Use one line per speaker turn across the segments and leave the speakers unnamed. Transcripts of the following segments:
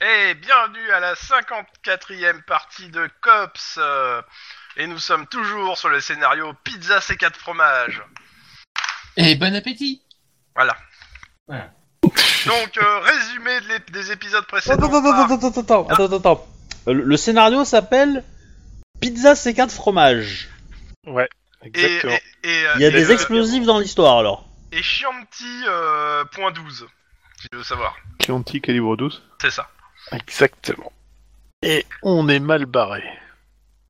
Et bienvenue à la 54e partie de Cops. euh, et nous sommes toujours sur le scénario Pizza C4 fromage.
Et bon appétit
Voilà.
Voilà.
Donc, euh, résumé de l'ép- des épisodes précédents.
Attends, attends, attends, attends, attends, attends, attends, attends. Euh, Le le scénario s'appelle Pizza C4 fromage.
Ouais,
Et, et,
exactement.
et, euh,
Il y a
et,
des
euh,
explosifs dans l'histoire alors.
Et Chianti euh, point .12, si tu veux savoir.
Chianti calibre 12
C'est ça.
Exactement. Et on est mal barré.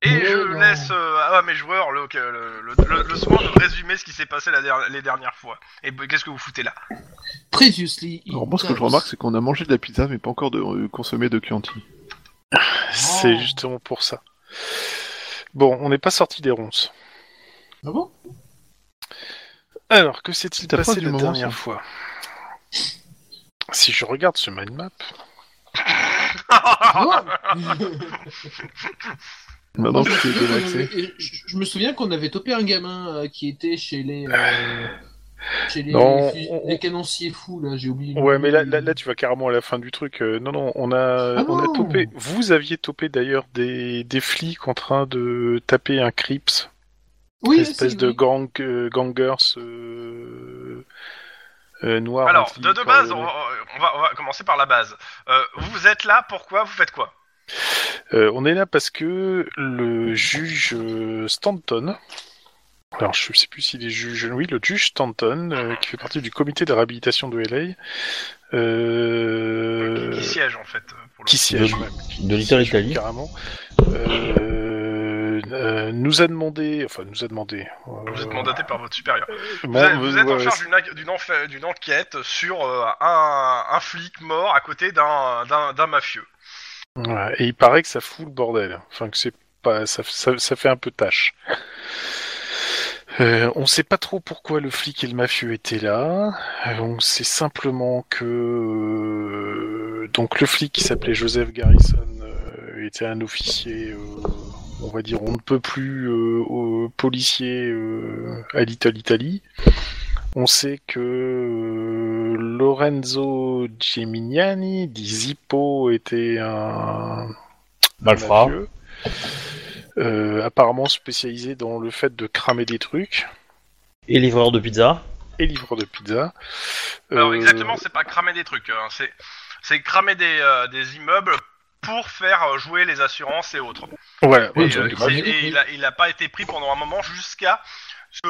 Et
Oh
Mais
je
non.
laisse euh, à mes joueurs le, le, le- le- le soin de résumer ce qui s'est passé la der- les dernières fois. Et b- qu'est-ce que vous foutez là
Previously. in
Alors moi, ce que je
Taos.
remarque, c'est qu'on a mangé de la pizza, mais pas encore de euh, consommé de Chianti.
C'est
justement pour ça. Bon, on n'est pas sorti des ronces.
Ah bon
Alors, que s'est-il
Ta phrase
passé
du
la
moment,
dernière
ça.
fois Si je regarde ce mind map,
Maintenant, je suis
Euh,
délaxé.
et je je me souviens qu'on avait topé un gamin euh, qui était chez les. euh, chez les,
Non,
les fus-
on-
les canonciers fous, là, j'ai oublié.
ouais, mais là, là, là, tu vas carrément à la fin du truc. Euh, non, non, on a,
Ah
on a
non.
topé. Vous aviez topé d'ailleurs des, des flics en train de taper un Crips,
oui,
une espèce
si,
de
oui.
gang, euh, gangers euh, euh, noirs.
Alors,
anti-
de, de base,
euh,
on, on va, on va commencer par la base. Euh, vous êtes là, pourquoi Vous faites quoi
Euh, on est là parce que le juge euh, Stanton, alors je ne sais plus s'il est juge, oui, le juge Stanton, euh, qui fait partie du comité de réhabilitation de LA, euh,
qui, qui siège en fait euh, pour le-
qui siège
De-
même, qui-
de
qui
l'Italie,
siège même
l'Italie.
carrément, euh, euh, nous a demandé, enfin nous a demandé, euh,
Vous êtes mandaté par votre supérieur. Vous,
moi,
êtes- vous êtes en
Euh, bah, ouais,
charge d'une enque- d'une enfa- d'une enquête sur euh, un, un flic mort à côté d'un- d'un d'un mafieux.
Ouais, et il paraît que ça fout le bordel. Enfin, que c'est pas, ça, ça- ça fait un peu tâche. Euh, on sait pas trop pourquoi le flic et le mafieux étaient là. Euh, on sait simplement que euh, donc le flic qui s'appelait Joseph Garrison euh, était un officier, euh, on va dire, on ne peut plus euh, au- policier euh, à Little Italy. On sait que euh, Lorenzo Gemignani di Zippo était un
Malfrat.
mafieux, euh, apparemment spécialisé dans le fait de cramer des trucs
Et livreur de pizza.
et livreur de pizza.
Alors
Euh,
exactement, c'est pas cramer des trucs, hein, c'est c'est cramer des, euh, des immeubles pour faire euh, jouer les assurances et autres.
Voilà.
Oui,
Et,
j'ai
euh,
compris.
c'est- et il, a, il a pas été pris pendant un moment jusqu'à ce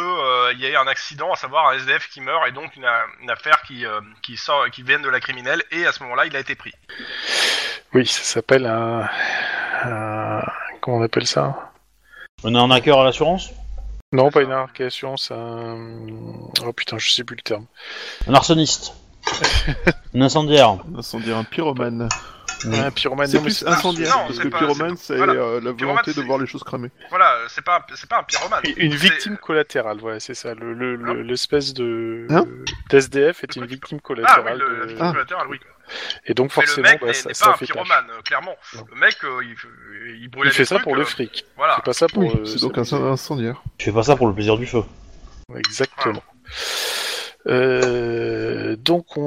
qu'il y ait un accident, à savoir un SDF qui meurt et donc une, a- une affaire qui, euh, qui, sort, qui vient de la criminelle et à ce moment-là il a été pris.
Oui, ça s'appelle un, un- Comment on appelle ça
On a un hacker à l'assurance
Non, pas une arcation, c'est un. Oh putain, je sais plus le terme.
Un arsoniste. un incendiaire.
Incendier un pyromane.
Oui.
Un pyromane.
C'est
non, mais
plus
c'est-
incendiaire,
non,
parce
c'est
que
pas-
pyromane,
c'est-
c'est
voilà.
euh, la
Pyromane,
volonté de
c'est-
voir les choses cramer.
Voilà, euh, c'est pas un- c'est pas un pyromane.
Une
C'est- Hein
victime collatérale, voilà, c'est ça. L'espèce le, le, l'espèce de.
Hein
D'SDF est
De quoi
une
tu
victime
Ah oui,
collatérale.
le, la
de-
victime collatérale, oui.
Et donc,
Mais le
forcément,
mec
bah,
n'est
ça,
n'est
ça
pas un
fait tâche.
pyromane, euh, clairement.
Non.
Le mec, euh, il, il brûlait
Il fait
des
ça
trucs,
pour le
euh,
fric.
Voilà.
C'est pas ça pour.
Oui,
euh,
c'est donc un
s'amuser.
incendiaire.
Tu fais pas ça pour le plaisir du feu.
Exactement. Euh, donc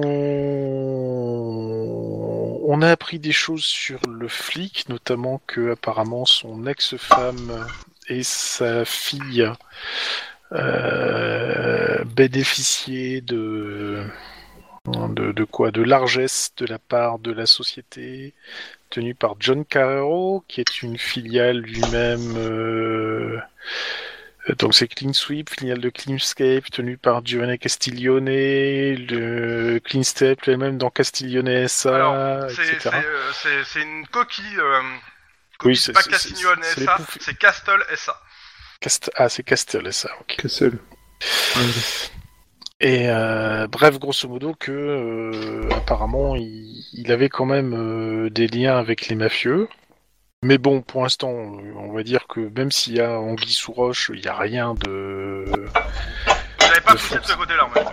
on... on a appris des choses sur le flic, notamment que apparemment son ex-femme et sa fille euh, bénéficiaient de... de de quoi De largesse de la part de la société tenue par John Carrero, qui est une filiale lui-même. euh, euh, Donc c'est Clean Sweep, filiale de Cleanscape, tenue par Giovanni Castiglione, le Clean Step, elle-même dans Castiglione SA,
Alors, c'est-
etc.
c'est, euh, C'est c'est une coquille. euh,
Oui,
coquille,
c'est-
pas
c'est-
Castiglione
c'est- c'est les
SA,
poufs-
c'est Castle SA.
Cast- Ah, c'est Castel SA, ok.
Kessel.
Et euh, bref, grosso modo, que euh, apparemment il, il avait quand même euh, des liens avec les mafieux. Mais bon, pour l'instant, euh, on va dire que même s'il y a Anguille sous roche, il n'y a rien de.
J'avais pas
De
poussé de
force.
ce côté-là, en fait.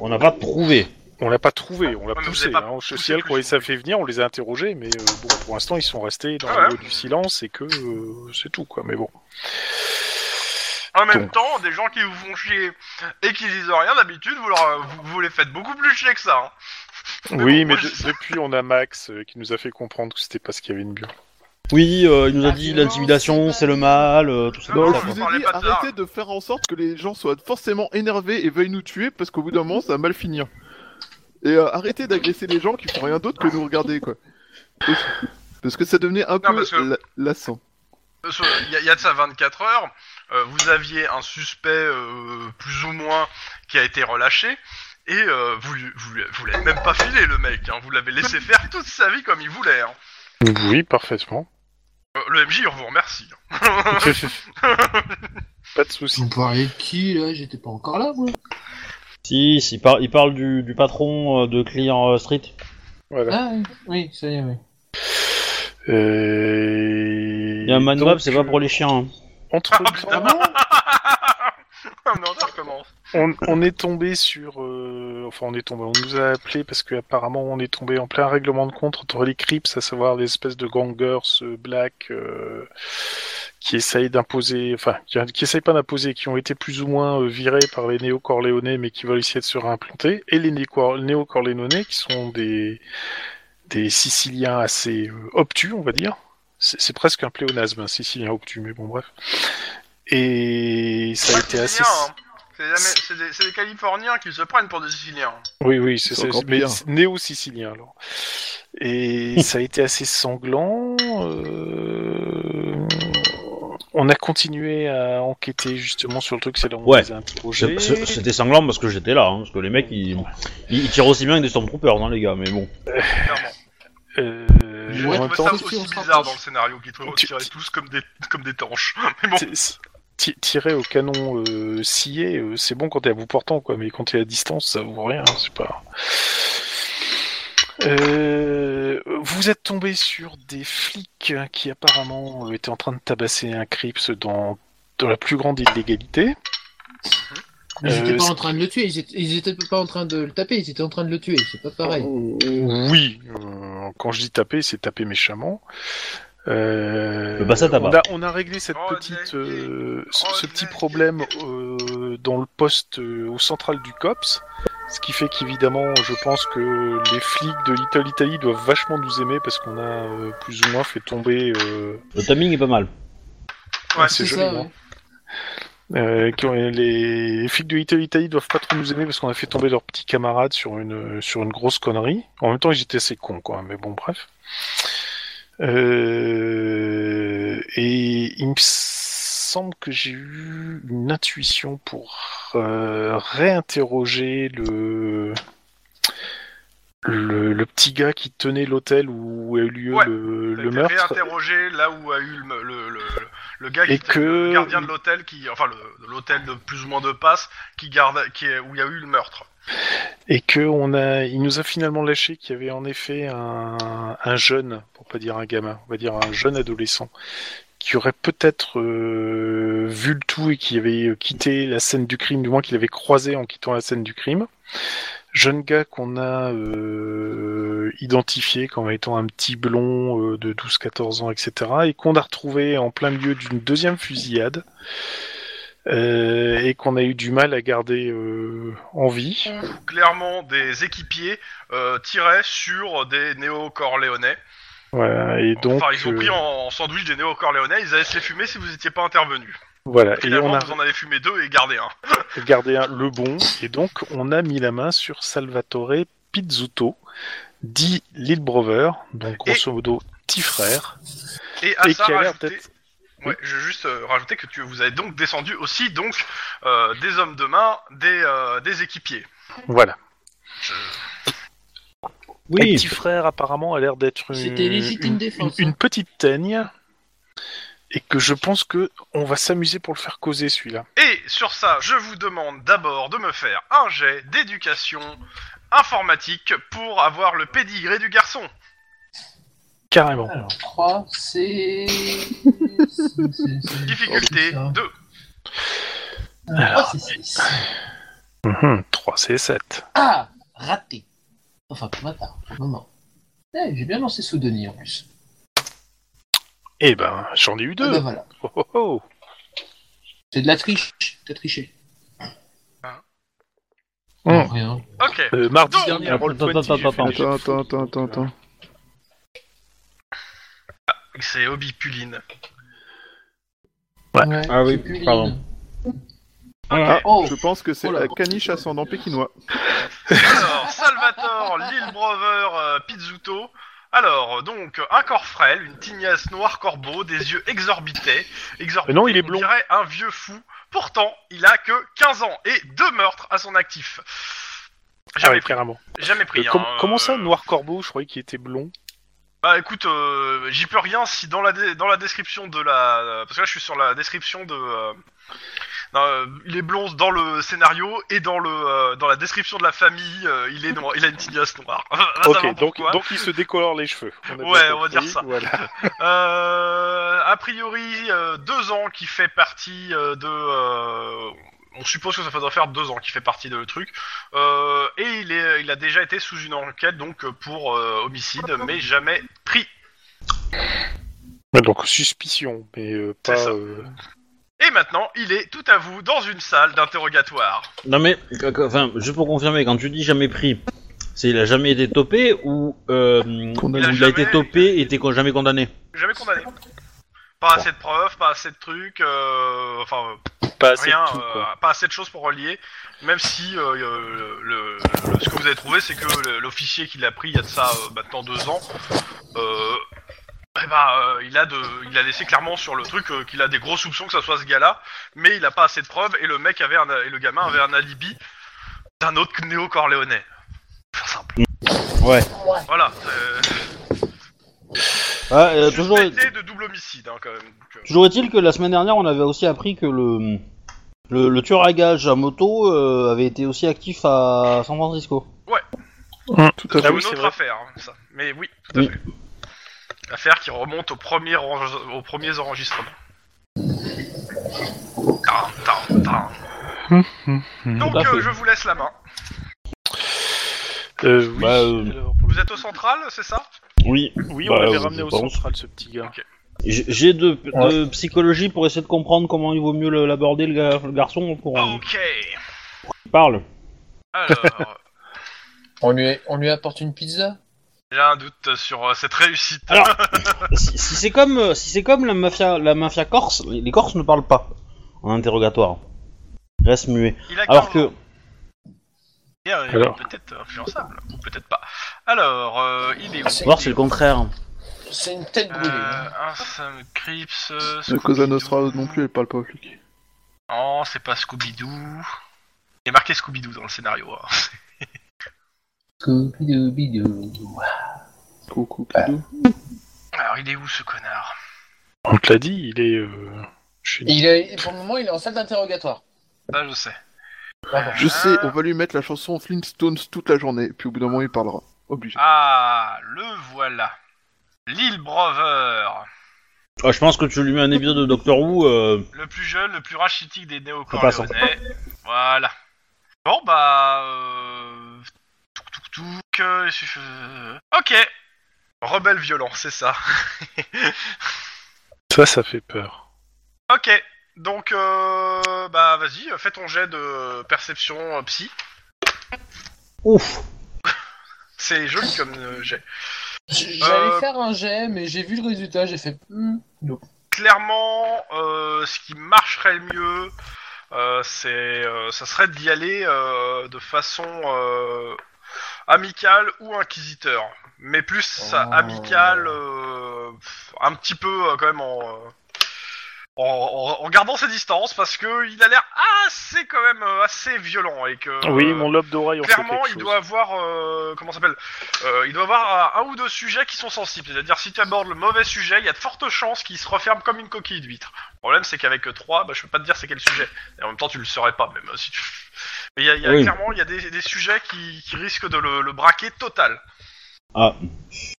On n'a pas trouvé.
On l'a pas trouvé, on
Ouais,
l'a
mais vous
poussé.
avez pas
hein.
poussé
Si elle
plus,
croyait
non
ça fait venir, on les a interrogés, mais euh, bon, pour l'instant, ils sont restés dans
Ah
le
ouais.
mot du silence et que euh, c'est tout, quoi. Mais bon.
En même
Donc.
temps, des gens qui euh, vous font chier et qui disent rien, d'habitude, vous, leur- vous, vous les faites beaucoup plus chier que ça. hein. Mais
oui,
bon,
mais
moi,
de-
je-
depuis, on a Max euh, qui nous a fait comprendre que c'était pas ce qu'il y avait de mieux.
Oui, euh, il nous a
La
dit
violence,
l'intimidation,
c'est
c'est le mal, euh, tout ça.
Non,
tout
non, je
ça,
je
quoi.
vous
on
ai
parlait
dit,
pas de ça.
arrêtez de faire en sorte que les gens soient forcément énervés et veuillent nous tuer parce qu'au bout d'un moment ça va mal finir. Et euh, arrêtez d'agresser les gens qui font rien d'autre que nous regarder quoi. Parce- Parce que ça devenait un peu
parce que-
la- lassant.
Euh, sur- Il y, a- il y a de ça 24 heures, euh, vous aviez un suspect euh, plus ou moins qui a été relâché, et euh, vous, lui- vous, lui- vous l'avez même pas filé le mec, hein, vous l'avez laissé faire toute sa vie comme il voulait. hein.
Oui, parfaitement.
Euh, le MJ, on vous remercie.
pas de souci.
Vous parlez de qui là J'étais pas encore là, moi.
Si, si, il, par- il parle du, du patron euh, de Clear euh, Street.
Voilà.
Ah oui, ça y est, oui.
Euh,
Il y a un man
donc,
mob, c'est pas pour les chiens. hein.
Entre
putain. Ah, mais on recommence.
on, on est tombé sur, euh, enfin on est tombé, on nous a appelé parce qu'apparemment on est tombé en plein règlement de compte entre les Crips, à savoir les espèces de gangers euh, black euh, qui essayent d'imposer, enfin qui, qui essayent pas d'imposer, qui ont été plus ou moins euh, virés par les néo-corléonais mais qui veulent essayer de se réimplanter, et les néo- néo-corléonais qui sont des des Siciliens assez euh, obtus, on va dire. C'est c'est presque un pléonasme, un Sicilien obtus, mais bon bref. Et ça a
Ouais,
été
c'est
assez...
bien, hein. C'est jamais- c'est des, c'est des Californiens qui se prennent pour des Siciliens. hein,
Oui, oui, c'est
C'est
ça.
encore
Mais
pire.
c'est néo-sicilien, alors. Et ça a été assez sanglant. euh, On a continué à enquêter justement sur le truc, c'est là où on
Ouais.
les a interrogés.
C'est- c'est- C'était sanglant parce que j'étais là, hein, parce que les mecs ils, ils, ils tirent aussi bien que des stormtroopers, hein, les gars, mais bon.
Clairement.
Euh,
Je
en
Ouais,
même
trouve
temps,
ça
c'est sûr, on
aussi
se
bizarre
rapproche.
dans le scénario qu'ils trouvent
Tu-
tirer
tu-
tous comme des, comme des tanches. Mais bon,
t- t- tirer au canon euh, scié, euh, c'est bon quand t'es à bout portant, quoi, mais quand t'es à distance, ça vaut rien, hein, c'est pas. Euh, vous êtes tombé sur des flics hein, qui apparemment euh, étaient en train de tabasser un Crips dans, dans la plus grande illégalité.
Mais ils
Euh,
étaient pas
c'est-
en train de le tuer, ils étaient, ils étaient pas en train de le taper, ils étaient en train de le tuer, c'est pas pareil.
Oui, euh, quand je dis taper, c'est taper méchamment. Euh,
Le bassin tabac.
on, a, on a réglé cette
Rodney
petite,
King.
euh, ce, ce petit
Rodney
problème euh, dans le poste euh, au central du COPS. Ce qui fait qu'évidemment, je pense que les flics de Little Italy doivent vachement nous aimer parce qu'on a euh, plus ou moins fait tomber euh,
Le timing est pas mal.
Ouais,
c'est
C'est
joli.
ça,
hein.
ouais.
Euh, qui ont- les, les flics de Little Italy doivent pas trop nous aimer parce qu'on a fait tomber leurs petits camarades sur une, sur une grosse connerie. En même temps, ils étaient assez cons, quoi. Mais bon, bref. Euh, et il me semble que j'ai eu une intuition pour euh, réinterroger le, le le petit gars qui tenait l'hôtel où a eu lieu
Ouais,
le,
T'as
le
été
meurtre.
réinterrogé là où a eu le, me- le, le, le- le gars qui
Et
était
que-
le gardien de l'hôtel qui enfin le- de l'hôtel de plus ou moins de passe qui garde qui est- où il y a eu le meurtre.
et que on a, il nous a finalement lâché qu'il y avait en effet un, un jeune, pour pas dire un gamin, on va dire un jeune adolescent, qui aurait peut-être euh, vu le tout et qui avait euh, quitté la scène du crime, du moins qu'il avait croisé en quittant la scène du crime. Jeune gars qu'on a euh, identifié comme étant un petit blond euh, de 12-14 ans, etc. Et qu'on a retrouvé en plein milieu d'une deuxième fusillade. euh, et qu'on a eu du mal à garder euh, en vie.
Où clairement des équipiers euh, tiraient sur des néo-corléonais.
Voilà, et donc
enfin ils ont
euh,
pris en, en sandwich des néo-corléonais, ils allaient se les fumer si vous n'étiez pas intervenu.
voilà, et
Finalement
on a
vous en avez fumé deux et gardé un.
gardé un, le bon, et donc on a mis la main sur Salvatore Pizzuto, dit Lil Brover, donc
Et-
grosso modo petit frère,
Et à
et
ça
qui a l'air
rajouter-
d'être
Ouais, je vais juste euh, rajouter que tu vous avez donc descendu aussi donc euh, des hommes de main, des euh, des équipiers.
voilà. Et
Oui,
petit frère apparemment a l'air d'être une,
C'était légitime
une-
défense, hein.
une- une petite teigne, et que je pense que on va s'amuser pour le faire causer celui-là.
Et sur ça, je vous demande d'abord de me faire un jet d'éducation informatique pour avoir le pédigré du garçon.
Carrément.
Alors, 3, c'est.
Difficulté 2.
3, c'est 6.
Mhm, 3 c'est 7.
Ah Raté Enfin, pour ma part, pour le moment. Eh, j'ai bien lancé Soudeni en plus.
Eh ben, j'en ai eu
Ah bah
deux.
voilà.
Oh, oh, oh.
C'est de la triche, t'as triché.
Hmm.
Rien.
Ok.
Euh, mardi
Non.
dernier, à
Attends,
Roll20,
attends,
Ah, j'ai fait
attends,
des jeux.
Attends, attends, attends, attends, attends.
C'est Obipuline.
Ah oui,
Culine.
pardon.
Ah,
Oh.
je pense que c'est
Oh là.
la caniche ascendant pékinois.
Alors, Salvatore, Lille Brover, euh, Pizzuto. Alors, donc, un corps frêle, une tignasse noire corbeau, des yeux exorbités. exorbités
Mais non, il est
on
blond.
dirait un vieux fou. Pourtant, il a que 15 ans et deux meurtres à son actif.
Ah
Jamais
ouais,
pris.
carrément.
Jamais pris.
Euh, com-
hein,
comment
euh,
ça, Noir Corbeau Je croyais qu'il était blond.
Bah écoute, euh, j'y peux rien si dans la dé- dans la description de la parce que là je suis sur la description de euh, non, euh, il est blond dans le scénario et dans le euh, dans la description de la famille euh, il est noir il a une tignasse noire. Va
Ok,
savoir
donc,
pourquoi.
donc il se décolore les cheveux. On a bien
Ouais, on va
compris,
dire ça.
Voilà.
Euh, a priori euh, deux ans qui fait partie euh, de euh, on suppose que ça doit faire deux ans qu'il fait partie de le truc Euh, et il est il a déjà été sous une enquête donc euh, pour euh, homicide mais jamais pris.
Ouais, donc suspicion, mais euh,
C'est
pas.
ça.
euh,
Et maintenant, il est tout à vous dans une salle d'interrogatoire.
Non mais, qu- qu- enfin, juste pour confirmer, quand tu dis jamais pris, c'est il a jamais été topé ou euh, ou
Condamné.
il a,
Il a
été
jamais-
topé et était con- jamais condamné
Jamais condamné. Pas assez de preuves, pas assez de trucs, euh, enfin euh,
Pas assez
rien,
de tout,
euh,
quoi.
pas assez de choses pour relier. Même si euh, euh, le, le- ce que vous avez trouvé, c'est que le- l'officier qui l'a pris il y a de ça euh, maintenant deux ans, euh, eh ben, euh, il a de, il a laissé clairement sur le truc euh, qu'il a des gros soupçons que ça soit ce gars-là, mais il a pas assez de preuves et le mec avait un, et le gamin avait un alibi d'un autre néo-corléonais. Pour faire simple.
Ouais.
Voilà. euh,
Ah, euh, toujours,
Suspecté de double homicide, hein, quand même. donc, euh,
toujours est-il que la semaine dernière, on avait aussi appris que le le, le tueur à gage à moto euh, avait été aussi actif à San Francisco.
Tout à
Ah
c'est
fait.
oui,
une
c'est
autre
vrai.
affaire, hein, ça. Mais oui, tout à
Oui.
fait. Affaire qui remonte aux premiers, enre- aux premiers enregistrements. Tan, tan, tan. Donc,
Tout à fait.
euh, je vous laisse la main.
Euh, oui.
Bah, euh,
alors,
Vous êtes au central, c'est ça
Oui.
oui,
bah,
on l'avait
euh,
ramené
je
au
pense.
central, ce petit gars.
J'ai de,
Ouais.
de psychologie pour essayer de comprendre comment il vaut mieux le- l'aborder le, gar- le garçon pour euh,
Ah, Ok.
qu'il parle.
Alors,
On lui, on lui apporte une pizza
j'ai un doute sur euh, cette réussite.
Alors, si, si c'est comme euh, si c'est comme la mafia la mafia corse, les les Corses ne parlent pas en interrogatoire. Ils restent muets.
Il a
Alors
15
que
ans. Et, euh, il est
Alors.
Peut-être influençable, ou peut-être pas. Alors, euh, il est où
Ou alors c'est le contraire.
C'est une tête brûlée.
Euh, un Sam Crips. euh,
La Cosa Nostra
Scooby-Doo.
non plus, elle parle pas aux flics.
Non, Oh, c'est pas Scooby-Doo. Il y a marqué Scooby-Doo dans le scénario. hein.
Scooby-Doo-Bidoo.
Coucou, Kidou.
Alors, il est où ce connard
On te l'a dit, il est. euh, chez
Et il est- et pour le moment, il est en salle d'interrogatoire.
Ça, je sais.
Je sais, on va lui mettre la chanson Flintstones toute la journée, puis au bout d'un moment il parlera. Obligé.
Ah, le voilà. Lil Brover.
Ah, je pense que tu lui mets un épisode de Doctor Who. euh,
Le plus jeune, le plus rachitique des néo
passe, hein.
Voilà. Bon, bah... Euh... Touk, touk, touk, euh, je- je- Ok. Rebelle violent, c'est ça.
Ça, ça fait peur.
Ok. Donc, euh, bah vas-y, fais ton jet de perception euh, psy.
Ouf.
C'est joli comme euh, jet.
J-
Euh,
J'allais faire un jet, mais j'ai vu le résultat, j'ai fait. Hmm, nope.
Clairement, euh, ce qui marcherait le mieux, euh, c'est, euh, ça serait d'y aller euh, de façon euh, amicale ou inquisiteur. Mais plus ça,
Oh.
amicale, euh, pff, un petit peu euh, quand même en, euh, en, en- en gardant ses distances parce que il a l'air assez quand même euh, assez violent et que.
Oui,
euh,
mon lobe d'oreille, on fait
clairement,
quelque
il
chose.
doit avoir euh, comment ça s'appelle Euh, Il doit avoir euh, un ou deux sujets qui sont sensibles. C'est-à-dire, si tu abordes le mauvais sujet, il y a de fortes chances qu'il se referme comme une coquille d'huître. Le problème, c'est qu'avec euh, trois, bah, je peux pas te dire c'est quel sujet. Et en même temps, tu le saurais pas, même euh, si tu. Mais il y a, il y a-
Oui.
clairement, il y a des, des sujets qui, qui risquent de le, le braquer total.
Ah.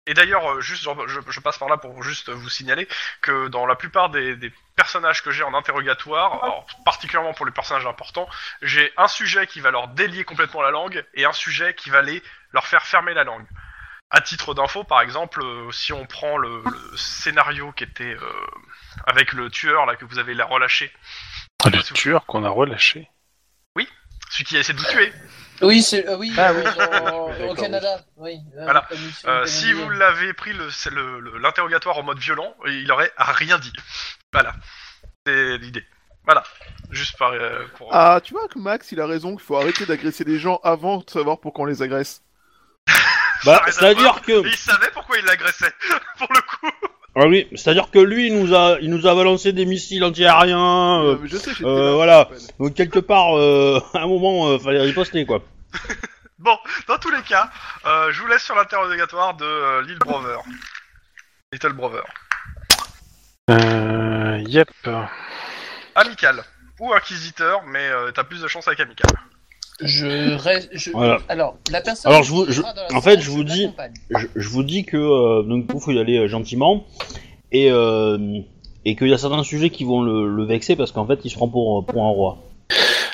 Et d'ailleurs, euh, juste, je- je, je passe par là pour juste vous signaler que dans la plupart des, des personnages que j'ai en interrogatoire, alors, particulièrement pour les personnages importants, j'ai un sujet qui va leur délier complètement la langue et un sujet qui va les, leur faire fermer la langue. À titre d'info, par exemple, euh, si on prend le, le scénario qui était euh, avec le tueur là que vous avez là relâché,
Ah, le tueur qu'on a relâché.
celui qui a essayé de vous tuer,
Oui, c'est euh, oui,
Ah
euh,
oui.
dans-
D'accord,
au Canada. Oui. là,
Voilà.
la commission
Euh, si
canadienne.
vous l'avez pris le- c'est le- le- l'interrogatoire en mode violent, il aurait rien dit. Voilà. C'est l'idée. Voilà. Juste par, euh, pour...
Ah, tu vois que Max, il a raison qu'il faut arrêter d'agresser les gens avant de savoir pourquoi on les agresse.
Bah,
Ça
c'est à dire que.
Et il savait pourquoi il l'agressait, pour le coup.
Ah oui, c'est à dire que lui, il nous a, il nous a balancé des missiles antiaériens.
Euh,
euh,
mais je sais, j'étais
euh,
là, je
voilà.
me rappelle.
donc quelque part, euh, à un moment, euh, fallait riposter quoi.
Bon, dans tous les cas, euh, je vous laisse sur l'interrogatoire de euh, Little Brother. Little Brother.
Euh, yep.
Amical. Ou inquisiteur, mais euh, t'as plus de chance avec amical.
Je reste. Je...
Voilà.
Alors, la personne.
Alors, je vous-
qui
je-
sera dans la
en fait,
séance,
je vous dis-
l'accompagne.
je, je vous dis que euh, donc il faut y aller euh, gentiment et euh, et qu'il y a certains sujets qui vont le, le vexer parce qu'en fait il se prend pour euh, pour un roi.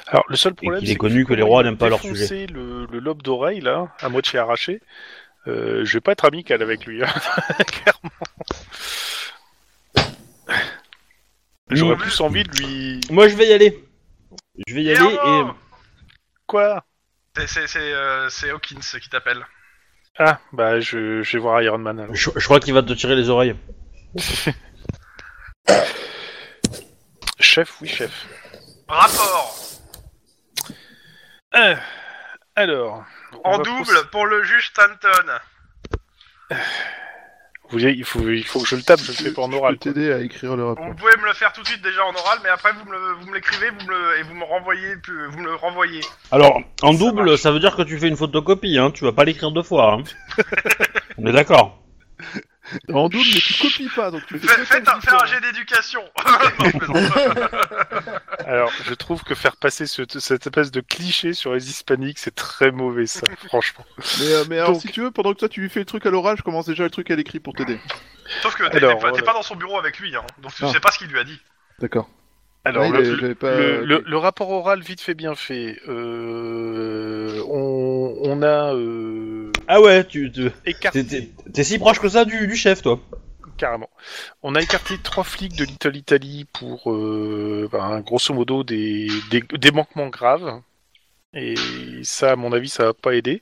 Alors, le seul problème,
qu'il
c'est
est connu que les rois n'aiment pas leur
défoncer Le, le lobe d'oreille, là, à moitié arraché, euh, je vais pas être amical avec lui, hein. clairement. J'aurais
Mmh.
plus envie de lui.
Moi je vais y aller. Je vais y aller et
Quoi
C'est- C'est c'est, euh, c'est Hawkins qui t'appelle.
Ah, bah, je, je vais voir Iron Man alors.
je, je crois qu'il va te tirer les oreilles.
Chef, oui, chef.
Rapport
Euh, alors. on
en
va
double
procé-
pour le juge Stanton.
Vous voyez, il faut, il faut que je le tape, je le fais pas en
Je
oral.
peux t'aider à écrire le rapport.
Vous pouvez me le faire tout de suite déjà en oral, mais après vous me le- vous me l'écrivez vous me le- et vous me renvoyez, plus- vous me le renvoyez.
Alors en
Ça
double,
marche.
ça veut dire que tu fais une photocopie, hein. Tu vas pas l'écrire deux fois. Hein. On est d'accord.
En double, mais tu copies pas, donc tu fais.
Fais-
que
Faites
ton
un, faites un
effort.
jet d'éducation. hein. Non, je plaisante.
Alors, je trouve que faire passer ce- cette espèce de cliché sur les hispaniques, c'est très mauvais, ça, franchement.
Mais, euh, mais alors,
Donc-
si tu veux, pendant que toi tu lui fais le truc à l'oral, je commence déjà le truc à l'écrit pour t'aider.
Sauf que t'es
Alors, euh,
t'es pas, t'es
voilà.
pas dans son bureau avec lui, hein, donc tu
Ah.
sais pas ce qu'il lui a dit.
D'accord.
Alors,
Ouais,
le,
j'avais-
le-
j'avais Ah, pas- euh,
le- le- le rapport oral, vite fait, bien fait. Euh, on, on a euh,
Ah ouais, tu tu- t'es-
écarté,
t'es t'es si proche que ça du, du chef, toi.
carrément. On a écarté trois flics de Little Italy pour, euh, ben, grosso modo, des, des, des manquements graves. Et ça, à mon avis, ça va pas aider.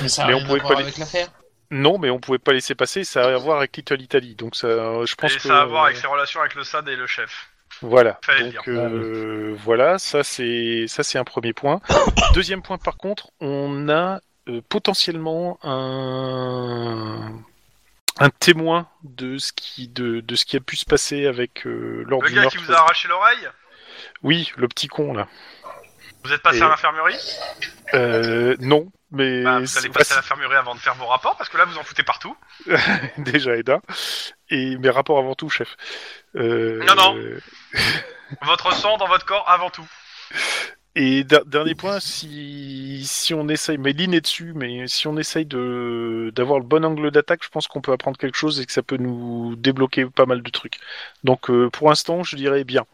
Mais ça a
Mais on
rien à
pouvait
voir
pas les-
avec l'affaire.
Non, mais on pouvait pas laisser passer. Ça a à voir avec Little Italy, donc ça, je pense
Et
que euh,
ça a à voir avec ses relations avec le SAD et le chef.
Voilà.
Fallait le
Donc euh, voilà, ça c'est ça c'est un premier point. Deuxième point par contre, on a euh, potentiellement un un témoin de ce qui de, de ce qui a pu se passer avec euh, lors
Le
du
gars
meurtre.
qui vous a arraché l'oreille,
Oui, le petit con là.
vous êtes passé
Et-
à l'infirmerie
Euh, non, mais
Bah, Vous allez
c'est
passer à l'infirmerie avant de faire vos rapports, parce que là vous en foutez partout.
déjà Eda. Et mes rapports avant tout, chef. Euh,
Non, non. Votre sang dans votre corps avant tout.
Et der- dernier point, si, si on essaye, mais Lynn est dessus, mais si on essaye de d'avoir le bon angle d'attaque, je pense qu'on peut apprendre quelque chose et que ça peut nous débloquer pas mal de trucs. Donc euh, pour l'instant, je dirais bien.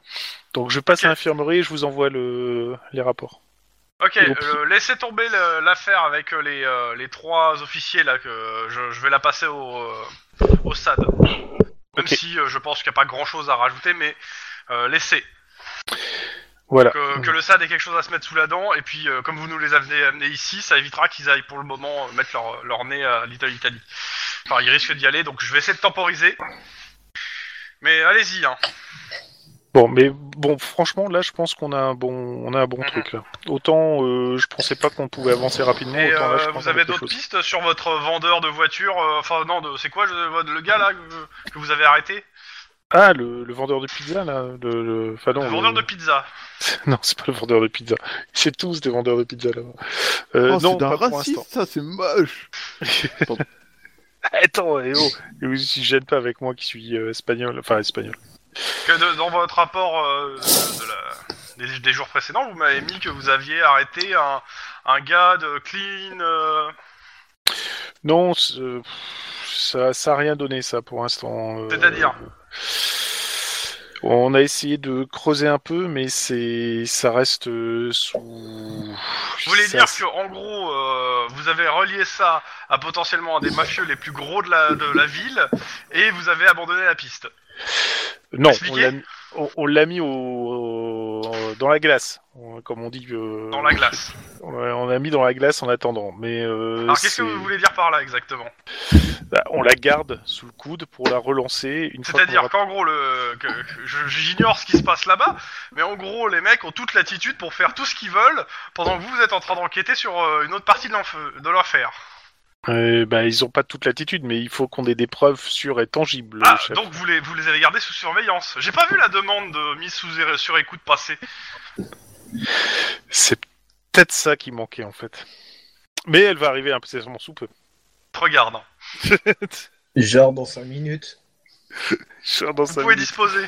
Donc je passe
Ok.
à l'infirmerie et je vous envoie le, les rapports.
Ok,
Et donc-
euh, laissez tomber le- l'affaire avec euh, les, euh, les trois officiers là que euh, je, je vais la passer au, euh, au SAD. Même
Ok.
si euh, je pense qu'il n'y a pas grand chose à rajouter, mais euh, laissez.
Voilà.
Que,
Mmh.
que le SAD ait quelque chose à se mettre sous la dent, et puis euh, comme vous nous les avez amenés ici, ça évitera qu'ils aillent pour le moment euh, mettre leur, leur nez à l'Italie. Italie. Enfin, ils risquent d'y aller, donc je vais essayer de temporiser. Mais allez-y, hein.
Bon, mais bon, franchement, là, je pense qu'on a un bon, on a un
Mhm.
bon truc. Là. Autant euh, je pensais pas qu'on pouvait avancer rapidement.
Et
autant là, je
euh,
pense
vous
à
avez
quelque
d'autres
chose.
pistes sur votre vendeur de voitures, euh, enfin non, de, c'est quoi je- le gars là que- que vous avez arrêté
Ah, le, le vendeur de pizza là, le, le... enfin, non,
Le
le-
vendeur de pizza.
Non, c'est pas le vendeur de pizza. C'est tous des vendeurs de pizza là-bas. Euh,
Oh,
non,
c'est d'un
pas pour
raciste,
l'instant.
ça, c'est moche.
Attends, eh oh, et vous y gênez pas avec moi qui suis euh, espagnol, enfin espagnol.
Que de- dans votre rapport euh, de la- des, des jours précédents, vous m'avez mis que vous aviez arrêté un, un gars de clean. euh,
Non, c'est, euh, pff, ça, ça a rien donné ça pour l'instant. euh,
C'est-à-dire
On a essayé de creuser un peu, mais c'est, ça reste euh, sous. Vous
Vous voulez dire que en gros, euh, vous avez relié ça à potentiellement un des mafieux les plus gros de la, de la ville et vous avez abandonné la piste.
Non, on
Expliquez.
l'a, mis- on, on l'a mis au, au- euh, dans la glace, On- comme on dit. euh,
dans la glace.
On a, on a mis dans la glace en attendant, mais euh,
Alors qu'est-ce
c'est-
que vous voulez dire par là exactement
bah, on la garde sous le coude pour la relancer une fois. qu'on
C'est-à-dire
aura-
qu'en gros, le, que, que- je- j'ignore ce qui se passe là-bas, mais en gros, les mecs ont toute l'attitude pour faire tout ce qu'ils veulent pendant que vous, vous êtes en train d'enquêter sur euh, une autre partie de l'enf- de l'affaire.
Euh, bah, ils ont pas toute l'attitude, mais il faut qu'on ait des preuves sûres et tangibles.
Ah,
chef.
donc vous les, vous les avez gardés sous surveillance. J'ai pas vu la demande de mise sous é- sur écoute passer.
C'est peut-être ça qui manquait en fait. Mais elle va arriver incessamment sous peu.
Regarde. hein.
Genre dans 5 minutes.
Je suis dans
Vous
sa
pouvez
minute.
disposer.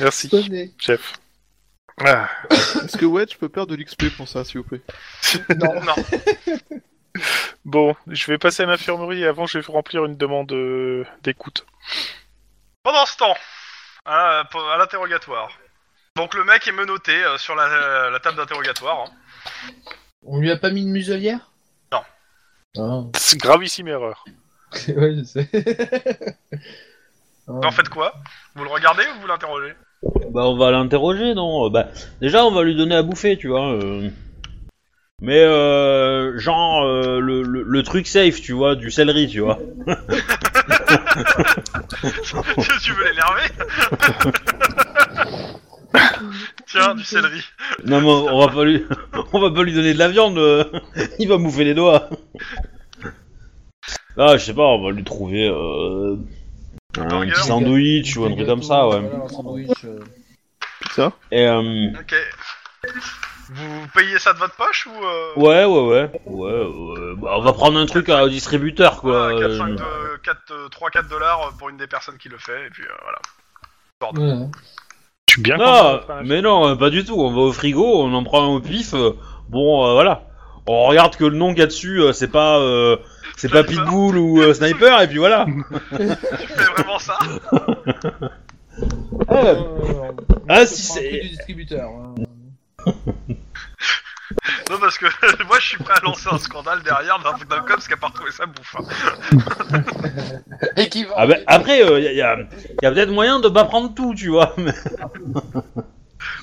Merci,
Tenez.
chef. Ah,
Est-ce que Wedge peut perdre de l'XP pour ça, s'il vous plaît
Non.
Non.
bon, je vais passer à l'infirmerie et avant je vais remplir une demande euh, d'écoute.
Pendant ce temps, à, la- pour- à l'interrogatoire. Donc le mec est menotté euh, sur la, euh, la table d'interrogatoire. hein.
On lui a pas mis de muselière
Non.
Ah,
C'est gravissime erreur.
ouais, je sais. Ah.
Vous En faites quoi Vous le regardez ou vous l'interrogez
Bah, on va l'interroger, non euh, Bah, déjà, on va lui donner à bouffer, tu vois. euh. Mais, euh, genre, euh, le, le- le truc safe, tu vois, du céleri, tu vois.
Tu veux l'énerver Tiens, du céleri.
Non, mais on va pas lui, on va pas lui donner de la viande, euh, il va mouffer les doigts. Ah, je sais pas, on va lui trouver euh, un
burger.
petit sandwich ou un truc comme ça, ouais.
Voilà, un sandwich, euh.
Ça
Et, euh,
Ok. Vous payez ça de votre poche ou euh,
ouais, ouais, ouais. ouais euh, bah, on va prendre un truc euh, au distributeur, quoi.
voilà, 4,
euh,
5, 3-4 dollars pour une des personnes qui le fait, et puis euh, voilà.
Voilà.
Je suis bien
Euh, Non,
content.
mais non, euh, pas du tout. On va au frigo, on en prend un au pif. euh, Bon, euh, voilà. On regarde que le nom qu'il y a dessus, euh, c'est pas, euh, c'est pas
Sniper.
Pitbull ou euh, Sniper, et puis voilà.
Tu fais vraiment ça
Eh,
Euh,
Ah,
on
si
prend un
c'est-
truc du distributeur. hein.
Non, parce que moi je suis prêt à lancer un scandale derrière d'un d'un copse qui a pas retrouvé sa bouffe. hein.
Et qui va.
Ah ben, après, il y a, y a- y a peut-être moyen de pas prendre tout, tu vois. mais-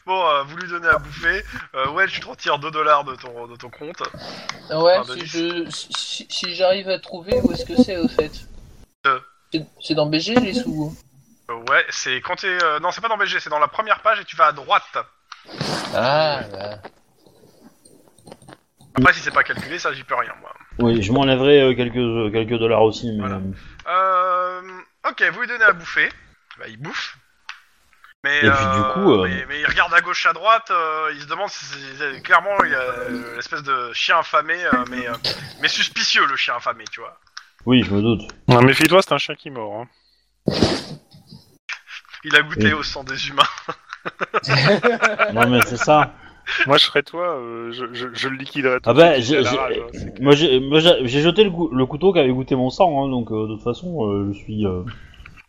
Bon, euh, vous lui donnez à bouffer. Euh, ouais, tu te retires 2 dollars de ton, de ton compte.
Ah ouais,
Ah,
ben,
bah,
si
dis-
je si- si, si j'arrive à trouver où est-ce que c'est au fait.
Euh.
C'est- C'est dans BG les sous. hein.
Euh, ouais, c'est quand t'es. euh, non, c'est pas dans BG, c'est dans la première page et tu vas à droite.
Ah, bah.
Après, si c'est pas calculé, ça j'y peux rien moi.
Oui, je m'enlèverai euh, quelques, euh, quelques dollars aussi. Mais...
Voilà.
euh,
Euh, ok, vous lui donnez à bouffer. Bah, il bouffe. Mais,
Et puis,
euh,
du coup, euh,
mais, mais il regarde à gauche, à droite. euh, il se demande si c'est- clairement il y a euh, l'espèce de chien affamé, euh, mais euh, mais suspicieux le chien affamé, tu vois.
Oui, je me doute.
Non, méfie-toi, c'est un chien qui mord. hein.
Il a goûté
Oui.
au sang des humains.
Non, mais c'est ça.
Moi, je serais toi, euh, je, je- je le liquiderais. tout
Ah
de
ben,
suite, il
j'ai-
a la
j'ai-
rage, hein, c'est-
Moi, j'ai moi, j'ai- j'ai jeté le, cou- le couteau qui avait goûté mon sang, hein, donc euh, de toute façon, euh, je suis. euh,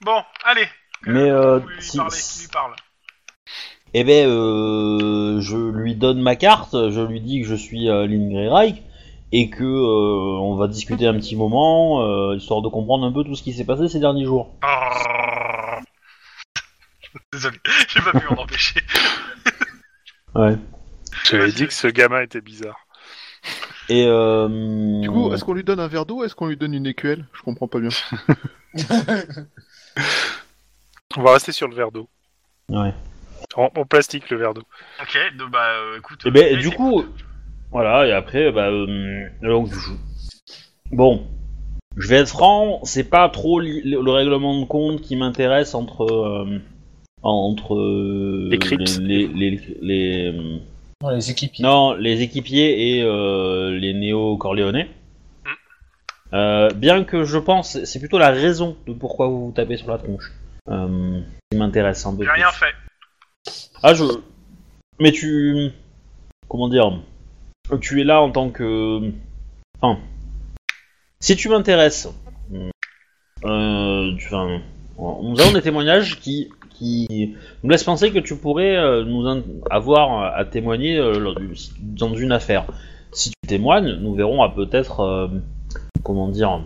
Bon, allez.
Mais, euh,
vous lui
si-
parlez, qui lui parle.
Eh ben, euh, je lui donne ma carte, je lui dis que je suis euh, Lynn Grey Reich et que euh, on va discuter un petit moment, euh, histoire de comprendre un peu tout ce qui s'est passé ces derniers jours.
Arrrrrrr. Désolé, j'ai pas pu m'en empêcher.
Ouais.
J'avais
Vas-y.
dit que ce gamin était bizarre.
Et euh,
Du coup, est-ce qu'on lui donne un verre d'eau ou est-ce qu'on lui donne une écuelle Je comprends pas bien.
On va rester sur le verre d'eau.
Ouais.
En, en plastique, le verre d'eau.
Ok, de, bah euh, écoute.
eh ben,
vas-y,
du coup, voilà. Et après, bah, euh, donc, je- bon, je vais être franc, c'est pas trop li- le le règlement de compte qui m'intéresse entre euh, entre euh,
Les Crips.
les- les- les- les, euh,
Non, les équipiers.
Non, les équipiers et euh, les néo-corléonais.
Mm.
Euh, bien que je pense, c'est plutôt la raison de pourquoi vous vous tapez sur la tronche. Euh, qui m'intéresse un peu.
J'ai
plus.
rien fait.
Ah, je. Mais tu. Comment dire Tu es là en tant que. Enfin. Si tu m'intéresses. Euh. tu- Enfin. Nous avons des témoignages qui. qui nous laissent penser que tu pourrais euh, nous in- avoir à témoigner euh, lors du- dans une affaire. Si tu témoignes, nous verrons à peut-être. euh, comment dire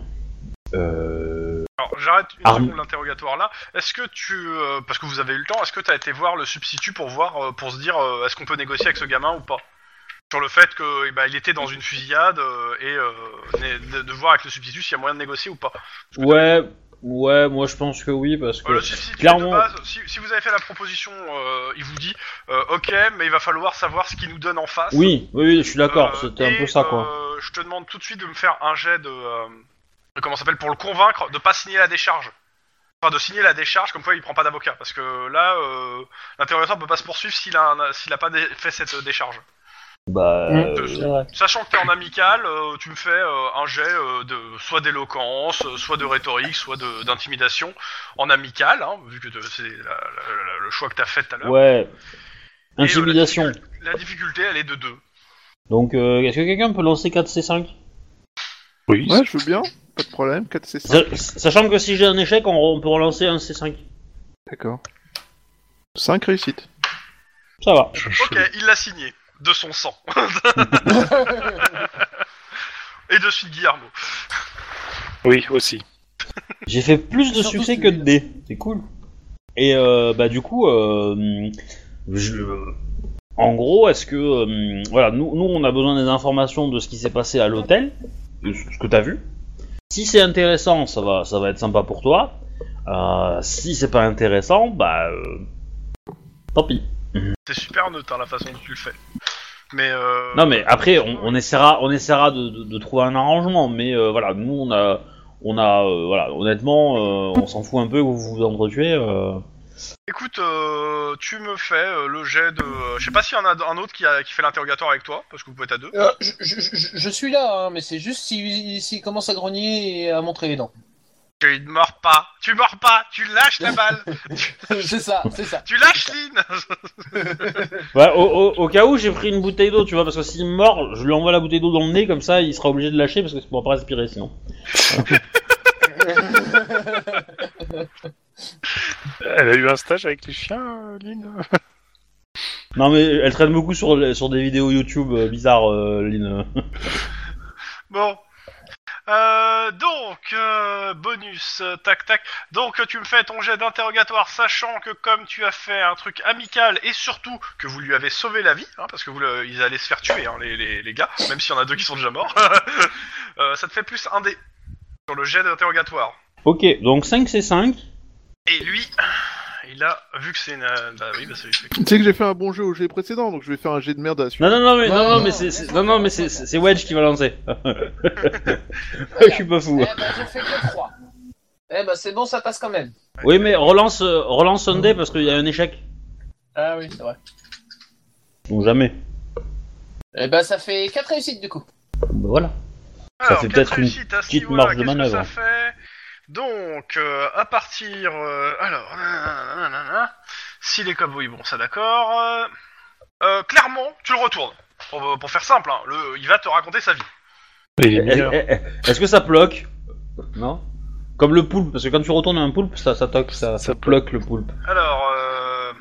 euh,
Alors, je j'arrête une
Arm-
seconde l'interrogatoire là. Est-ce que tu, euh, parce que vous avez eu le temps, est-ce que t'as été voir le substitut pour voir, euh, pour se dire, euh, est-ce qu'on peut négocier avec ce gamin ou pas Sur le fait que, eh ben, il était dans une fusillade euh, et euh, né- de, de voir avec le substitut s'il y a moyen de négocier ou pas.
Ouais, ouais, moi je pense que oui, parce que...
Euh, le substitut
Clairement.
de base, si, si vous avez fait la proposition, euh, il vous dit, euh, ok, mais il va falloir savoir ce qu'il nous donne en face.
Oui, oui, oui, je suis d'accord,
Euh,
c'était un
et,
peu ça, quoi.
euh, je te demande tout de suite de me faire un jet de. euh, de comment ça s'appelle Pour le convaincre de pas signer la décharge. Enfin, de signer la décharge, comme quoi il prend pas d'avocat. Parce que là, euh, l'interrogatoire peut pas se poursuivre s'il a, un- s'il a pas dé- fait cette euh, décharge.
Bah...
Mmh.
euh,
C'est vrai.
Sachant que t'es en amical, euh, tu me fais euh, un jet euh, de soit d'éloquence, euh, soit de rhétorique, soit de- d'intimidation en amical, hein, vu que te- c'est la- la- la- le choix que t'as fait tout à l'heure.
Ouais. Intimidation.
Et, euh, La difficulté, elle est de 2.
Donc, euh, est-ce que quelqu'un peut lancer 4C5
Oui.
Ouais, je veux bien, pas de problème, 4 c'est ça.
Sa- Sachant que si j'ai un échec, on, on peut relancer un C5.
D'accord. 5 réussites.
Ça va.
Je- je-
Ok, il l'a signé. De son sang. Et de suite Guillermo.
Oui, aussi.
J'ai fait plus de
Surtout
succès
si
que
tu
de dés. C'est cool. Et euh, bah du coup, euh, je- en gros, est-ce que euh, voilà, nous, nous on a besoin des informations de ce qui s'est passé à l'hôtel, de ce ce que t'as vu. Si c'est intéressant, ça va, ça va être sympa pour toi. Euh, si c'est pas intéressant, bah euh, tant pis.
C'est super neutre hein, la façon dont tu le fais. Mais euh,
Non mais après on, on essaiera on essaiera de, de- de trouver un arrangement mais euh, voilà nous on a on a euh, voilà honnêtement euh, on s'en fout un peu que vous vous entretuez euh.
écoute, euh, tu me fais euh, le jet de. euh, je sais pas s'il y en a un autre qui, a, qui fait l'interrogatoire avec toi, parce que vous pouvez être à deux.
Euh, je-
Je, je- je- je suis là, hein, mais c'est juste s'il s'il commence à grogner et à montrer les dents.
Tu ne mords pas, tu mords pas, tu lâches la balle,
c'est ça, c'est ça.
tu lâches Lynn
Ouais, au, au- au cas où j'ai pris une bouteille d'eau tu vois parce que s'il mord je lui envoie la bouteille d'eau dans le nez comme ça il sera obligé de lâcher parce que ne pourra pas respirer sinon
Elle a eu un stage avec les chiens, euh, Lynn
non mais elle traîne beaucoup sur le- sur des vidéos YouTube euh, bizarres euh, Lynn
Bon. Euh, donc, euh, bonus, euh, tac tac. Donc, tu me fais ton jet d'interrogatoire, sachant que comme tu as fait un truc amical et surtout que vous lui avez sauvé la vie, hein, parce que vous, le- ils allaient se faire tuer, hein, les, les, les gars, même s'il y en a deux qui sont déjà morts, Euh, ça te fait plus un dé sur le jet d'interrogatoire.
ok donc 5 c'est 5
Et lui, il a, vu que c'est une. euh, bah oui, bah c'est. c'est-
Tu sais que j'ai fait un bon jeu au jet précédent, donc je vais faire un jet de merde à la suite.
non non non mais non non
Non,
mais c'est c'est- non non mais c'est c'est c'est Wedge qui va lancer je suis pas
Eh
fou
ben, j'ai fait que 3. Eh ben, c'est bon, ça passe quand même.
oui mais relance euh, relance Sunday parce qu'il y a un échec
Ah oui, c'est vrai.
Non, jamais.
Eh ben, ça fait 4 réussites du coup.
Bah, voilà. Ça fait
quatre
peut-être une
réussites à ce
petite
niveau-là,
marge de
qu'est-ce que
manœuvre.
ça fait Donc, euh, à partir... euh, alors... nanana, nanana. S'il est comme oui, bon, ça d'accord. euh, euh, clairement, tu le retournes. Pour, pour faire simple, hein, le, il va te raconter sa vie.
Il est mineur.
Eh, Est-ce que ça bloque Non Comme le poulpe, parce que quand tu retournes un poulpe, ça, ça toque, ça, ça bloque le poulpe.
Alors... Euh,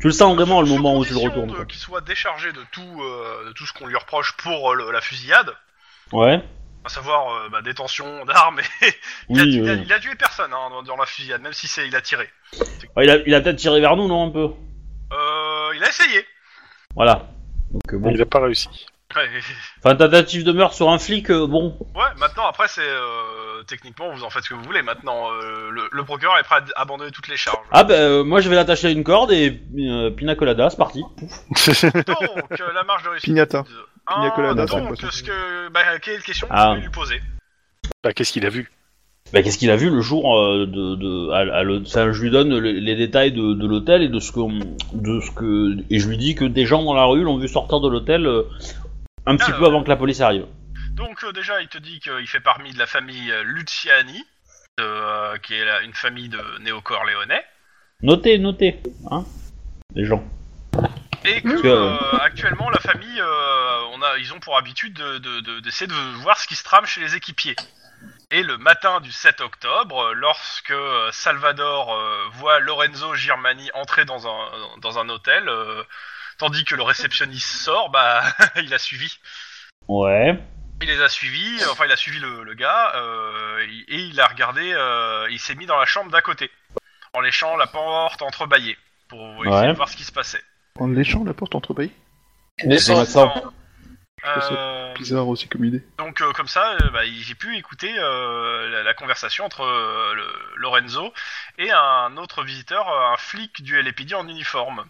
Tu le sens vraiment le
sous
moment où tu le
condition
retournes.
de- Qu'il soit déchargé de tout, euh, de tout ce qu'on lui reproche pour euh, le- la fusillade,
quoi. Ouais.
à savoir euh, bah, détention d'armes. et- il, a,
Oui.
il a-
oui.
il a tué personne hein, dans, dans la fusillade, même si c'est il a tiré.
Ouais, Ah, il a, il a peut-être tiré vers nous, non un peu.
Euh, il a essayé.
Voilà. Donc euh, bon.
Il n'a pas réussi.
Ouais,
Enfin, tentative de meurtre sur un flic, euh, bon.
Ouais, maintenant, après, c'est. euh, techniquement, vous en faites ce que vous voulez. Maintenant, euh, le, le procureur est prêt à d- abandonner toutes les charges.
Ah bah, euh, moi je vais l'attacher à une corde et euh, pina colada, c'est parti.
Donc, euh, la marge de réussite.
Pignata.
de
Ah. Pina
un.
colada, c'est une
Donc,
boisson.
ce que. Bah, quelle question
Ah.
vous voulez lui poser
bah, qu'est-ce qu'il a vu
Bah, qu'est-ce qu'il a vu le jour euh, de, de à, à l'hô- enfin, je lui donne le- les détails de, de l'hôtel et de ce que de ce que et je lui dis que des gens dans la rue l'ont vu sortir de l'hôtel euh, un petit
Ah,
peu avant que la police arrive.
Donc, euh, déjà, il te dit qu'il fait parmi de la famille euh, Luciani, de, euh, qui est la- une famille de néo-corléonais,
Notez, notez, hein, les gens.
et que,
Parce que, euh,
euh, actuellement, la famille, euh, on a, ils ont pour habitude de- de- de- d'essayer de, voir ce qui se trame chez les équipiers. Et le matin du 7 octobre, euh, lorsque euh, Salvador euh, voit Lorenzo Girmani entrer dans un, dans un hôtel, euh, tandis que le réceptionniste sort, bah, il a suivi.
Ouais.
Il les a suivis, euh, enfin il a suivi le, le gars, euh, il- et il a regardé, euh, il s'est mis dans la chambre d'à côté, en léchant la porte entrebâillée, pour essayer
Ouais.
de voir ce qui se passait.
En léchant la porte entre
Sans accent.
Euh,
Bizarre aussi comme idée.
donc euh, comme ça, euh, bah, j'ai pu écouter euh, la, la conversation entre euh, le- Lorenzo et un autre visiteur, euh, un flic du LAPD en uniforme.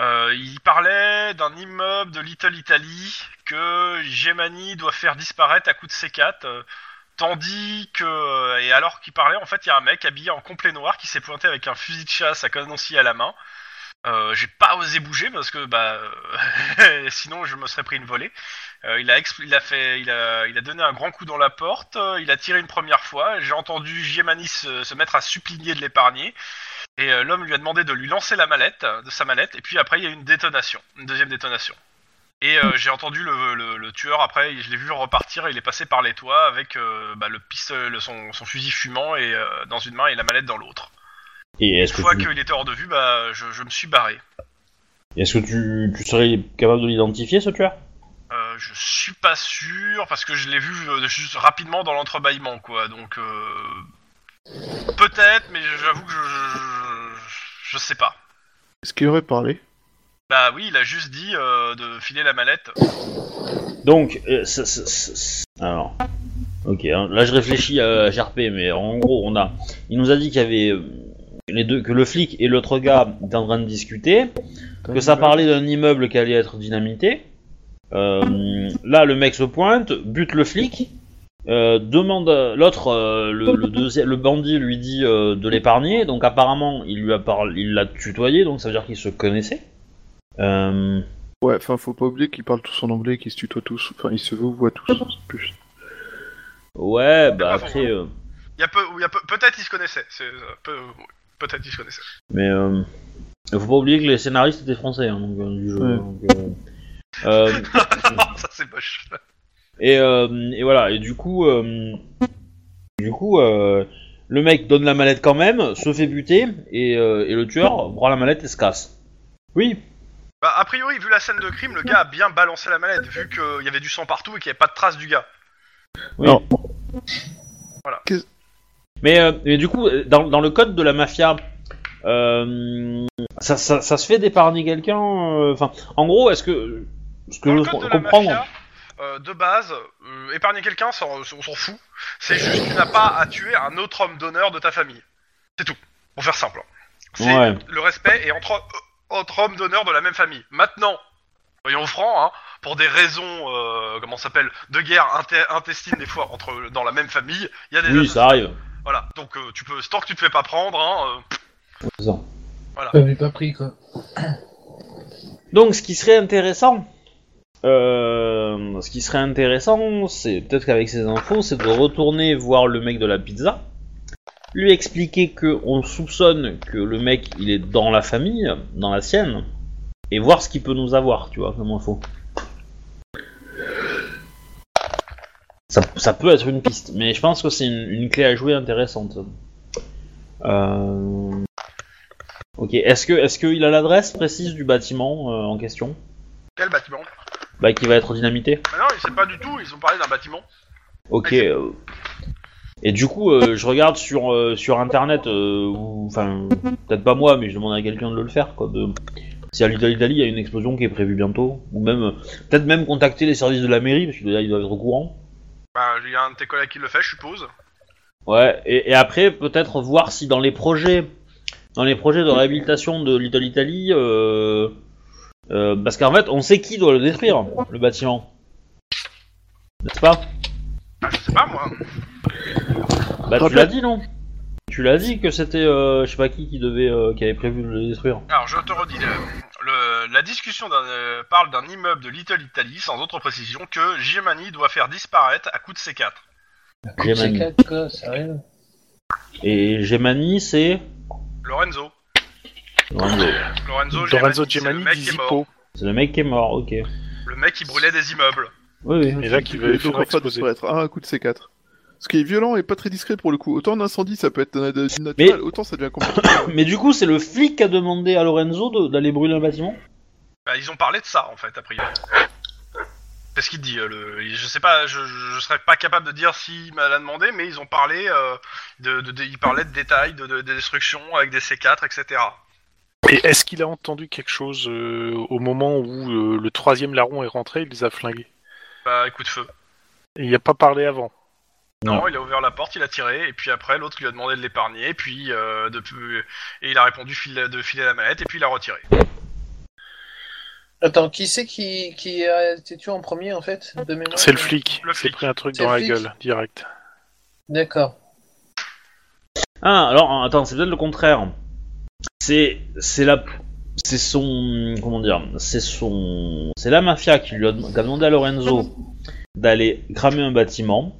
Euh, il parlait d'un immeuble de Little Italy que Gemani doit faire disparaître à coups de C4, euh, tandis que... euh, Et alors qu'il parlait, en fait, il y a un mec habillé en complet noir qui s'est pointé avec un fusil de chasse à canoncier à la main. Euh, j'ai pas osé bouger parce que bah euh, sinon je me serais pris une volée. Euh, il, a expl- il, a fait, il, a, il a donné un grand coup dans la porte, euh, il a tiré une première fois, j'ai entendu Giemani se, se mettre à supplier de l'épargner, et euh, l'homme lui a demandé de lui lancer la mallette, euh, de sa mallette, et puis après il y a eu une détonation, une deuxième détonation. Et euh, j'ai entendu le, le- le tueur, après je l'ai vu repartir, il est passé par les toits avec euh, bah, le pistolet, le- son, son fusil fumant et, euh, dans une main et la mallette dans l'autre.
Et est-ce
Une
que,
fois
tu,
qu'il était hors de vue, bah, je, je me suis barré.
est-ce que tu, tu serais capable de l'identifier, ce tueur
Euh, je suis pas sûr parce que je l'ai vu euh, juste rapidement dans l'entrebâillement quoi. Donc euh, peut-être, mais j'avoue que je, je, je- je sais pas.
Est-ce qu'il aurait parlé
Bah oui, il a juste dit euh, de filer la mallette.
Donc, euh, ça- ça- ça- ça- alors, ok. hein, Là, je réfléchis à GRP, mais en gros, on a. Il nous a dit qu'il y avait euh, les deux, que le flic et l'autre gars étaient en train de discuter, que ça parlait d'un immeuble qui allait être dynamité. Euh, là, le mec se pointe, bute le flic, euh, demande à- l'autre, euh, le, le deuxi- le bandit lui dit euh, de l'épargner, donc apparemment il lui a parlé, il l'a tutoyé, donc ça veut dire qu'ils se connaissaient. Euh,
Ouais, enfin, faut pas oublier qu'ils parlent tous en anglais, qu'ils se tutoient tous. Enfin, ils se voient tous. c'est plus-
ouais, bah
pas faux,
après.
hein.
euh,
Il y a peu, il y a peu- peut-être il se connaissait. c'est, euh, peu- ouais, peut-être il se connaissait.
Mais euh, faut pas oublier que les scénaristes étaient français hein, donc, euh, du jeu.
Ouais.
donc, euh, euh,
ça c'est moche.
et, euh, et voilà, et du coup, euh, du coup, euh, le mec donne la mallette quand même, se fait buter, et, euh, et le tueur prend la mallette et se casse. Oui,
Bah a priori, vu la scène de crime, le gars a bien balancé la mallette vu qu'il y avait du sang partout et qu'il n'y avait pas de trace du gars.
mais, euh, mais du coup, dans, dans le code de la mafia, euh, ça, ça- ça se fait d'épargner quelqu'un. euh, Enfin, en gros, est-ce que ce que
Dans
je
le
veux
code de la
comprendre,
mafia, euh, de base, euh, épargner quelqu'un, ça, on s'en fout. C'est juste que tu n'as pas à tuer un autre homme d'honneur de ta famille. C'est tout, pour faire simple. hein. C'est
Ouais.
le respect et entre, entre hommes d'honneur de la même famille. Maintenant, voyons franc, hein, pour des raisons, euh, comment ça s'appelle, de guerre inter- intestine des fois entre dans la même famille, il y a des
oui, ça arrive.
voilà. Donc euh, tu peux, tant que tu te fais pas prendre, hein, euh,
C'est ça.
Ah,
Je l'avais pas pris, quoi.
Donc, ce qui serait intéressant, euh, ce qui serait intéressant, c'est peut-être qu'avec ces infos, c'est de retourner voir le mec de la pizza, lui expliquer que on soupçonne que le mec il est dans la famille, dans la sienne, et voir ce qu'il peut nous avoir, tu vois, comme info. Ça, ça peut être une piste, mais je pense que c'est une, une clé à jouer intéressante. Euh... Ok, est-ce que est-ce qu'il a l'adresse précise du bâtiment euh, en question
quel bâtiment
Bah qui va être dynamité.
bah Non, il sait pas du tout. Ils ont parlé d'un bâtiment.
Ok. euh, Et du coup, euh, je regarde sur euh, sur internet, euh, ou enfin peut-être pas moi, mais je demande à quelqu'un de le faire quoi. De... Si à l'Italie il y a une explosion qui est prévue bientôt, ou même euh, peut-être même contacter les services de la mairie parce qu'ils doivent ils doivent être au courant.
Bah, il y a un de tes collègues qui le fait, je suppose.
Ouais, et, et après, peut-être voir si dans les projets, dans les projets de réhabilitation de Little Italy, euh, euh, parce qu'en fait, on sait qui doit le détruire, le bâtiment. N'est-ce pas
Ah, je sais pas moi.
Bah, tu l'as dit, non Tu l'as dit que c'était, euh, je sais pas qui, qui devait, euh, qui avait prévu de le détruire.
Alors, je te redis, euh, le- la discussion d'un, euh, parle d'un immeuble de Little Italy, sans autre précision que Giemani doit faire disparaître à coup de C4.
Coupe
Gemani.
C4, quoi, sérieux
Et Gemani, c'est.
Lorenzo.
Lorenzo.
Lorenzo,
Lorenzo
Gemani, c'est le
Gemani
mec
dit
qui est mort.
Zippo.
C'est le mec qui est mort, ok. Oui,
Le mec qui brûlait des immeubles.
oui.
Et là, qu'il va
Donc,
faire
en fait,
exploser.
ça peut être un coup de C4. Ce qui est violent et pas très discret pour le coup. Autant un incendie, ça peut être un incendie naturel,
Mais-
autant ça devient compliqué.
Mais du coup, c'est le flic qui a demandé à Lorenzo de- d'aller brûler un bâtiment
Bah, ils ont parlé de ça, en fait, a priori. C'est ce qu'il dit. euh, le- je sais pas, je, je je serais pas capable de dire s'il m'a l'a demandé, mais ils ont parlé euh, de, de, de- ils parlaient de détails, de, de, de destruction avec des C4, etc.
Et est-ce qu'il a entendu quelque chose euh, au moment où euh, le troisième larron est rentré, il les a flingués
Bah, coup de feu.
Et il n'a pas parlé avant.
Non,
Non.
il a ouvert la porte, il a tiré, et puis après l'autre lui a demandé de l'épargner, et puis euh, de, et il a répondu file- de filer la manette, et puis il l'a retiré.
Attends, qui c'est qui, qui a été tué en premier en fait de mémoire
C'est le flic.
Le
Il s'est
flic.
pris un truc
C'est
dans
le
la
flic.
gueule, direct.
D'accord.
Ah, alors, attends, c'est peut-être le contraire. C'est, c'est la, c'est son, comment dire, c'est son, c'est la mafia qui lui a, dem- qui a demandé à Lorenzo d'aller cramer un bâtiment.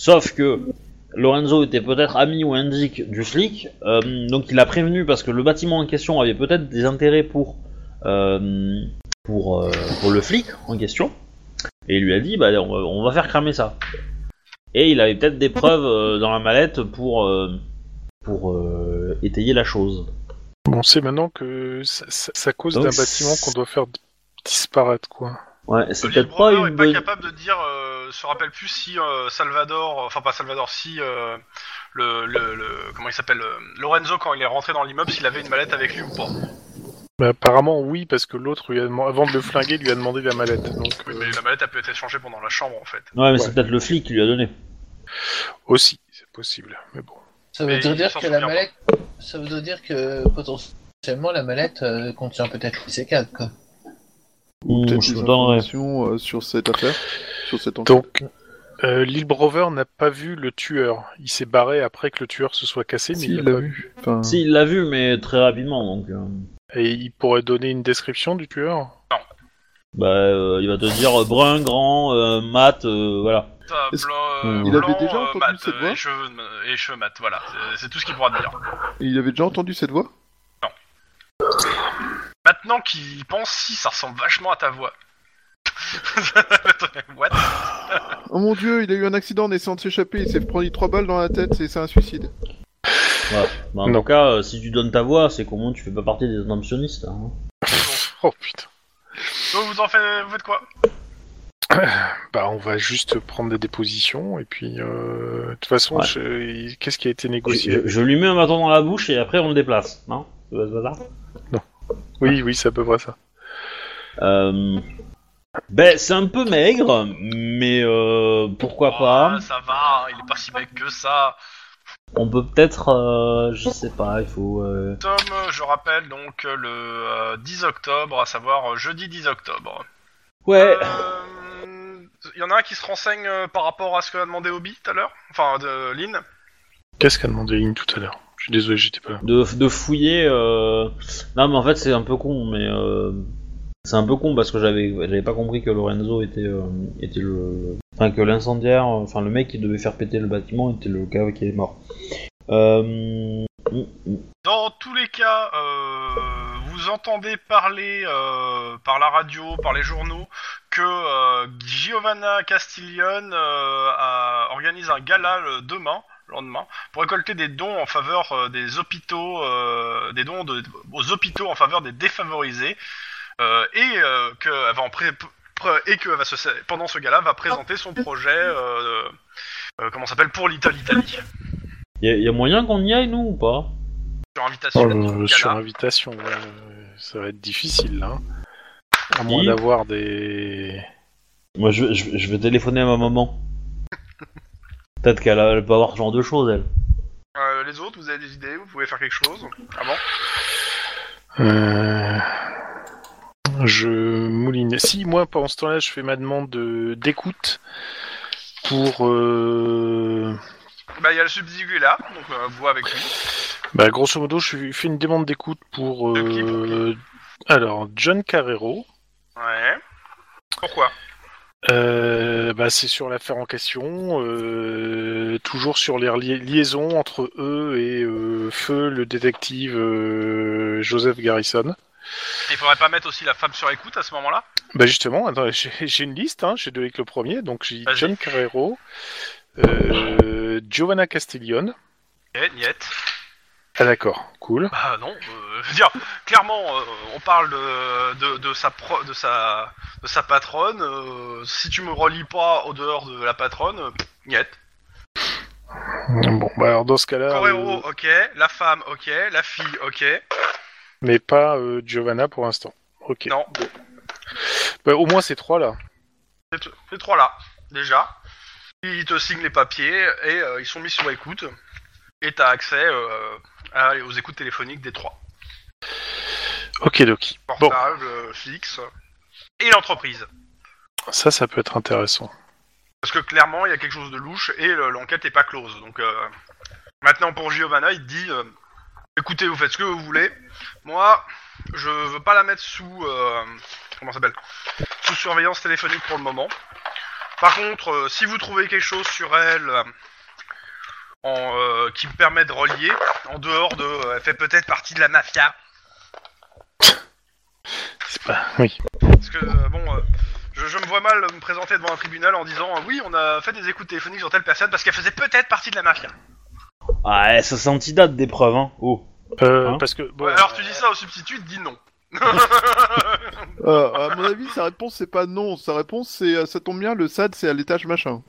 Sauf que Lorenzo était peut-être ami ou indique du flic, euh, donc il l'a prévenu parce que le bâtiment en question avait peut-être des intérêts pour, euh, pour, euh, pour le flic en question, et il lui a dit, bah, on va, on va faire cramer ça. Et il avait peut-être des preuves euh, dans la mallette pour euh, pour euh, étayer la chose.
On sait maintenant que ça, ça- ça cause
Donc,
d'un
c'est-
bâtiment qu'on doit faire d- disparaître, quoi.
Ouais, c'est
Olivier
peut-être pas
Brunner est
une
pas
bonne.
capable de dire, euh, se rappelle plus si euh, Salvador, enfin pas Salvador, si euh, le, le, le- comment il s'appelle, euh, Lorenzo quand il est rentré dans l'immeuble, s'il avait une mallette avec lui ou pas.
Bah, apparemment, oui, parce que l'autre, lui a demand- avant de le flinguer, lui a demandé la mallette. Donc,
Oui,
euh,
mais la mallette a pu être échangée pendant la chambre en fait.
Ouais, mais
Ouais.
c'est peut-être le flic qui lui a donné.
aussi, c'est possible. Mais bon.
Ça
Mais
voudrait
il
dire
s'en
que la
souvient pas.
mallette. Ça voudrait dire que potentiellement la mallette euh, contient peut-être les C4 quoi.
Mmh,
Peut-être
je
des
me donnerais.
informations euh, sur cette affaire, sur cette enquête.
Donc, euh, Lil Brover n'a pas vu le tueur. Il s'est barré après que le tueur se soit cassé, mais
Si,
il
il
l'a
l'a
pas vu.
vu. Enfin,
Si, il l'a vu, mais très rapidement, donc. euh,
Et il pourrait donner une description du tueur
Bah, euh, il va te dire euh, brun, grand, euh, mat, euh, voilà.
Ça,
Est-ce-
blanc, euh,
Il avait
blanc,
déjà
euh,
entendu
mat,
cette
euh,
voix
et cheveux, euh, et cheveux mat, voilà, C'est- c'est tout ce qu'il pourra te dire.
et il avait déjà entendu cette voix
Maintenant qu'il pense, si ça ressemble vachement à ta voix. What
Oh mon dieu, il a eu un accident en essayant de s'échapper, il s'est pris trois balles dans la tête, c'est c'est un suicide.
Voilà. Bah, en
Non.
tout cas, euh, si tu donnes ta voix, c'est qu'au moins tu fais pas partie des intentionnistes. hein.
Oh putain.
Donc vous en faites, vous faites quoi
Bah, on va juste prendre des dépositions et puis, euh, de toute façon,
Ouais.
je- qu'est-ce qui a été négocié
Je, je lui mets un bâton dans la bouche et après on le déplace, non C'est pas ce bazar
Oui, oui, c'est à peu près ça.
Euh, Ben, c'est un peu maigre, mais euh, pourquoi pas
Oh, Ça va, hein, il est pas si mec que ça.
On peut peut-être, euh, je sais pas, il faut. euh,
Tom, je rappelle donc le euh, 10 octobre, à savoir euh, jeudi 10 octobre.
Ouais.
Euh, Il y en a un qui se renseigne euh, par rapport à ce que a demandé Obi tout à l'heure, enfin de Lynn.
Qu'est-ce qu'a demandé Lynn tout à l'heure Je suis désolé, j'étais pas là.
de, de fouiller. euh, Non, mais en fait, c'est un peu con, mais euh, c'est un peu con parce que j'avais j'avais pas compris que Lorenzo était euh, était le, enfin que l'incendiaire, euh, enfin le mec qui devait faire péter le bâtiment était le gars qui est mort. Euh, mm, mm.
Dans tous les cas, euh, vous entendez parler euh, par la radio, par les journaux, que euh, Giovanna Castiglione euh, a- organise un gala le demain, le lendemain, pour récolter des dons en faveur euh, des hôpitaux, euh, des dons de- aux hôpitaux en faveur des défavorisés, euh, et euh, que elle va en pré- pré- et que elle va se, pendant ce gala va présenter son projet, euh, euh, comment ça s'appelle, pour l'Italie, Italie,
y, a- y a moyen qu'on y aille nous ou pas
sur invitation.
Euh,
au
sur
gala.
invitation, euh, ça va être difficile là. hein. À moins
Oui.
d'avoir des.
Moi, je, je, je vais téléphoner à ma maman. Peut-être qu'elle a- elle peut avoir ce genre de choses elle.
Euh, les autres, vous avez des idées, vous pouvez faire quelque chose Ah avant
Euh, Je mouline. Si moi, pendant ce temps-là, je fais ma demande de- d'écoute pour. euh,
Bah, il y a le subsidiaire là, donc euh, vous avec lui.
Bah, grosso modo, je fais une demande d'écoute pour.
De qui, pour
euh, Alors, John Carrero.
Ouais. Pourquoi
Euh, bah, c'est sur l'affaire en question, euh, toujours sur les li- liaisons entre eux et euh, Feu, le détective euh, Joseph Garrison.
Il faudrait pas mettre aussi la femme sur écoute à ce moment-là
Bah justement, attends, j'ai j'ai une liste, hein, j'ai donné que le premier, donc j'ai
Vas-y.
John Carrero, euh, Giovanna Castiglione.
Eh, niette.
Ah d'accord, cool.
Bah non, euh, je veux dire, clairement, euh, on parle de, de, de sa pro- de sa de sa patronne. euh, si tu me relis pas au dehors de la patronne, euh, niet.
Bon, bah alors dans ce cas-là,
Correro,
euh,
ok. La femme, ok. La fille, ok.
mais pas euh, Giovanna pour l'instant. Ok.
Non.
Bah, au moins ces trois-là.
Ces- Ces trois là, déjà. Ils te signent les papiers et euh, ils sont mis sur écoute. Et t'as accès euh, à- aux écoutes téléphoniques des trois.
Ok, Doki. Bon,
Portable, euh, fixe et l'entreprise.
ça, ça peut être intéressant.
Parce que clairement, il y a quelque chose de louche et le- l'enquête n'est pas close. Donc euh, maintenant, pour Giovanna, il te dit euh, écoutez, vous faites ce que vous voulez. Moi, je veux pas la mettre sous euh, comment ça s'appelle sous surveillance téléphonique pour le moment. Par contre, euh, si vous trouvez quelque chose sur elle euh, en, euh, qui me permet de relier, en dehors de, euh, elle fait peut-être partie de la mafia.
C'est pas. Oui.
Parce que euh, bon, euh, je, je me vois mal me présenter devant un tribunal en disant euh, oui, on a fait des écoutes téléphoniques sur telle personne parce qu'elle faisait peut-être partie de la mafia.
Ah, ça sentit date d'épreuve, hein. Oh.
Euh,
Hein
parce que. Bon,
Ouais, alors tu dis ça au substitut, dis non.
Euh, à mon avis, sa réponse c'est pas non. Sa réponse c'est euh, ça tombe bien, le SAD c'est à l'étage machin.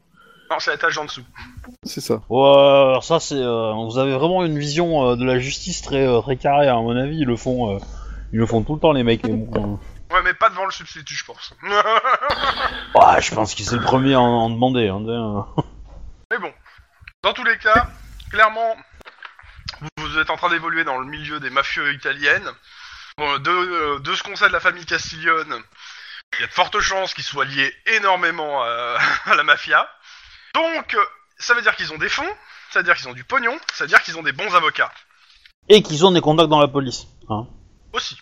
non, c'est l'étage en dessous.
C'est ça.
Ouais, alors ça, c'est. euh, vous avez vraiment une vision euh, de la justice très, euh, très carrée, hein. à mon avis. Ils le font, euh, ils le font tout le temps, les mecs. mais bon,
Ouais, mais pas devant le substitut, je pense.
euh. Ouais, je pense que c'est le premier à en, en demander. Hein, tiens.
mais bon, dans tous les cas, clairement, vous, vous êtes en train d'évoluer dans le milieu des mafieux italiennes. Bon, de, euh, de ce qu'on sait de la famille Castiglione, il y a de fortes chances qu'ils soient liés énormément à, à la mafia. Donc, euh, ça veut dire qu'ils ont des fonds, ça veut dire qu'ils ont du pognon, ça veut dire qu'ils ont des bons avocats.
Et qu'ils ont des contacts dans la police. Hein.
aussi.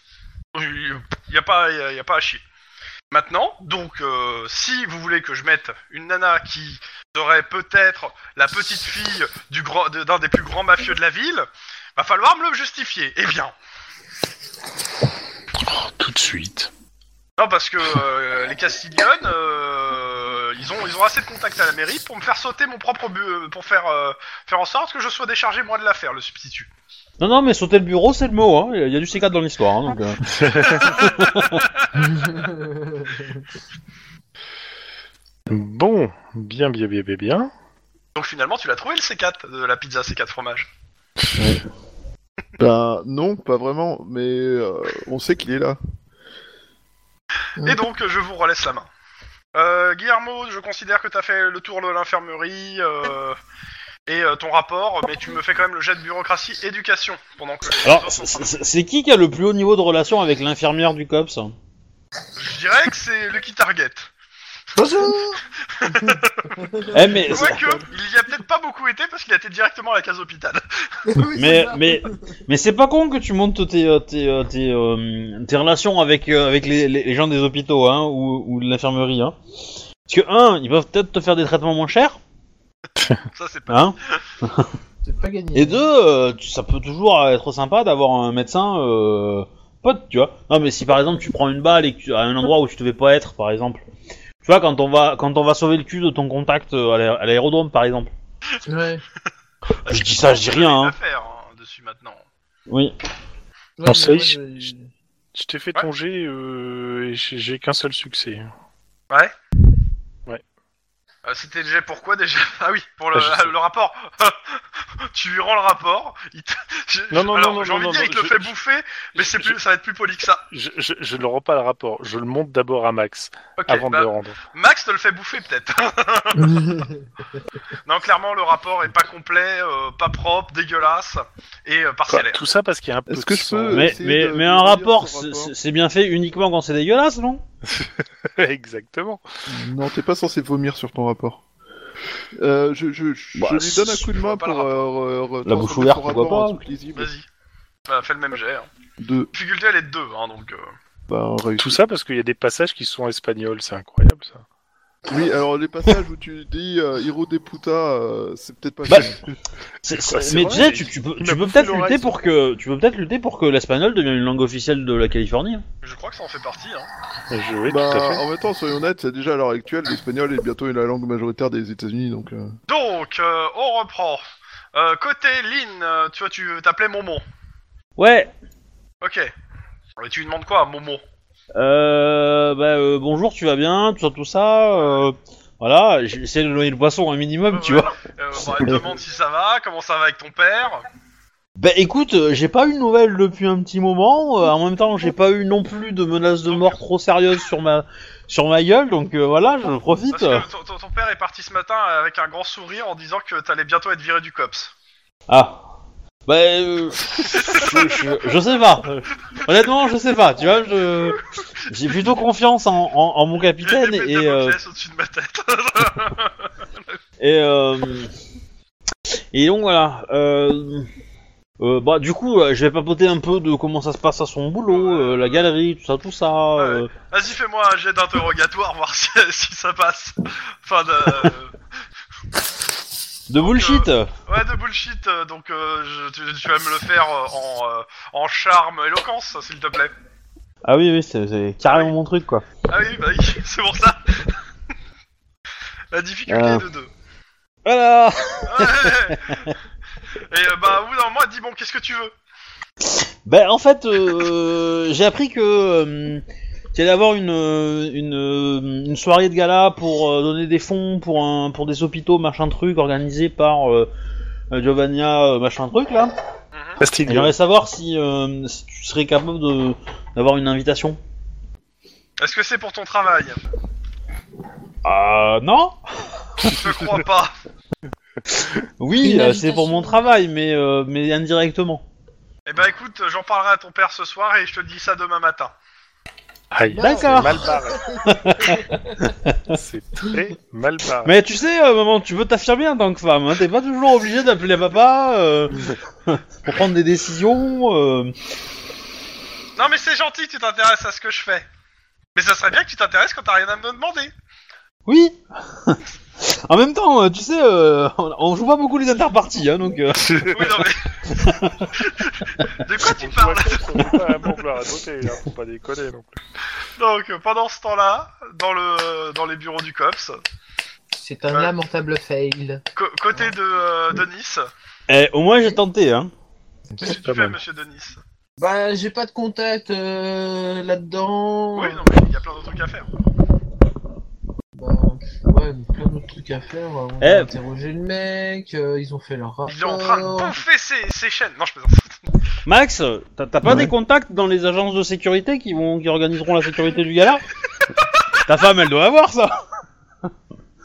Il n'y a, pas- y a- y a pas à chier. Maintenant, donc, euh, si vous voulez que je mette une nana qui serait peut-être la petite fille du grand- de- d'un des plus grands mafieux de la ville, va falloir me le justifier. Eh bien,
Tout de suite.
non, parce que euh, les Castiglione, euh, ils, ont, ils ont assez de contacts à la mairie pour me faire sauter mon propre bu- pour faire, euh, faire en sorte que je sois déchargé moi de l'affaire, le substitut.
Non, non, mais sauter le bureau, c'est le mot. hein. Il y a- il y a du C4 dans l'histoire. Hein, donc, euh.
Bon, bien, bien, bien, bien, bien.
Donc finalement, tu l'as trouvé le C4 de la pizza C4 fromage.
Ben non, pas vraiment, mais euh, on sait qu'il est là.
Et donc, euh, je vous relaisse la main. Euh, Guillermo, je considère que t'as fait le tour de l'infirmerie euh, et euh, ton rapport, mais tu me fais quand même le jet de bureaucratie éducation pendant que. les
Alors,
autres sont-
c'est- c'est c'est qui qui a le plus haut niveau de relation avec l'infirmière du COPS hein
Je dirais que c'est Lucky Target.
Bonjour
Eh, mais,
Quoique, il y a peut-être pas beaucoup été parce qu'il a été directement à la case hôpital.
mais, mais, mais c'est pas con que tu montes tes, euh, tes, euh, tes, euh, tes relations avec, euh, avec les, les- les gens des hôpitaux hein, ou, ou de l'infirmerie. Hein. Parce que, un, ils peuvent peut-être te faire des traitements moins chers.
Ça, c'est pas.
Hein,
C'est pas gagné.
et deux, euh, tu- ça peut toujours être sympa d'avoir un médecin euh, pote, tu vois. Non, mais si par exemple tu prends une balle et que tu, à un endroit où tu devais pas être, par exemple. Tu vois, quand on va, quand on va sauver le cul de ton contact euh, à l'aé- à l'aérodrome, par exemple.
Ouais.
Je dis ça, je dis rien, hein.
Affaire, hein, dessus maintenant.
Oui.
Ouais,
Non, ça
mais
y est,
moi, je-
je- Je t'ai fait
Ouais.
ton jet euh, et j'ai j'ai qu'un seul succès.
Euh, C'était le jet pourquoi déjà Ah oui, pour le,
Ah, je sais.
le rapport. tu lui rends le rapport. Il te- je-
Non, non,
alors,
non, non,
J'ai envie
non,
de dire,
non,
il te le
je-
fait
je-
bouffer, mais c'est
je-
plus, ça va être plus poli que ça.
Je, je, je ne rends pas le rapport. Je le monte d'abord à Max
Ok,
avant
bah,
de le rendre.
Max te le fait bouffer peut-être. non, clairement le rapport est pas complet, euh, pas propre, dégueulasse et euh,
Quoi,
parcellaire.
tout ça parce qu'il y a un peu
Est-ce
de
que je
sang.
peux-
Mais,
essayer
mais,
Euh, de-
mais
de
un
lire ce
rapport, c'est
rapport.
c'est- c'est bien fait uniquement quand c'est dégueulasse, non
Exactement.
Non, t'es pas censé vomir sur ton rapport. Euh, je, je, je,
Bah,
je lui donne un
si,
coup de
je
main
vois pas
pour
le
euh, re- re-
La bouche
transformer
ouverte,
son
tu vois
rapport en
pas.
truc lisible.
Vas-y. Bah, fais le même jet. hein.
Deux.
Difficulté elle est de 2 hein, donc. euh,
Bah, on réussit.
Tout ça parce qu'il y a des passages qui sont espagnols. C'est incroyable ça.
Oui, alors les passages où tu dis euh, Hiro de puta, euh, c'est peut-être pas.
Bah,
bien.
C'est- c'est-
Ouais, c'est
Mais
vrai,
tu sais,
mais
tu, tu peux,
il
tu
m'a
peux
bouffé
peut-être
l'oreille,
lutter
ça.
pour que tu peux peut-être lutter pour que l'espagnol devienne une langue officielle de la Californie.
Je crois que ça en fait partie. Hein.
Je, oui, tout à
Bah,
fait.
en même temps, soyons honnêtes, c'est déjà à l'heure actuelle, l'espagnol est bientôt la langue majoritaire des États-Unis, donc. euh,
Donc euh, on reprend. Euh, côté Lynn, euh, tu vois, tu t'appelais Momon.
Ouais.
Ok. Et tu lui demandes quoi à Momo
Euh, bah, euh, bonjour, tu vas bien, tout ça, tout ça. euh, voilà, j'essaie de noyer le poisson un minimum, tu vois.
Euh, bah, elle te demande si ça va, comment ça va avec ton père.
Bah écoute, euh, j'ai pas eu de nouvelles depuis un petit moment. euh, en même temps, j'ai pas eu non plus de menaces de mort trop sérieuses sur ma sur ma gueule, donc euh, voilà, je profite.
Parce que ton- ton, ton père est parti ce matin avec un grand sourire en disant que t'allais bientôt être viré du COPS.
Ah. Bah, euh, je, je- je sais pas. Euh, Honnêtement, je sais pas. Tu vois, je j'ai plutôt confiance en, en- en mon
Il a
capitaine
des
et
de
euh,
au-dessus de ma tête.
et euh, et donc voilà. Euh, euh, bah du coup, euh, je vais papoter un peu de comment ça se passe à son boulot, euh, la galerie, tout ça, tout ça. euh,
Vas-y, fais-moi un jet d'interrogatoire, voir si, si ça passe. Enfin, de, euh,
de bullshit.
ouais, de bullshit. euh, Donc, euh, je- tu, tu vas me le faire euh, en, euh, en charme, éloquence, s'il te plaît.
Ah oui, oui, c'est- c'est carrément mon truc quoi.
Ah oui, bah oui, c'est pour ça. La difficulté
Euh.
est de 2.
Voilà.
Ouais. Et euh, bah, au bout d'un moment, elle dit Bon, qu'est-ce que tu veux
Ben en fait, euh, j'ai appris que euh, qu'il allait y avoir une, euh, une, euh, une soirée de gala pour euh, donner des fonds pour un pour des hôpitaux machin truc organisé par euh, euh, Giovanna euh, machin truc là. Et J'aimerais savoir si, euh, si tu serais capable de d'avoir une invitation.
Est-ce que c'est pour ton travail
Ah non.
Je crois pas.
Oui,
Une
euh,
invitation.
c'est pour mon travail, mais euh, mais indirectement.
Eh bah, écoute, j'en parlerai à ton père ce soir et je te dis ça demain matin.
Aïe,
D'accord.
c'est mal barré. c'est très mal barré.
Mais tu sais, euh, maman, tu veux t'affirmer en tant que femme. hein, T'es pas toujours obligé d'appeler papa euh, pour prendre des décisions. euh.
Non, mais c'est gentil que tu t'intéresses à ce que je fais. Mais ça serait bien que tu t'intéresses quand t'as rien à me demander.
Oui En même temps, euh, tu sais, euh, on, on joue pas beaucoup les interparties, hein, donc... euh,
Oui, non, mais. de quoi tu
On se
parles
voit qu'on n'est pas à Montblanc à doter, là, faut pas déconner non plus.
Donc, euh, pendant ce temps-là, dans, le, dans les bureaux du COPS,
C'est un
Ouais.
lamentable fail.
co- côté de euh, Denis,
eh, au moins, j'ai tenté, hein.
qu'est-ce que
pas
tu fais,
mal.
monsieur Denis
Bah, j'ai pas de contact euh, là-dedans.
Oui, non, mais il y a plein d'autres trucs à faire.
Bah, pff, ouais, mais plein d'autres trucs à faire.
hein.
On
Eh.
a interrogé le mec, euh, ils ont fait leur rapport.
Il est en train
Oh.
de bouffer ses, ses chaînes. Non, je plaisante.
Max, t'as t'as pas
Ouais.
des contacts dans les agences de sécurité qui vont qui organiseront la sécurité du gala Ta femme, elle doit avoir ça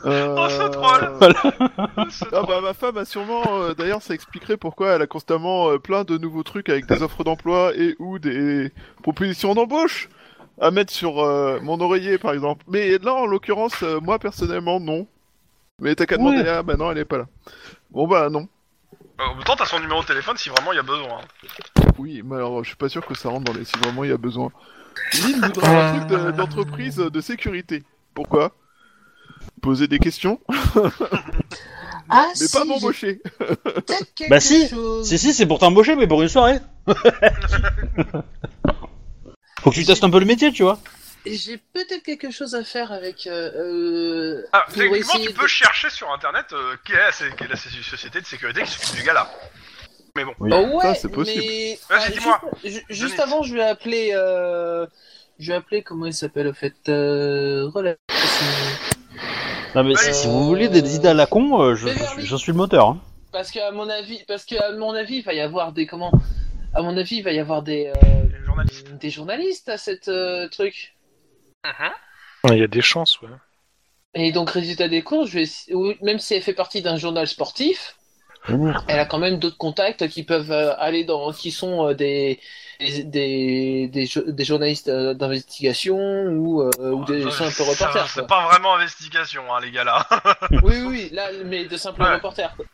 Oh, ce troll Ce
Euh, Ah
troll.
bah ma femme a sûrement, euh, d'ailleurs ça expliquerait pourquoi elle a constamment euh, plein de nouveaux trucs avec des offres d'emploi et ou des propositions d'embauche à mettre sur euh, mon oreiller par exemple. Mais là en l'occurrence, euh, moi personnellement non. Mais t'as qu'à
Ouais.
demander, ah bah non elle est pas là. Bon bah non.
En même temps, t'as son numéro de téléphone si vraiment il y a besoin.
Oui, mais alors je suis pas sûr que ça rentre dans les si vraiment il y a besoin. Lynn voudrait un truc de- d'entreprise de sécurité. Pourquoi Poser des questions,
Ah
mais
si,
pas
j'ai
m'embaucher.
peut-être quelque
Bah si,
chose.
Si, si, c'est pour t'embaucher, mais pour une soirée Faut que tu testes un peu le métier, tu vois
J'ai peut-être quelque chose à faire avec. euh, euh,
Ah,
pour
techniquement,
essayer
tu
de-
peux chercher sur internet euh, quelle est la sé- quelle est la sé- société de sécurité qui s'occupe du gala. Mais bon,
Oui.
Oh ouais,
Ça, c'est possible.
mais-
Vas-y,
Ah,
dis-moi.
juste- ju- Juste,
Denis.
avant, je vais appeler. euh, Je vais appeler comment il s'appelle au fait. Euh... Relais.
Non mais
Allez.
si, si vous voulez des idées à la con, euh, je, je suis- je suis le moteur. Hein.
Parce qu'à mon avis, parce que à mon avis, il va y avoir des comment À mon avis, il va y avoir des euh,
les journalistes.
des journalistes à cette euh, truc.
Uh-huh.
Il y a des chances, ouais.
Et donc, résultat des courses, je vais, ou même si elle fait partie d'un journal sportif, elle a quand même d'autres contacts qui peuvent euh, aller dans, qui sont euh, des, des, des, des jo- des journalistes euh, d'investigation ou, euh, ou des
Euh,
simples
ça-
reporters.
C'est
quoi.
pas vraiment investigation, hein, les gars là.
Oui, oui, oui, là, mais de simples
Ouais.
reporters. quoi.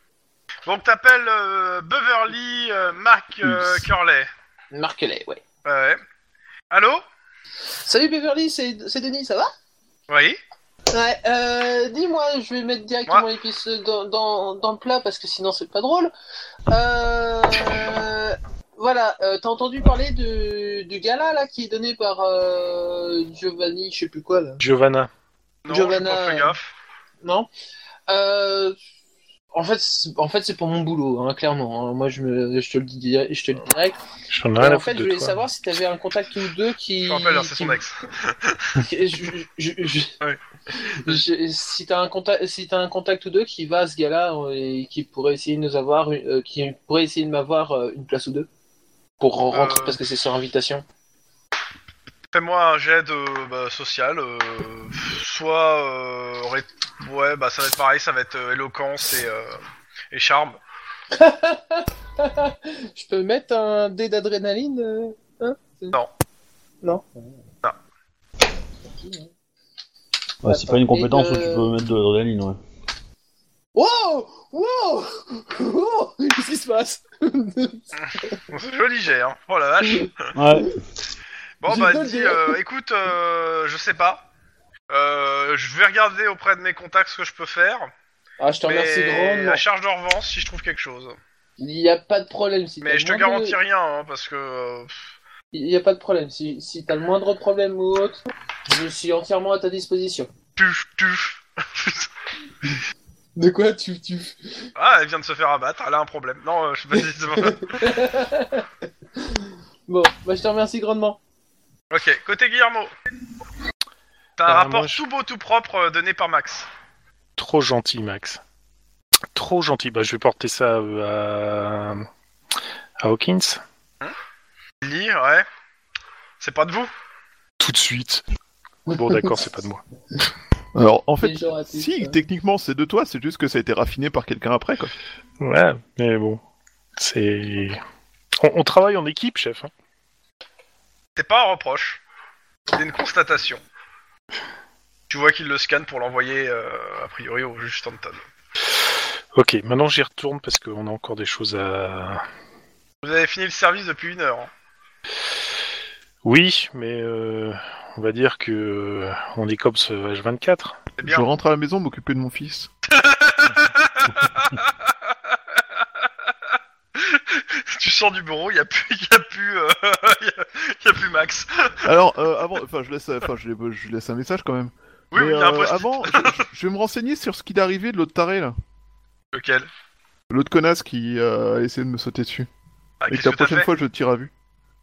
Donc t'appelles euh, Beverly euh, Mark euh, Curley.
Marquez-les, ouais.
Ouais. Allô
Salut Beverly, c'est c'est Denis, ça va
Oui
Ouais, euh, dis-moi, je vais mettre directement l'épice dans, dans, dans le plat parce que sinon c'est pas drôle. Euh, voilà, euh, t'as entendu parler de, du gala là qui est donné par euh, Giovanni, je sais plus quoi là.
Giovanna.
Non, j'ai
Giovanna,
pas fait
euh,
gaffe.
Non euh, En fait, c'est- en fait, c'est pour mon boulot, hein, clairement. hein. Moi, je, me, je te le dis, direct- je te le dis direct.
J'en ai
Et
rien
en
à
fait, je
foutre de
voulais
toi.
savoir si t'avais un contact ou deux qui.
Je me rappelle, hein, c'est son
qui-
ex.
Je- je- je- je-
Ouais.
je- si t'as un contact, si t'as un contact ou deux qui va à ce gars-là euh, et qui pourrait essayer de nous avoir, euh, qui pourrait essayer de m'avoir euh, une place ou deux pour rentrer
Euh.
parce que c'est sur invitation.
Fais-moi un jet de bah, social, euh, soit euh, ré- ouais bah ça va être pareil, ça va être euh, éloquence et, euh, et charme.
Je peux mettre un dé d'adrénaline euh, hein
Non.
Non.
Ouais, c'est pas une compétence
Et,
où tu
euh,
peux mettre de l'adrénaline, ouais.
Wow Wow Wow Qu'est-ce qui se passe
C'est joli jet, hein. Oh la vache.
Ouais,
Bon
J'ai
bah
deux
dis,
dés.
euh, écoute, euh, je sais pas. Euh, je vais regarder auprès de mes contacts ce que je peux faire.
Ah, je te remercie
Mais
grandement.
à charge de revanche si je trouve quelque chose.
Il n'y a pas de problème si
Mais
t'as
je te
le moindre-
garantis rien hein, parce que euh,
Il n'y a pas de problème. Si, si t'as le moindre problème ou autre, je suis entièrement à ta disposition.
puf puf.
De quoi tu, tu...
ah elle vient de se faire abattre, elle a un problème. Non, euh, je sais pas si c'est
Bon, bah, je te remercie grandement.
Ok, côté Guillermo. T'as un
Bah,
rapport
moi, je-
tout beau tout propre euh, donné par Max.
Trop gentil, Max. Trop gentil. Bah, je vais porter ça euh, à, à Hawkins
Lily, ouais. C'est pas de vous
tout de suite. Bon, d'accord, c'est pas de moi.
Alors, en fait,
Péjoratif,
si,
hein.
techniquement, c'est de toi, c'est juste que ça a été raffiné par quelqu'un après, quoi.
Ouais, mais bon, c'est. On, on travaille en équipe, chef. hein.
C'est pas un reproche. C'est une constatation. Tu vois qu'il le scanne pour l'envoyer euh, a priori au juge Stanton.
Ok, maintenant j'y retourne parce qu'on a encore des choses à.
Vous avez fini le service depuis une heure. hein.
Oui, mais euh, on va dire que euh, on est cops euh, H24.
C'est bien.
Je rentre à la maison m'occuper de mon fils.
tu sors du bureau, il y a plus, y a plus, euh, y a- y a plus Max.
Alors, euh, avant, enfin, je laisse, enfin, je, je laisse un message quand même.
Oui,
Mais,
oui, il y a un
euh,
post
Avant, je, je vais me renseigner sur ce qu'il est arrivé de l'autre taré, là.
Lequel
L'autre connasse qui euh, a essayé de me sauter dessus.
Ah,
et
Qu'est-ce
que la
que t'as
prochaine
fait
fois, je tire à vue.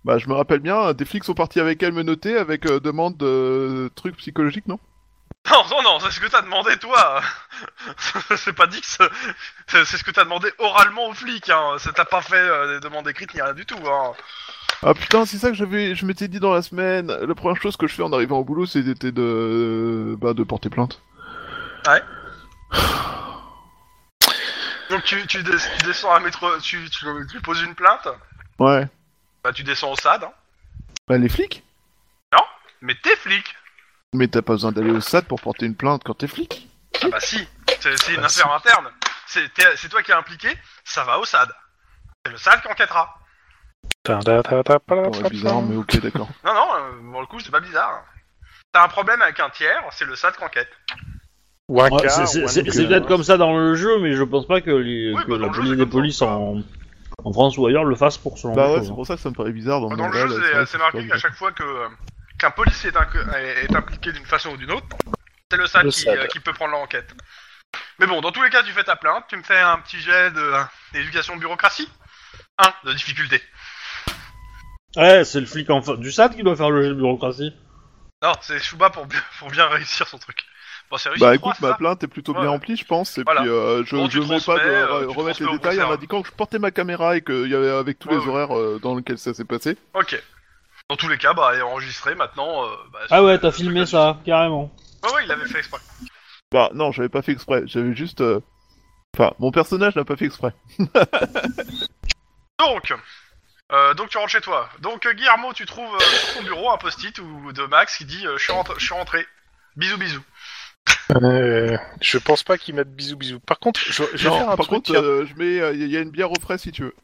Bah, je me rappelle bien, des flics sont partis avec elle me noter avec euh, demande de trucs psychologiques, non
Non, non, non, c'est ce que t'as demandé toi. c'est pas dit que ça- c'est c'est ce que t'as demandé oralement aux flics. Hein. Ça T'as pas fait euh, des demandes écrites ni rien du tout. Hein.
Ah putain, c'est ça que j'avais, je m'étais dit dans la semaine. La première chose que je fais en arrivant au boulot, c'était de, bah, de porter plainte.
Donc tu, tu des- tu descends à métro, tu, tu, tu poses une plainte.
Ouais.
Bah tu descends au SAD. hein.
Bah, les flics
Mais t'es flic.
Mais t'as pas besoin d'aller au SAD pour porter une plainte quand t'es flic
Ah bah si. C'est c'est une affaire interne. C'est t'es- c'est toi qui es impliqué. Ça va au SAD. C'est le SAD qui enquêtera.
Ta- ta- ta- ta- pa-
Oh, Ouais,
pa-
bizarre,
pa-
mais ok, d'accord.
Non, non, euh, pour le coup, c'est pas bizarre. hein. T'as un problème avec un tiers, c'est le SAD qui enquête.
Ou un
Ouais,
cas,
c'est-
ou
c'est
un
c'est-
autre
c'est
cas.
peut-être comme ça dans le jeu, mais je pense pas que, les,
hein. Oui,
que
bah, dans
la
le jeu,
police
c'est
des
comme ça.
polices en, en France ou ailleurs le fassent pour ce genre
Bah
de
ouais,
choses,
c'est
hein.
pour ça que ça me paraît bizarre Bah, dans,
Dans le jeu,
manga, là,
c'est-
vrai que
c'est marqué
pas
qu'à chaque fois que euh, qu'un policier est, inc- est impliqué d'une façon ou d'une autre, c'est le SAD,
Le
qui,
SAD.
euh, qui peut prendre l'enquête. Mais bon, dans tous les cas, tu fais ta plainte, tu me fais un petit jet de- euh, d'éducation bureaucratie. 1 de difficulté.
Ouais, c'est le flic en fa- du SAD qui doit faire le jeu de bureaucratie.
Non, c'est Chouba pour, bien- pour bien réussir son truc. Bon, c'est réussi.
Bah
trois,
écoute,
c'est
ma
ça
plainte est plutôt
Ouais.
bien remplie, je pense. Et
Voilà.
puis euh, je
Bon,
ne
tu
manque pas de
transmets,
re-
euh, tu
remettre
transmets
les
au
détails en
concert.
m'indiquant que je portais ma caméra et qu'il y avait avec tous
Ouais,
les
ouais.
horaires euh, dans lesquels ça s'est passé.
Ok. Dans tous les cas, bah, elle est enregistrée maintenant. euh, bah,
Ah
sur-
ouais, t'as filmé ça, carrément.
Ouais, ouais, il l'avait fait exprès.
Bah non, j'avais pas fait exprès. J'avais juste. euh, Enfin, mon personnage n'a pas fait exprès.
Donc, euh, donc tu rentres chez toi. Donc euh, Guillermo, tu trouves euh, sur ton bureau un post-it ou de Max qui dit euh, je, suis rentré, je suis rentré. Bisous bisous.
Euh, je pense pas qu'ils mettent bisous bisous. Par contre, je, je vais
Non,
faire un
par
truc.
contre, euh, je mets. Il y a une bière au frais si tu veux.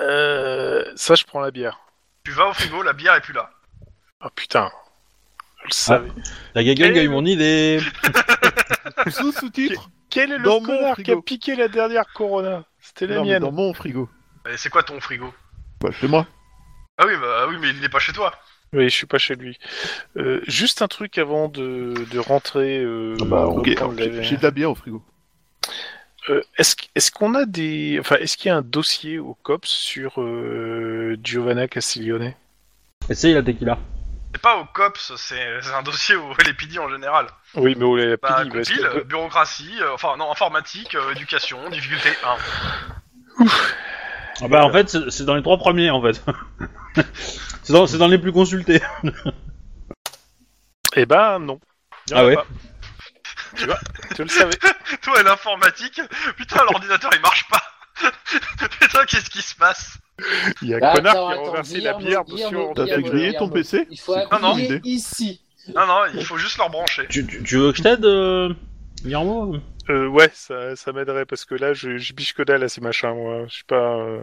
euh, ça, je prends la bière.
Tu vas au frigo, la bière est plus là.
Oh putain. Je le savais.
Ah.
La gagang a eu mon idée.
Sous sous-titre
Quel est le
Dans mon
connard qui a
frigo.
piqué la dernière Corona C'était la
Non, mais
mienne.
dans mon frigo.
Et c'est quoi ton frigo
Bah, chez moi.
Ah oui, bah ah oui, mais il n'est pas chez toi.
Oui, je suis pas chez lui. Euh, juste un truc avant de, de rentrer. euh,
Ah bah,
reprendre
Ok,
la-
j'ai j'ai de la bière au frigo.
euh, est-ce est-ce qu'on a des, enfin, est-ce qu'il y a un dossier au COPS sur euh, Giovanna Castiglione
Essaye la tequila.
C'est pas au COPS, c'est c'est un dossier au LPD en général.
Oui, mais où est la
Bah,
pile, parce
compile,
que-
bureaucratie, euh, enfin non, informatique, euh, éducation, difficulté 1.
Ah bah en fait, c'est c'est dans les trois premiers en fait. c'est dans, c'est dans les plus consultés.
Eh ben non. Il y en
Ah
a
ouais.
pas. Tu vois, tu le savais.
Toi, et l'informatique, putain, l'ordinateur il marche pas. putain, qu'est-ce qui se passe
Il y a
Ah,
connard
attends,
qui a
attends,
renversé la
Guillermo,
bière
Guillermo,
sur.
T'as fait
Guillermo,
griller ton
Guillermo.
PC
Il faut
Non, non.
appuyer ici.
Non, non, il faut juste leur brancher.
Tu, tu, tu veux que je t'aide, euh, Guillermo
Euh, ouais, ça, ça m'aiderait parce que là, je, je biche que dalle à ces machins, moi. Je suis pas. euh.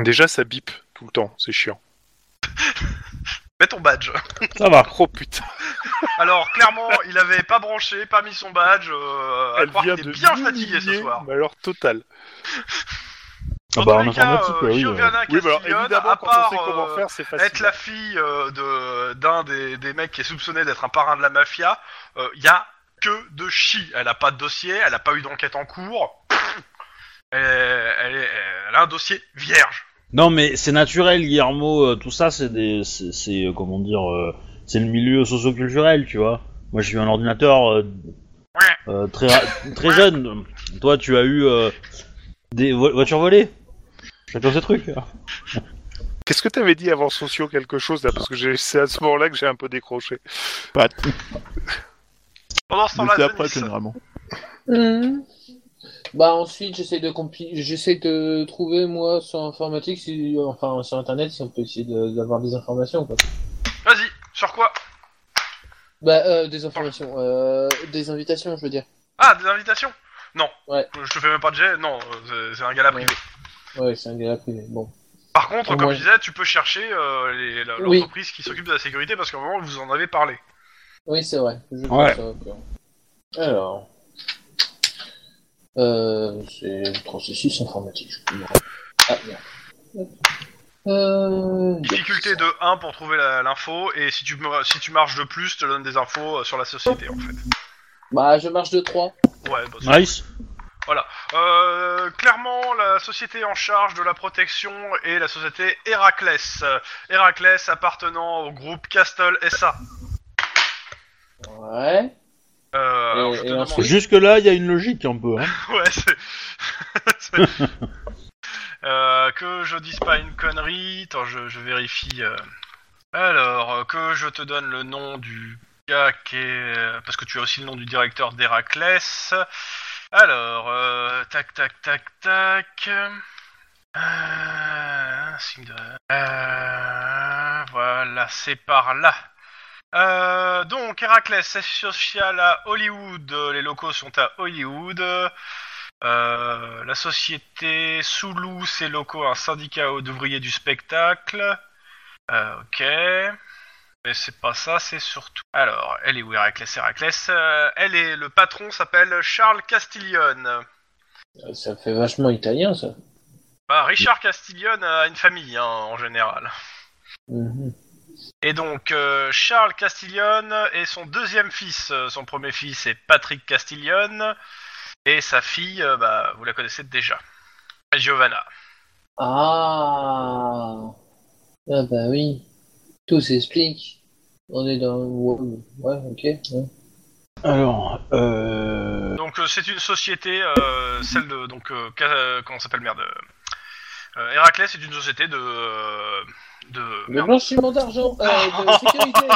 Déjà, ça bip tout le temps, c'est chiant.
Mets ton badge.
Ça va.
Oh putain.
Alors, clairement, il avait pas branché, pas mis son badge, euh, à
Elle
croire
vient
qu'il
de
est bien
m'humilier,
fatigué ce soir.
Mais alors, total.
Ah
Dans
bah,
tous
en
les cas,
informatique,
euh,
oui,
Giovanna
Oui, bah alors,
Castiglione,
évidemment,
à
quand on
part
sait comment
euh,
faire, c'est facile.
être la fille euh, de- d'un des, des mecs qui est soupçonné d'être un parrain de la mafia, il y a que de chi. Elle a pas de dossier, elle a pas eu d'enquête en cours. Elle, elle est- elle a un dossier vierge.
Non, mais c'est naturel, Guillermo. euh, Tout ça, c'est des, c'est, c'est, euh, comment dire, euh, c'est le milieu socio-culturel, tu vois. Moi, j'ai eu un ordinateur euh, euh, très, ra- très jeune. Toi, tu as eu euh, des vo- voitures volées. Chacun ses trucs.
Qu'est-ce que t'avais dit avant socio quelque chose là Parce que j'ai- c'est à ce moment-là que j'ai un peu décroché.
Pendant ce
Mais
temps-là,
c'est après,
Denis,
généralement.
Bah ensuite j'essaie de compli- j'essaie de trouver moi sur informatique si enfin sur internet si on peut essayer de- d'avoir des informations quoi.
vas-y, sur quoi
Bah euh, des informations euh, des invitations je veux dire.
Ah, des invitations Non, Euh,
Ouais.
je te fais même pas de jet, non, euh, c'est c'est un gala
Ouais.
privé.
Ouais c'est un gars privé. Bon.
Par contre,
Ouais.
comme je disais, tu peux chercher euh, les- la-
Oui.
l'entreprise qui s'occupe de la sécurité parce qu'au moment où vous en avez parlé.
Oui c'est vrai. Je fais
Ouais.
ça, ok. Alors euh, c'est le processus informatique. Je peux me rappeler. Ah merde. Hop. Euh,
Difficulté de 1 pour trouver la- l'info et si tu, me- si tu marches de plus, je te donne des infos euh, sur la société en fait.
Bah je marche de 3.
Ouais, bah, c'est-
Nice.
Euh, clairement, la société en charge de la protection est la société Héraclès. Euh, Héraclès appartenant au groupe Castle SA.
Ouais.
Euh, alors,
Et-
je te
et
demande-
ensuite-
Jusque-là, il y a une logique un peu. Hein.
Ouais, c'est. c'est- Euh, que je dise pas une connerie. Attends, je, je vérifie. euh. Alors, euh, que je te donne le nom du gars qui est. euh, Parce que tu as aussi le nom du directeur d'Héraclès. Alors, euh, tac, tac, tac, tac. Euh, signe de- Euh, voilà, c'est par là. Euh, donc, Héraclès, siège social à Hollywood. Les locaux sont à Hollywood. Euh, la société Soulou, ses locaux, un syndicat d'ouvriers du spectacle. Euh, ok. Mais c'est pas ça, c'est surtout. Alors, elle est où Héraclès Héraclès, euh, elle est. Le patron s'appelle Charles Castiglione.
Euh, Ça fait vachement italien ça.
Bah, Richard Castiglione a une famille, hein, en général.
Mhm.
Et donc, euh, Charles Castiglione est son deuxième fils. Euh, Son premier fils est Patrick Castiglione. Et sa fille, euh, bah, vous la connaissez déjà. Giovanna.
Ah Ah bah oui, tout s'explique. On est dans... Ouais, ouais, ok. ouais.
Alors, euh...
Donc, euh, c'est une société, euh, celle de. Donc, euh, ca- euh, comment ça s'appelle Merde. euh, euh, Héraclès est une société de. euh, de.
Le
merde,
blanchiment d'argent, euh, de sécurité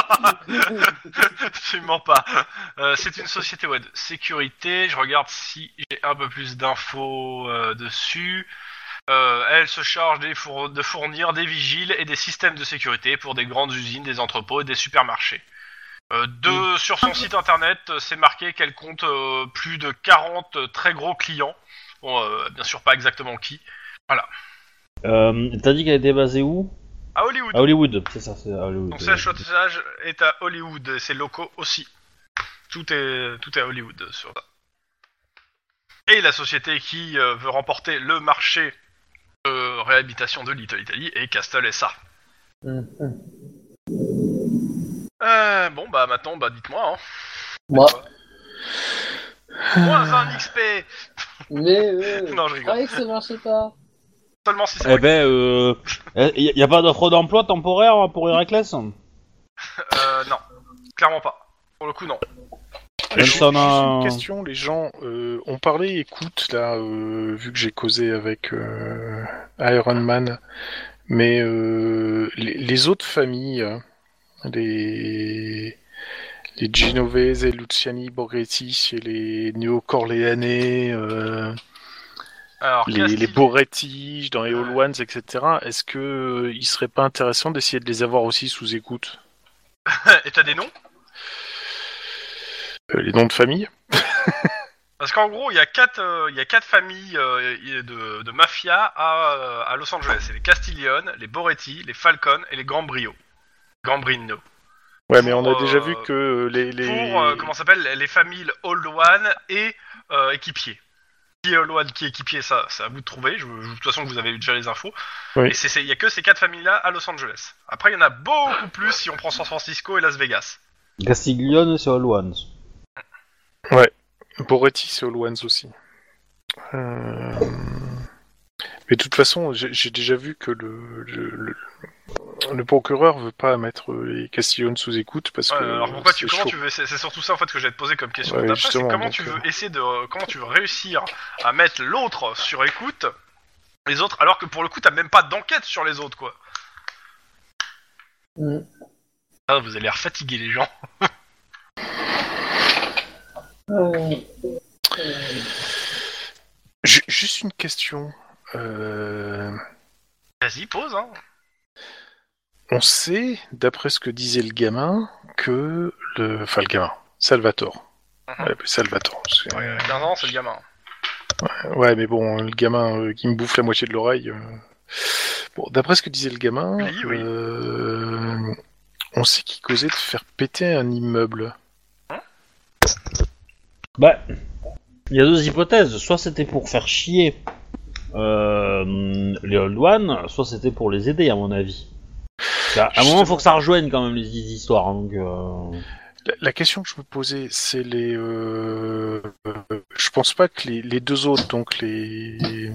Absolument pas. Euh, c'est une société ouais, de sécurité. Je regarde si j'ai un peu plus d'infos euh, dessus. Euh, elle se charge des four- de fournir des vigiles et des systèmes de sécurité pour des grandes usines, des entrepôts et des supermarchés. Euh, de- Sur son site internet, euh, c'est marqué qu'elle compte euh, plus de 40 très gros clients. Bon, euh, bien sûr, pas exactement qui.
euh, t'as dit qu'elle était basée où
À Hollywood.
À Hollywood. C'est ça, c'est à Hollywood.
Donc, sa chaussage est à Hollywood et ses locaux aussi. Tout est, tout est à Hollywood sur ça. Et la société qui euh, veut remporter le marché de réhabilitation de Little Italy est Castle SA.
Mhm.
Euh, bon, bah maintenant, bah dites-moi. hein.
Moi,
Moins un XP
Mais euh,
Non, je rigole.
croyais que ça marchait pas.
Seulement si c'est
Eh
vrai.
ben, euh, y, y a pas d'offre d'emploi temporaire pour Héraclès
ben.
Euh, non. Clairement pas. Pour le coup, non.
Même si on a-
Une question, les gens euh, ont parlé écoute là, euh, vu que j'ai causé avec euh, Iron Man, mais euh, les, les autres familles, euh, les, les Genovese, et Luciani Borghetti, et les néo-corléanais, euh,
Alors,
les, les
Castille-
Boretti dans les All Ones, etc., est-ce que euh, il serait pas intéressant d'essayer de les avoir aussi sous écoute
Et t'as des noms
Euh, Les noms de famille
Parce qu'en gros, il y a quatre, euh, il y a quatre familles euh, il y a de, de mafia à, euh, à Los Angeles. C'est les Castiglione, les Boretti, les Falcon et les Gambrio. Gambrino.
Ouais, mais on a
Pour,
déjà
euh,
vu que euh, les. les...
Pour, euh, comment ça s'appelle, les familles Old One et euh, Équipier. Qui est Old One, qui est Équipier, ça, c'est à vous de trouver. Je, je- de toute façon, vous avez déjà les infos.
Oui.
Et c'est- c'est- il y a que ces quatre familles-là à Los Angeles. Après, il y en a beaucoup plus si on prend San Francisco et Las Vegas.
Castiglione, c'est All Ones.
Boretti, c'est All Ones aussi. Euh, Mais de toute façon, j'ai j'ai déjà vu que le, le, le- le procureur veut pas mettre les Castillon sous écoute parce
Ouais,
que.
alors pourquoi tu,
c'est
comment
chaud.
tu veux c'est c'est surtout ça en fait que j'allais te poser comme question
Ouais,
d'après c'est
justement,
comment
donc,
tu veux
euh.
essayer de euh, comment tu veux réussir à mettre l'autre sur écoute les autres alors que pour le coup t'as même pas d'enquête sur les autres quoi
Mm.
ah, vous allez fatiguer les gens
Oh.
Euh,
Ju- Juste une question. Euh,
vas-y pose hein
On sait, d'après ce que disait le gamin, que le. Enfin, le gamin. Salvatore.
Mhm.
On l'appelle Salvatore. parce que-
Ouais, euh, 15 ans c'est le gamin
Ouais, mais bon, le gamin euh, qui me bouffe la moitié de l'oreille. euh. Bon, d'après ce que disait le gamin,
Oui, oui.
euh, on sait qu'il causait de faire péter un immeuble.
Bah, il y a deux hypothèses. Soit c'était pour faire chier euh, les Old Ones, soit c'était pour les aider, à mon avis. Ça, à un moment, faut que ça rejoigne quand même les les histoires. hein, donc, euh,
La, la question que je me posais, c'est les. euh, euh, je pense pas que les, les deux autres, donc les.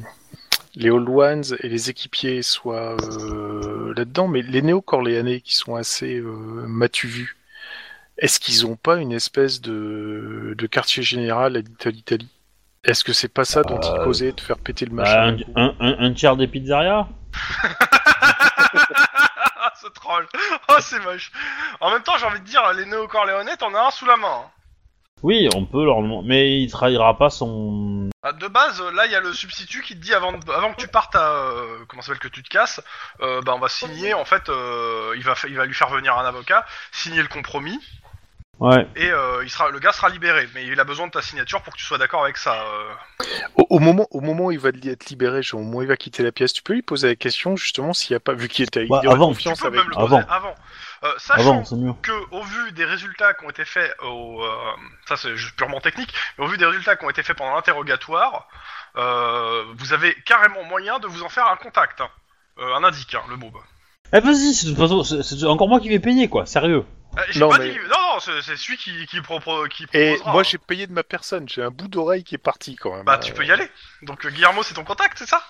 Les Old Ones et les équipiers soient euh, là-dedans, mais les néo-corléanais qui sont assez euh, m'as-tu vu, est-ce qu'ils n'ont pas une espèce de, de quartier général à l'Ita- l'Italie Est-ce que c'est pas ça dont ils
Euh,
causaient de faire péter le
bah,
machin
un, un- un- un tiers des pizzerias
ah ce troll oh c'est moche en même temps j'ai envie de dire les néo-corléonais t'en as un sous la main hein.
Oui, on peut leur demander. Mais il trahira pas son.
Ah, De base, euh, là, il y a le substitut qui te dit avant, de- avant que tu partes à. euh, comment ça s'appelle que tu te casses, euh, bah, on va signer, en fait, euh, il, va, fa- il va lui faire venir un avocat, signer le compromis,
Ouais.
et euh, il sera, le gars sera libéré. Mais il a besoin de ta signature pour que tu sois d'accord avec ça. euh.
Au, au moment, au moment où il va li- être libéré, genre, au moment où il va quitter la pièce, tu peux lui poser la question justement s'il n'y a pas, vu qu'il était avec
Bah,
des gens de
avant,
Tu
confiance
peux
avec.
même le poser
avant.
avant. Euh, sachant
Avant, ah c'est mieux.
que, au vu des résultats qui ont été faits, au, euh, ça c'est juste purement technique, mais au vu des résultats qui ont été faits pendant l'interrogatoire, euh, vous avez carrément moyen de vous en faire un contact. hein. Euh, un indique, hein, le mot.
Eh, vas-y, c'est de toute façon, c'est- c'est encore moi qui vais payer, quoi, sérieux.
Euh, j'ai
Non,
pas
mais-
dit- non, non, c'est c'est celui qui, qui, propre, qui
Et
proposera,
moi
hein.
j'ai payé de ma personne, j'ai un bout d'oreille qui est parti quand même.
Bah, tu peux y aller. Donc, euh, Guillermo, c'est ton contact, c'est ça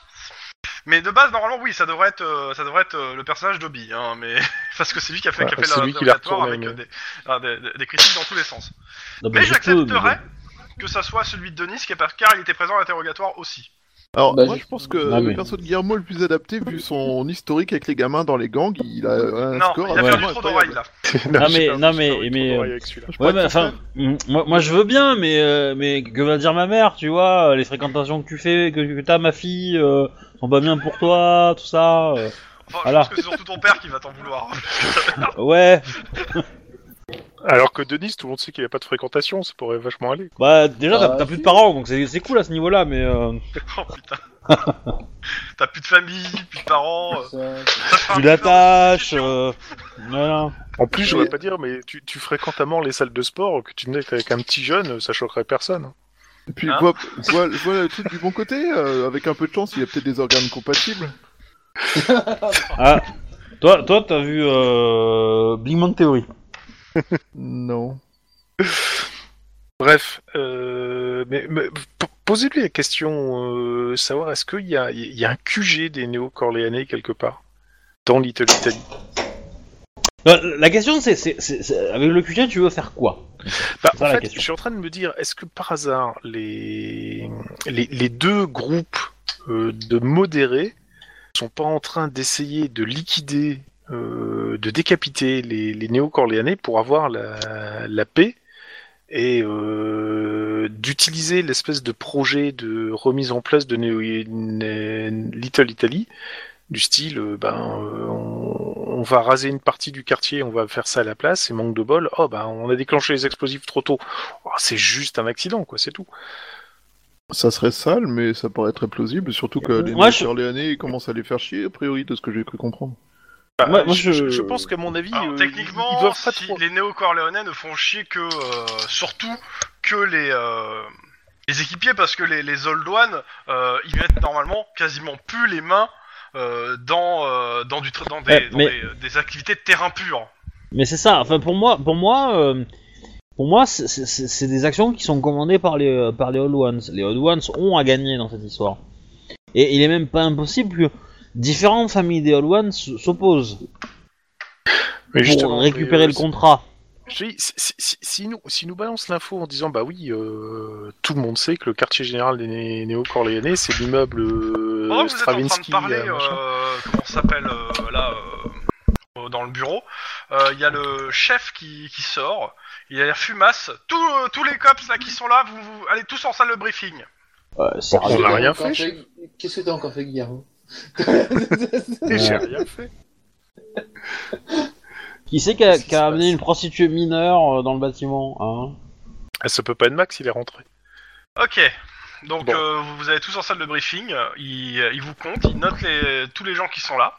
Mais de base, normalement, oui, ça devrait être, euh, ça devrait être euh, le personnage d'Obi, hein, mais... parce que c'est lui qui a fait,
Ouais,
qui a fait
c'est lui qui l'a
l'interrogatoire
retourné, Bah,
avec euh, des, ah, des, des- des critiques dans tous les sens.
Non,
Mais
je peux, mais
j'accepterais
euh,
que ça soit celui de Denis, qui est par- car il était présent à l'interrogatoire aussi.
Alors,
Bah,
moi,
je-
je pense que
Ah, mais-
le perso de Guillermo est le plus adapté, vu son historique avec les gamins dans les gangs, il a
Ah,
un
non,
score
il a
absolument
perdu trop
incroyable.
d'oreilles, là.
Non, mais- non, mais- mais, euh,
Je
Ouais,
pourrais
mais
te
enfin,
faire-
mm, moi, moi je veux bien, mais, euh, mais que va dire ma mère, tu vois, euh, les fréquentations que tu fais, que, que t'as ma fille, euh, sont pas bien pour toi, tout ça. euh,
Enfin,
Voilà.
je pense que c'est surtout ton père qui va t'en vouloir.
ouais,
Alors que Denis, tout le monde sait qu'il a pas de fréquentation, ça pourrait vachement aller.
bah déjà t'as
Bah,
t'as
si.
plus de parents, donc c'est c'est cool à ce niveau-là, mais... euh,
oh, putain. T'as plus de famille, plus de parents...
Ça-
euh, ça te fera
tu
un peu
l'attaches...
faire une
Euh, voilà.
En plus, je
Ouais.
vais pas dire, mais tu, tu fréquentes à mort les salles de sport, que tu venais avec un petit jeune, ça choquerait personne.
Et puis,
Hein
vois, vois- vois le truc du bon côté, euh, avec un peu de chance, il y a peut-être des organes compatibles.
Ah, toi, toi t'as vu euh, Big Bang Theory.
Non.
Bref, euh, mais, mais p- posez-lui la question, euh, savoir est-ce qu'il y a, il y a un QG des néo-corléanais quelque part dans Little Italy
La- Bah, La question, c'est, c'est- c'est- c'est- avec le QG, tu veux faire quoi
Bah,
C'est ça,
en
la
fait,
question.
je suis en train de me dire, est-ce que par hasard, les, les, les deux groupes euh, de modérés sont pas en train d'essayer de liquider, euh, de décapiter les, les néo-corléanais pour avoir la, la paix et euh, d'utiliser l'espèce de projet de remise en place de Neo- né- Little Italy du style, euh, ben, euh, on, on va raser une partie du quartier, on va faire ça à la place, et manque de bol, oh ben, on a déclenché les explosifs trop tôt. Oh, c'est juste un accident, quoi, c'est tout.
Ça serait sale, mais ça paraît très plausible, surtout que les
Moi,
Moi,
je-
ils commencent à les faire chier, a priori, de ce que j'ai cru comprendre.
Bah,
Moi- moi,
je,
je-
je pense qu'à mon avis,
Alors,
euh, ils,
Ah, techniquement,
ils doivent pas
si
trop.
les néo-corléonais ne font chier que. euh, surtout que les. euh, les équipiers, parce que les, les Old One, euh, ils mettent normalement quasiment plus les mains euh, dans, euh, dans, du, tra- dans, des,
Eh,
dans
mais-
des- euh, des activités de terrain pur.
Mais c'est ça. Enfin, pour moi, pour moi, euh, pour moi, c'est- c'est c'est- c'est des actions qui sont commandées par les euh, par les Old Ones. Les Old Ones ont à gagner dans cette histoire. Et il est même pas impossible que différentes familles des Old Ones s- s'opposent
Mais justement,
pour récupérer
mais,
le
euh,
contrat.
Je dis, si, si- si- si nous, si nous balance l'info en disant bah oui, euh, tout le monde sait que le quartier général des né- néo-corléanais, c'est l'immeuble euh,
Pendant que vous êtes en train de
Stravinsky.
parler,
euh, machin.
euh, comment ça s'appelle euh, là, euh, euh, dans le bureau, euh, il y a le chef qui, qui sort, il a l'air fumasse. Tous, euh, tous les cops là qui sont là, vous, vous- allez tous en salle de briefing.
Euh, sérieux.
Ah, On a rien
Encore
fait,
Qu'est-ce que t'as encore fait, Guillermo
J'ai rien fait.
Qui c'est qui a,
Qu'est-ce qui
qui a
se
amené
passe
une prostituée mineure euh, dans le bâtiment hein
Ah, ça peut pas être Max, il est rentré.
Ok. Donc
Bon.
euh, vous- vous allez tous en salle de briefing, euh, il, euh, il vous compte, il note les, tous les gens qui sont là.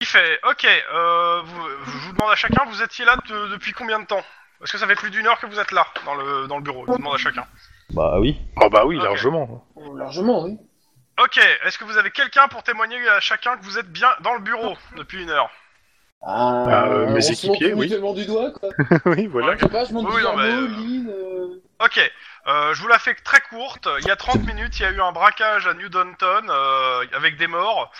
Il fait Ok, euh, vous- je vous demande à chacun, vous étiez là de- depuis combien de temps Parce que ça fait plus d'une heure que vous êtes là dans le, dans le bureau, je vous demande à chacun.
Bah oui.
Ah bah oui,
Ok.
largement.
Oh, Largement, oui.
Ok, est-ce que vous avez quelqu'un pour témoigner à chacun que vous êtes bien dans le bureau depuis une heure
Ah, euh, mes
on se
équipiers,
montre
oui.
mutuellement du doigt, quoi.
oui, voilà.
Je sais pas, je montre
Oui, non,
Guillermo,
mais, euh,
Lynn, euh,
Ok, euh, je vous la fais très courte. Il y a 30 minutes, il y a eu un braquage à New Downton euh, avec des morts.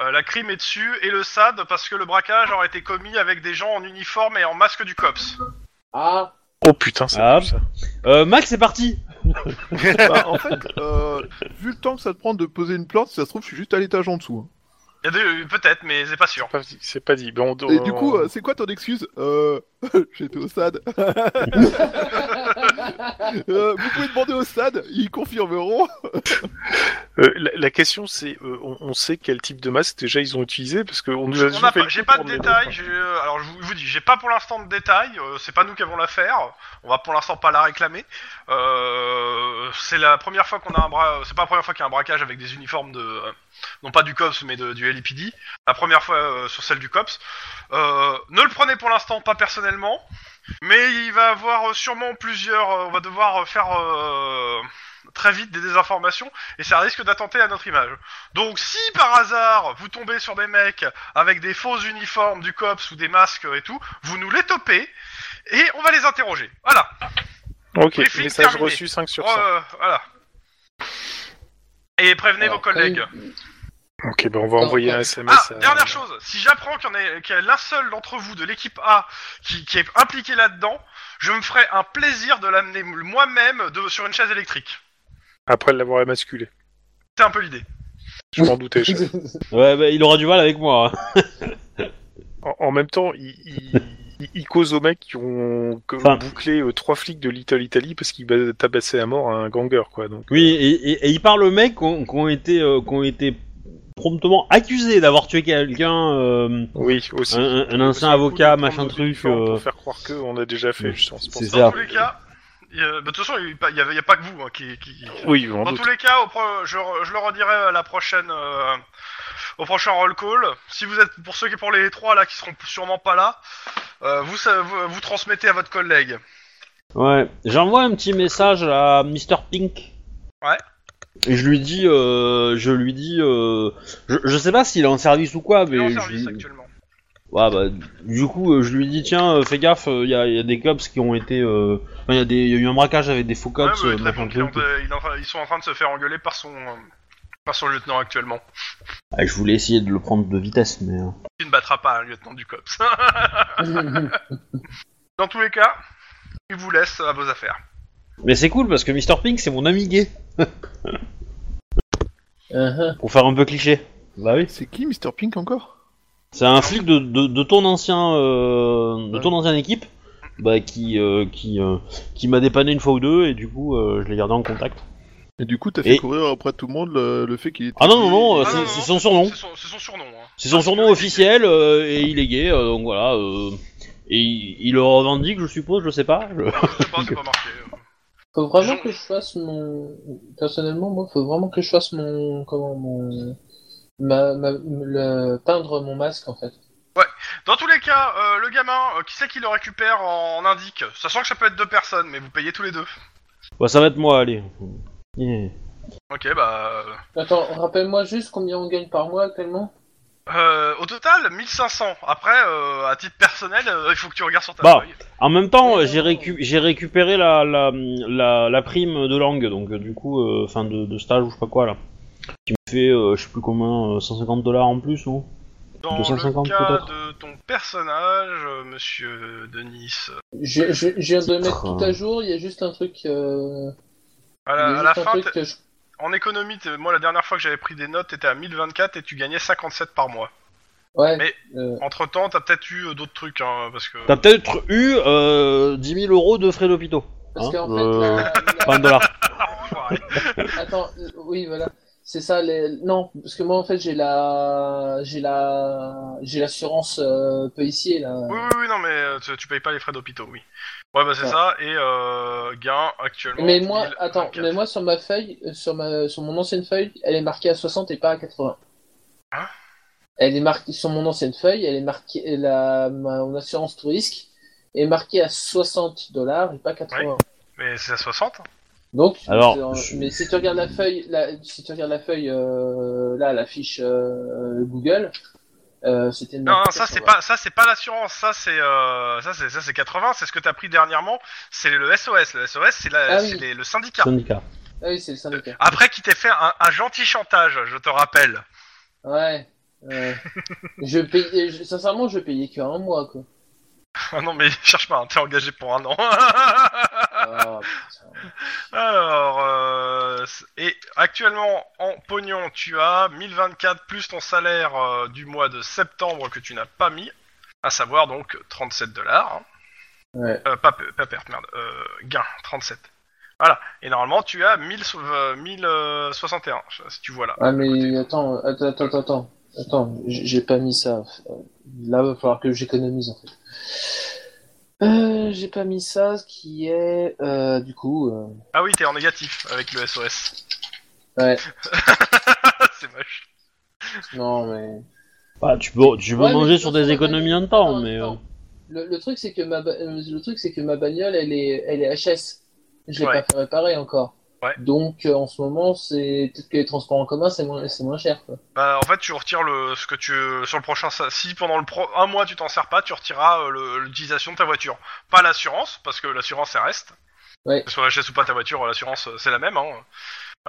Euh, la crime est dessus et le SAD parce que le braquage aurait été commis avec des gens en uniforme et en masque du COPS.
Ah,
Oh putain, c'est
Ah.
plus ça.
Euh, Max est parti.
Bah, en fait, euh, vu le temps que ça te prend de poser une plante, si ça se trouve, je suis juste à l'étage en dessous.
Il y a des- Peut-être, mais c'est pas sûr.
Pas dit, C'est pas dit. Bon, on-
Et du coup, euh, c'est quoi ton excuse Euh, j'étais au stade. Euh, vous pouvez demander au stade, ils confirmeront.
Euh, la, la question c'est, euh, on, on sait quel type de masque déjà ils ont utilisé parce qu'on nous a
On
juste
a
fait
pas-
le
J'ai
coup
pas
pour
de
les
détails.
autres.
j'ai- euh, Alors je vous, je vous dis, j'ai pas pour l'instant de détails. euh, c'est pas nous qui avons l'affaire. On va pour l'instant pas la réclamer. Euh, c'est la première fois qu'on a un bra... C'est pas la première fois qu'il y a un braquage avec des uniformes de, euh, non pas du cops mais de, du LPD. La première fois euh, sur celle du cops. Euh, ne le prenez pour l'instant pas personnellement, mais il va avoir euh, sûrement plusieurs. euh, on va devoir euh, faire. euh, très vite des désinformations et ça risque d'attenter à notre image. Donc si par hasard vous tombez sur des mecs avec des faux uniformes du COPS ou des masques et tout, vous nous les topez et on va les interroger. Voilà.
Ok,
Briefing
message
terminé.
reçu 5 sur 5.
Euh, voilà. Et prévenez
alors,
vos collègues.
quand même,
Ok, ben on va
Non,
envoyer
non.
un SMS.
Ah,
à-
dernière chose, si j'apprends qu'il y en ait- qu'il y a l'un seul d'entre vous de l'équipe A qui, qui est impliqué là-dedans, je me ferai un plaisir de l'amener moi-même de- sur une chaise électrique.
Après l'avoir émasculé.
C'est un peu l'idée.
Je m'en doutais. je-
Ouais, bah, il aura du mal avec moi. hein.
En, en même temps, il, il, il- il cause aux mecs qui ont que-
Enfin.
bouclé euh, trois flics de Little Italy parce qu'ils ba- tabassaient à mort un ganger, quoi. Donc.
Oui, et, et- et il parle aux mecs qui ont, qui ont été euh, qui ont été promptement accusés d'avoir tué quelqu'un. euh,
Oui, aussi.
Un- un- un
Parce
ancien
que du coup,
avocat,
de prendre
machin
des
truc,
uniformes
euh,
Pour faire croire que on a déjà fait, je pense.
C'est
Dans
ça.
tous les cas, euh, bah, de toute façon, il n'y a, il y a pas que vous hein, qui- qui,
Oui, on
Dans tous les cas, au pro- je, je le redirai à la prochaine, euh, au prochain roll call. Si vous êtes pour ceux qui pour les trois là qui seront sûrement pas là, euh, vous, sa- vous vous transmettez à votre collègue.
Ouais, j'envoie un petit message à Mr Pink.
Ouais.
Et je lui dis, euh, je lui dis, euh, je, je sais pas s'il est en service ou quoi,
Il est
mais
en
je,
service
lui-
actuellement.
Ouais, bah, du coup, euh, je lui dis tiens, euh, fais gaffe, il y, a- y a des cops qui ont été. euh, enfin, y a des- y a eu un braquage avec des faux
Ouais,
cops.
mais
euh,
il te
machin
répond qu'ils
truc.
ont- euh, il est en train- ils sont en train de se faire engueuler par son, euh, par son lieutenant actuellement.
Ah, je voulais essayer de le prendre de vitesse, mais. euh,
Tu ne battras pas un lieutenant du COPS. Dans tous les cas, il vous laisse à vos affaires.
Mais c'est cool parce que Mr. Pink, c'est mon ami gay.
Uh-huh.
Pour faire un peu cliché. Bah oui.
C'est qui, Mr. Pink encore
C'est un flic de, de, de ton ancien euh, de ton ancienne équipe bah, qui euh, qui euh, qui m'a dépanné une fois ou deux et du coup euh, je l'ai gardé en contact.
Et du coup, t'as fait
Et-
courir après tout le monde le, le fait qu'il était.
Ah non non non, euh,
Ah,
c'est
non, non,
c'est son surnom.
C'est son, c'est son surnom. hein.
C'est son surnom officiel euh, et il est gay euh, donc voilà euh, et il, il le revendique je suppose je sais pas. je-
Je sais pas, c'est pas marqué.
Faut vraiment que je fasse mon. Personnellement, moi, faut vraiment que je fasse mon. Comment mon. Ma, ma- le... peindre mon masque en fait.
Dans tous les cas, euh, le gamin, euh, qui c'est qui le récupère en, indique Sachant que ça peut être deux personnes, mais vous payez tous les deux.
Bah, ça va être moi allez. Yeah.
Ok, bah.
Attends, rappelle-moi juste combien on gagne par mois actuellement
euh, au total, 1500. Après, euh, à titre personnel, euh, il faut que tu regardes sur ta
Bah.
feuille.
En même temps,
Ouais,
j'ai
non.
récu- j'ai récupéré la, la, la, la prime de langue, donc euh, du coup, euh, enfin de, de stage ou je sais pas quoi là, qui me fait, euh, je sais plus combien, euh, 150 dollars en plus, non
Dans
250
le cas
peut-être.
de ton personnage, euh, monsieur Denis, euh,
je, je, je viens de mettre
Titre,
tout à jour, il y a juste un truc. Euh...
à
il y a
la, à Euh, la
juste un
fin,
truc
t'es-
que je-
en économie, t'es- moi la dernière fois que j'avais pris des notes, t'étais à 1024 et tu gagnais 57 par mois.
Ouais.
Mais-
euh,
Entre temps, t'as peut-être eu euh, d'autres trucs, hein, parce que.
T'as peut-être eu euh, 10 000 euros de frais d'hôpitaux.
parce
hein,
qu'en
euh,
fait, la- la-
Enfin, dollars.
Enfoiré.
Attends, euh, oui, voilà. C'est ça, les... non, parce que moi, en fait, j'ai la, j'ai la, j'ai l'assurance euh, policier, là.
oui, oui, oui, non, mais euh, tu, tu payes pas les frais d'hôpitaux, oui. Ouais, bah c'est
Ouais.
ça, et euh, gain actuellement.
Mais moi,
1024.
attends, mais moi, sur ma feuille, euh, sur ma, sur mon ancienne feuille, elle est marquée à 60 et pas à 80.
Hein
Elle est marquée, sur mon ancienne feuille, elle est marquée, la, ma, mon assurance tout risque est marquée à 60 dollars et pas 80.
Mais c'est à hein. 60
Donc,
Alors,
euh,
je-
mais si tu regardes la feuille, la- si tu regardes la feuille, euh, là, la fiche euh, Google, euh, c'était une
Non, non,
marque
ça c'est
80.
pas ça c'est pas l'assurance, ça c'est euh, ça c'est ça c'est 80, c'est ce que t'as pris dernièrement, c'est le SOS, le SOS c'est la-
Ah
c'est
oui.
les- le syndicat.
Syndicat.
Ah oui, c'est le syndicat.
Après qui t'ait fait un, un gentil chantage, je te rappelle.
Ouais. ouais. je payais, je- sincèrement, je payais que un mois, quoi.
Ah non mais cherche pas, hein, t'es engagé pour un an.
Ah, putain.
Alors euh, c'est- et actuellement en pognon, tu as 1024 plus ton salaire euh, du mois de septembre que tu n'as pas mis, à savoir donc 37 dollars. hein.
Ouais.
Euh, pas, pe- pas perte, merde. Euh, gain, 37. Voilà. Et normalement, tu as 1000, sou- euh, 1061, si tu vois là.
Ah, mais attends, attends, attends, attends, attends. Attends, j- j'ai pas mis ça. Là, va falloir que j'économise, en fait. Euh, j'ai pas mis ça, ce qui est, euh, du coup, euh,
Ah oui, t'es en négatif avec le SOS.
Ouais.
C'est moche.
non, mais.
Bah, tu peux, tu peux
Ouais, mais
manger
de
sur
toute façon,
des
la
économies
bagnole-
en temps,
attends,
mais. euh,
attends. Le, le truc, c'est que ma, ba- euh, le truc, c'est que ma bagnole, elle est, elle est HS. Je l'ai
Ouais.
pas fait réparer encore.
Ouais.
Donc, euh, en ce moment, c'est peut-être que les transports en commun, c'est moins, c'est moins cher, quoi.
Bah, en fait, tu retires le, ce que tu, sur le prochain, sa- si pendant le pro- un mois tu t'en sers pas, tu retireras euh, le- l'utilisation de ta voiture. Pas l'assurance, parce que l'assurance, elle reste.
Ouais.
Que ce soit HS ou pas ta voiture, l'assurance, euh, c'est la même, hein.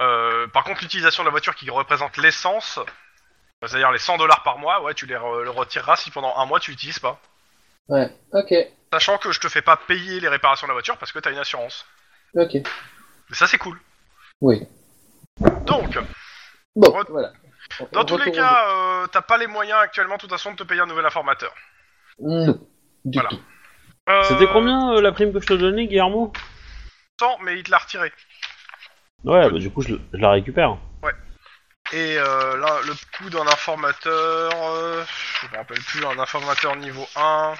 Euh, par contre, l'utilisation de la voiture qui représente l'essence, euh, c'est-à-dire les 100 dollars par mois, ouais, tu les re- le retireras si pendant un mois tu l'utilises pas.
Ouais. Ok.
Sachant que je te fais pas payer les réparations de la voiture parce que t'as une assurance.
Ok.
Mais ça, c'est cool.
Oui.
Donc,
Bon,
Re-
voilà.
dans tous les
Retour au
cas, euh, t'as pas les moyens actuellement, de toute façon, de te payer un nouvel informateur.
jeu. Non. Du
Voilà.
tout.
Euh,
C'était combien euh, la prime que je te donnais, Guillermo
100, Euh, mais il te l'a retiré.
Ouais, bah, du coup, je, l- je la récupère.
Et euh, là, le coût d'un informateur, euh, je me rappelle plus, un informateur niveau 1.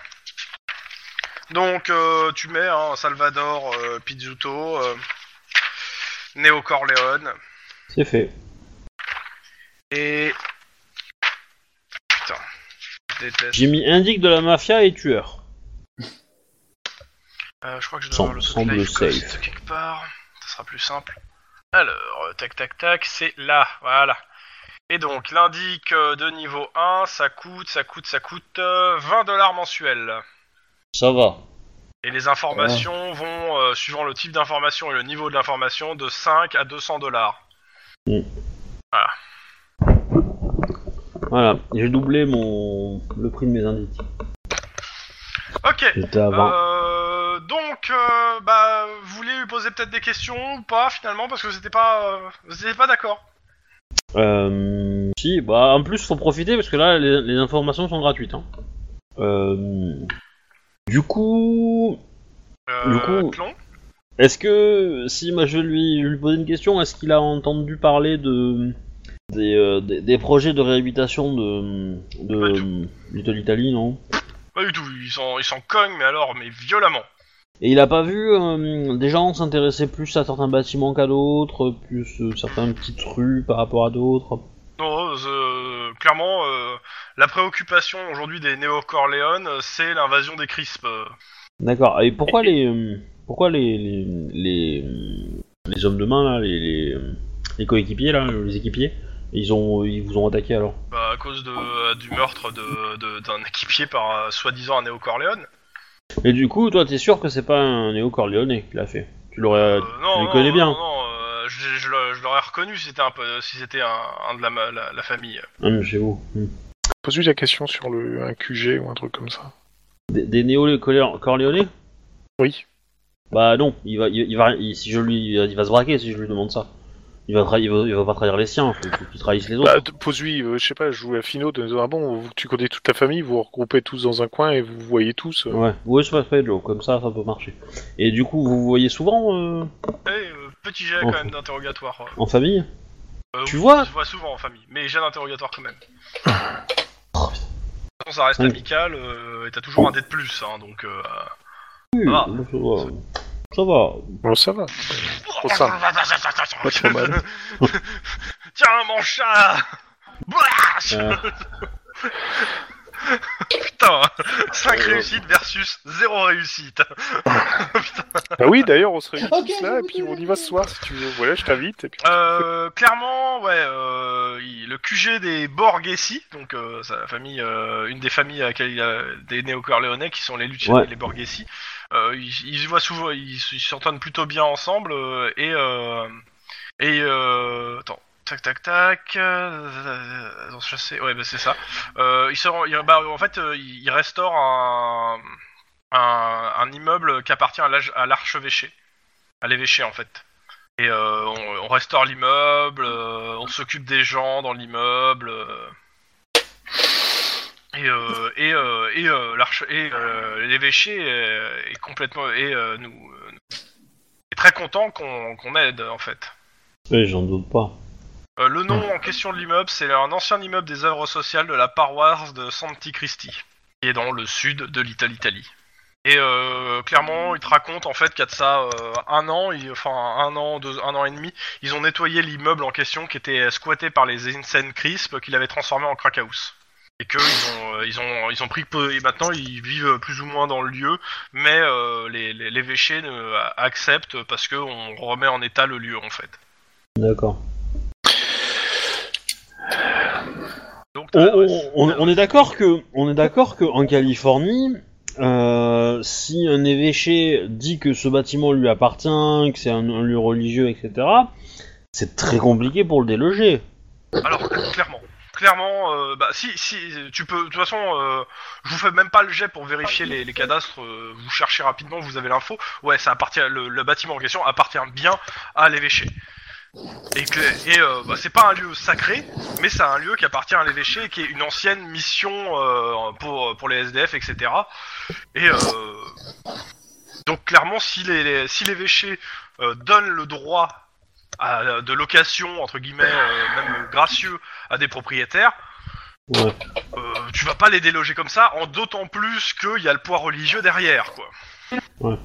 Donc, euh, tu mets hein, Salvador euh, Pizzuto, euh, Neo Corleone,
C'est fait.
et... Putain, je déteste.
J'ai mis indique de la mafia et tueur.
Euh, je crois que je dois
Sem-
avoir le truc
semble
live code
safe.
quelque part, ça sera plus simple. Alors, euh, tac tac tac, c'est là, voilà. Et donc, l'indique euh, de niveau 1, ça coûte, ça coûte, ça coûte euh, 20 dollars mensuels.
Ça va.
Et les
Ah.
informations vont, euh, suivant le type d'information et le niveau de l'information, de 5 à 200 dollars.
Voilà, j'ai doublé mon le prix de mes indices.
Ok,
C'était avant.
euh, donc, euh, bah, vous voulez lui poser peut-être des questions ou pas finalement parce que vous n'étiez pas, euh, vous étiez pas d'accord.
Euh, si, bah en plus faut profiter parce que là les, les informations sont gratuites. hein. Euh, du coup,
Euh,
Du coup-
Clon
est-ce que si moi je lui, je lui posais une question, est-ce qu'il a entendu parler de des, euh, des, des projets de réhabilitation de
Pas
de Little Italy, non
Pas du tout, ils s'en ils s'en cognent, mais alors, mais violemment.
Et il a pas vu euh, des gens s'intéresser plus à certains bâtiments qu'à d'autres, plus euh, certaines petites rues par rapport à d'autres.
Non, euh, clairement, euh, la préoccupation aujourd'hui des néo-corléones, euh, c'est l'invasion des crisps. euh.
D'accord. Et pourquoi les euh, pourquoi les les, les, les hommes de main là, les les, euh, les coéquipiers là, les équipiers, ils ont ils vous ont attaqué alors
Bah, à cause de, euh, du meurtre de- de- d'un équipier par euh, soi-disant un néo-corléone.
Et du coup, toi, t'es sûr que c'est pas un néo corléonais qui l'a fait Tu l'aurais.
Euh, non,
tu les
non,
connais
non,
bien.
Non, non, euh, je, je l'aurais- je l'aurais reconnu si c'était un, peu- si c'était un, un de la, ma- la- la famille.
Ah, mais chez vous. hmm.
Pose-lui la question sur le, un QG ou un truc comme ça.
Des, des néo corléonais
Oui.
Bah non, il va, il, il va, il- si je lui, il va se braquer si je lui demande ça. Il va, trahi- il va, il va pas trahir les siens. Faut, faut qu'il trahisse les autres.
Bah, t- pose-lui, euh, je sais pas, joue la fino, de ah bon, vous- tu connais toute ta famille, vous vous regroupez tous dans un coin et vous vous voyez tous. euh.
Ouais. Ouais, c'est pas fait, Joe. Comme ça, ça peut marcher. Et du coup, vous vous voyez souvent euh,
Eh, euh, petit jet
Oh.
quand même d'interrogatoire. euh.
en famille
Euh,
Tu
oui,
vois
On se voit souvent en famille, mais j'ai l'interrogatoire quand même. De toute façon, ça reste
Oui.
amical, euh, et t'as toujours un dé de plus, hein, donc... euh,
Oui,
Ah.
bah, ça va. Ça va.
Bon, ça va.
Oh,
Trop simple.
Pas trop mal.
Tiens, mon chat Blaash
Euh.
Putain 5 réussites versus 0 réussite
Bah oui, d'ailleurs, on se réunit
Ok,
tous
je
là et
vous
puis
dis-
on y va ce soir si tu veux. Voilà, je t'invite. Et puis...
euh, Clairement, ouais, euh, il- le QG des Borghesi, donc euh, c'est la famille, euh, une des familles à laquelle il y a des néo-corléonais qui sont les Luciani
Ouais.
et les Borghesi, euh, ils, ils se voient souvent, ils s- ils s'entendent plutôt bien ensemble, euh, et... euh, et... euh, attends. Tac tac tac. Euh, dans ce chassé. Ouais, bah c'est ça. Euh, ils se rend- ils- bah, en fait, euh, ils restaurent un, un, un immeuble qui appartient à l'âge- à l'archevêché. À l'évêché, en fait. Et euh, on, on restaure l'immeuble, euh, on s'occupe des gens dans l'immeuble. euh. et euh, et, euh, et, euh, l'arche- et, euh, l'évêché euh, est, complètement. Et euh, nous. euh, est très content qu'on qu'on aide, en fait.
Oui, j'en doute pas.
Euh, le nom
Hmm.
en question de l'immeuble, c'est un ancien immeuble des œuvres sociales de la paroisse de Santi Cristi, qui est dans le sud de l'Italie. Et euh, clairement, ils te racontent en fait qu'à de ça euh, un an, ils- enfin un an, deux, un an et demi, ils ont nettoyé l'immeuble en question qui était squatté par les Insane Crisp, qui l'avaient transformé en crack house. Et que ils ont, euh, ils ont, ils ont pris po- et maintenant ils vivent plus ou moins dans le lieu, mais euh, les, les, l'évêché ne- accepte parce que on remet en état le lieu en fait.
D'accord.
Donc euh, t'as-
On, on-
Ah.
on est d'accord que, on est d'accord que en Californie, euh, si un évêché dit que ce bâtiment lui appartient, que c'est un, un lieu religieux, etc., c'est très compliqué pour le déloger.
Alors, clairement. Clairement, euh, bah, si, si, tu peux. De toute façon, euh, je vous fais même pas le jet pour vérifier les, les cadastres. euh, vous cherchez rapidement, vous avez l'info. Ouais, ça appartient. Le, le bâtiment en question appartient bien à l'évêché. Et, que- et euh, bah, c'est pas un lieu sacré, mais c'est un lieu qui appartient à l'évêché, et qui est une ancienne mission euh, pour, pour les SDF, etc. Et euh, donc clairement, si les, les- si l'évêché euh, donne le droit à- de location entre guillemets, euh, même gracieux, à des propriétaires,
Ouais.
euh, tu vas pas les déloger comme ça, en d'autant plus qu'il y a le poids religieux derrière, quoi.
Ouais.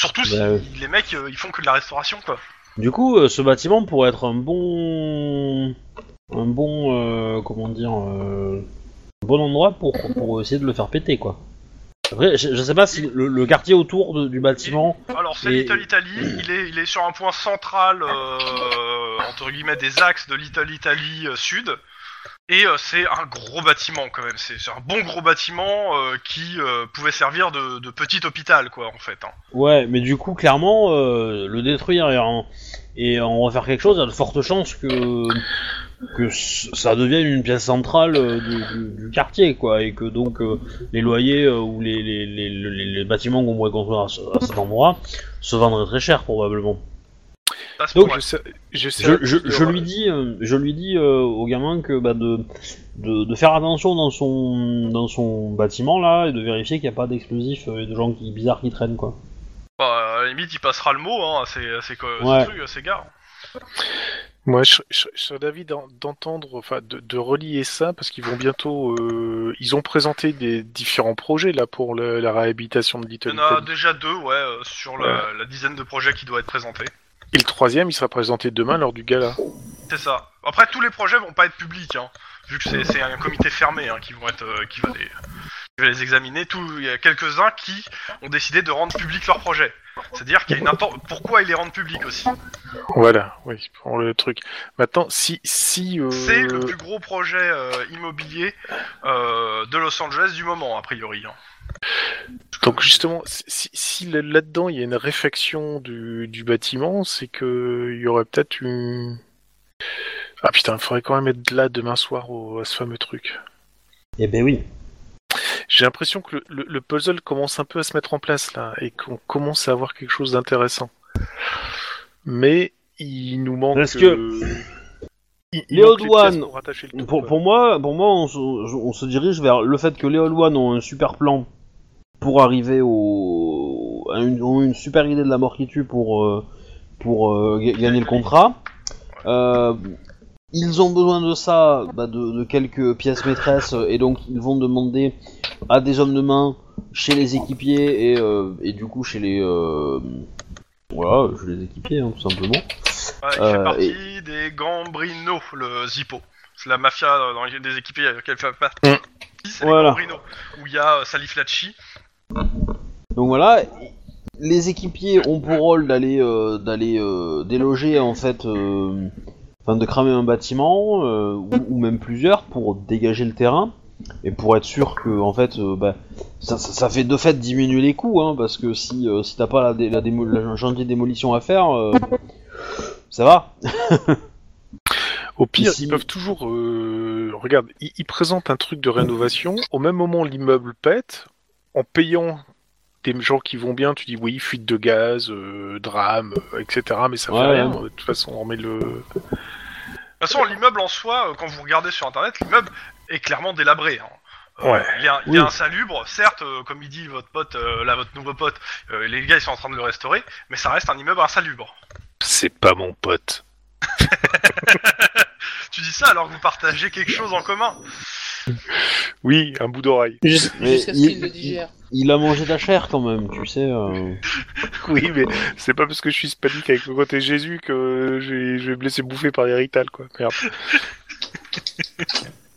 Surtout si
Bah, ouais.
les mecs euh, ils font que de la restauration, quoi.
Du coup, euh, ce bâtiment pourrait être un bon, un bon, euh, comment dire, euh, un bon endroit pour, pour essayer de le faire péter, quoi. Après, je, je sais pas si le, le quartier autour de- du bâtiment.
Alors c'est
Et-
Little Italy, il est, il est sur un point central euh, entre guillemets des axes de Little Italy euh, Sud, Et euh, c'est un gros bâtiment quand même. C'est c'est un bon gros bâtiment euh, qui euh, pouvait servir de, de petit hôpital, quoi, en fait. hein.
Ouais, mais du coup, clairement, euh, le détruire et en, et en refaire quelque chose, il y a de fortes chances que, que c- ça devienne une pièce centrale euh, du, du- du quartier, quoi, et que donc euh, les loyers euh, ou les, les, les, les- les bâtiments qu'on pourrait construire à, ce- à cet endroit se vendraient très cher, probablement.
Ça se
Donc,
pourrait.
Je sais, je sais-
Je, je, je lui dis, euh, je lui dis euh, au gamin que bah, de, de, de faire attention dans son, dans son bâtiment, là, et de vérifier qu'il n'y a pas d'explosifs euh, et de gens qui, bizarres qui traînent, quoi.
Bah, à la limite, il passera le mot, hein, à ces, à ces, co- ces
Ouais.
trucs, à ces gars.
Moi, je, je- je serais d'avis d'en- d'entendre, enfin, de, de relier ça, parce qu'ils vont bientôt. euh, ils ont présenté des différents projets là pour le- la réhabilitation de
Il y
Little
en a
Italy.
déjà deux, ouais, euh, sur la, la dizaine de projets qui doivent être présentés.
Et le troisième, il sera présenté demain lors du gala.
C'est ça. Après, tous les projets vont pas être publics, hein, vu que c'est- c'est un comité fermé hein, qui, vont être, euh, qui, va les, qui va les examiner. Tout- Il y a quelques-uns qui ont décidé de rendre public leurs projets. C'est-à-dire qu'il y a une impor- Pourquoi ils les rendent publics aussi
Voilà, oui, pour le truc. Maintenant, si. si euh,
C'est le plus gros projet euh, immobilier euh, de Los Angeles du moment, a priori. hein.
Donc justement, si- si, si là- là-dedans il y a une réflexion du, du bâtiment, c'est que il y aurait peut-être une. Ah putain, il faudrait quand même être là demain soir au- à ce fameux truc.
Eh ben oui.
J'ai l'impression que le, le- le puzzle commence un peu à se mettre en place là et qu'on commence à avoir quelque chose d'intéressant. Mais il nous manque.
Parce que-
euh, il- il
Les
manque les pièces
Hautes-Douanes,
pour rattacher le tout,
Pour,
quoi.
pour moi, pour moi on, se, on se dirige vers le fait que les All One ont un super plan pour arriver au. à une- ont une super idée de la mort qui tue pour, euh, pour euh, ga- gagner le contrat. Euh, ils ont besoin de ça, bah, de, de quelques pièces maîtresses, et donc ils vont demander à des hommes de main chez les équipiers et, euh, et du coup chez les. euh, voilà, chez les équipiers, hein, tout simplement.
Ouais, il fait
Euh,
partie des Gambrino, le Zippo. C'est la mafia euh, dans les- des équipés à laquelle fait partie.
Mm.
C'est les
Voilà.
Gambrino, où il y a euh, Salif Lachi.
Donc voilà, les équipiers ont pour rôle d'aller euh, d'aller euh, déloger en fait, euh, enfin de cramer un bâtiment euh, ou, ou même plusieurs pour dégager le terrain et pour être sûr que en fait euh, bah, ça, ça- ça fait de fait diminuer les coûts hein, parce que si euh, si t'as pas la, dé- la, démo- la chantier de démolition à faire euh, ça va.
Au pire,
Ici-
ils peuvent toujours. euh, regarde, ils, ils présentent un truc de rénovation. Au même moment, l'immeuble pète. En payant des gens qui vont bien, tu dis oui, fuite de gaz, euh, drame, euh, etc. Mais ça
Ouais,
fait rien.
ouais.
De toute façon, on remet le.
De toute façon, l'immeuble en soi, euh, quand vous regardez sur internet, l'immeuble est clairement délabré. hein.
Ouais.
Il est, un- il
Oui.
est insalubre, certes, euh, comme il dit votre pote, euh, là, votre nouveau pote, euh, les gars ils sont en train de le restaurer, mais ça reste un immeuble insalubre.
C'est pas mon pote.
Tu dis ça alors que vous partagez quelque chose en commun.
Oui, un bout d'oreille.
Jus-
Mais
Jusqu'à ce
il-
qu'il le digère.
Il a mangé ta chair quand même, tu sais. euh.
Oui, mais c'est pas parce que je suis hispanique avec le côté Jésus que j'ai- je vais me laisser bouffer par l'héritage, quoi. Merde.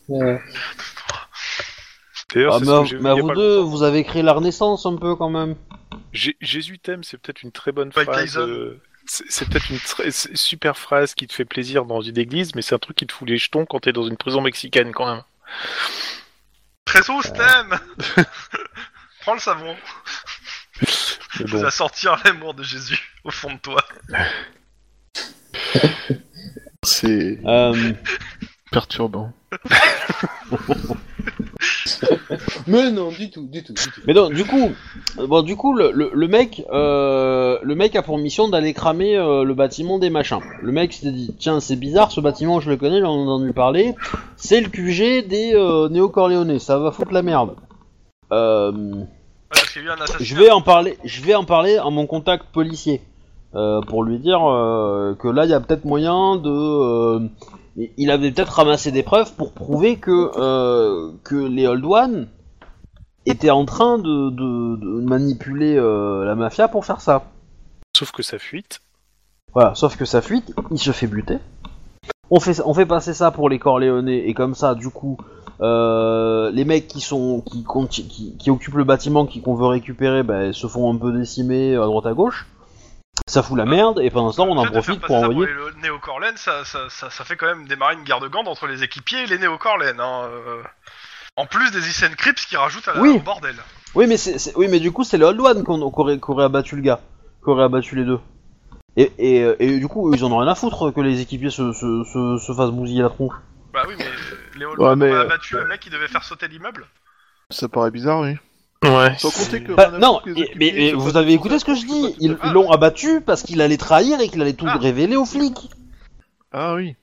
Ouais.
D'ailleurs,
Ah,
c'est
mais
ce
à-
que j'ai vu
mais
il
à
y a
vous
pas
deux, vous avez créé la renaissance un peu quand même.
Jé- Jésus t'aime, c'est peut-être une très bonne
Mike
phrase.
Tyson.
euh, c'est c'est peut-être une très- c'est- super phrase qui te fait plaisir dans une église, mais c'est un truc qui te fout les jetons quand t'es dans une prison mexicaine quand même.
Très haut, stem Prends le savon,
Mais
tu
bon.
vas sortir l'amour de Jésus au fond de toi.
C'est
Euh,
perturbant.
Mais non, du tout, du tout, du tout.
Mais donc, du coup, euh, bon, du coup, le, le- le mec, euh, le mec a pour mission d'aller cramer euh, le bâtiment des machins. Le mec s'est dit, tiens, c'est bizarre, ce bâtiment, je le connais, j'en ai entendu parler. C'est le QG des euh, néo-corléonais. Ça va foutre la merde. Euh,
Ouais, parce qu'il y a eu un assassinat.
je vais en parler. Je vais en parler à mon contact policier euh, pour lui dire euh, que là, il y a peut-être moyen de. euh, il avait peut-être ramassé des preuves pour prouver que euh, que les Old One étaient en train de, de- de manipuler euh, la mafia pour faire ça.
Sauf que ça fuite.
Voilà, sauf que sa fuite, il se fait buter. On fait, on fait passer ça pour les Corléonais, et comme ça, du coup, euh, les mecs qui, sont, qui, conti- ben, qui, qui occupent le bâtiment qui- qu'on veut récupérer bah, se font un peu décimer à droite à gauche. ça fout la merde, et pendant ce temps, on en
Le fait de faire
profite
passer
pour
ça
envoyer.
les néocorlènes, ça, ça, ça, ça fait quand même démarrer une guerre de gangs entre les équipiers et les néocorlènes. Hein, euh. En plus des Isen Crips qui rajoutent à la
Oui.
au bordel.
Oui, mais c'est, c'est- oui, mais du coup, c'est le Old One qu'on, qu'aurait, qu'aurait abattu le gars, qu'aurait abattu les deux. Et, et, euh, et du coup, ils en ont rien à foutre que les équipiers se, se, se, se fassent bousiller la tronche.
Bah oui, mais les Old
Ouais,
Ones,
mais,
on a
euh,
abattu le mec qui devait faire sauter l'immeuble.
Ça paraît bizarre, oui.
Ouais.
Sans compter que.
Bah,
rien à
non,
foutre que les
mais, mais-
occupés,
mais
ça
vous
passe
avez
tout
écouté
ça,
ce que
tout
je
ça,
dis
tout
Ils
ça.
l'ont abattu parce qu'il allait trahir et qu'il allait tout
Ah.
révéler aux flics.
Ah oui.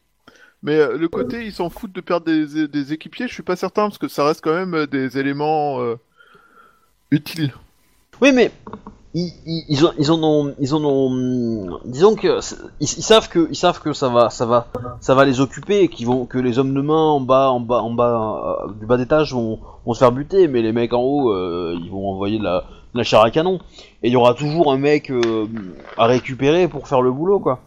Mais euh, le côté, ils s'en foutent de perdre des, des équipiers, je suis pas certain, parce que ça reste quand même euh, des éléments euh, utiles.
Oui, mais ils, ils, ils en- ils en ont, ils en ont. hum, Disons que c'est- ils, ils savent que ils savent que ça va, ça va, ça va les occuper, et qu'ils vont, que les hommes de main en bas, en bas, en bas euh, du bas d'étage vont, vont se faire buter, mais les mecs en haut, euh, ils vont envoyer de la, de la chair à canon. Et il y aura toujours un mec euh, à récupérer pour faire le boulot, quoi.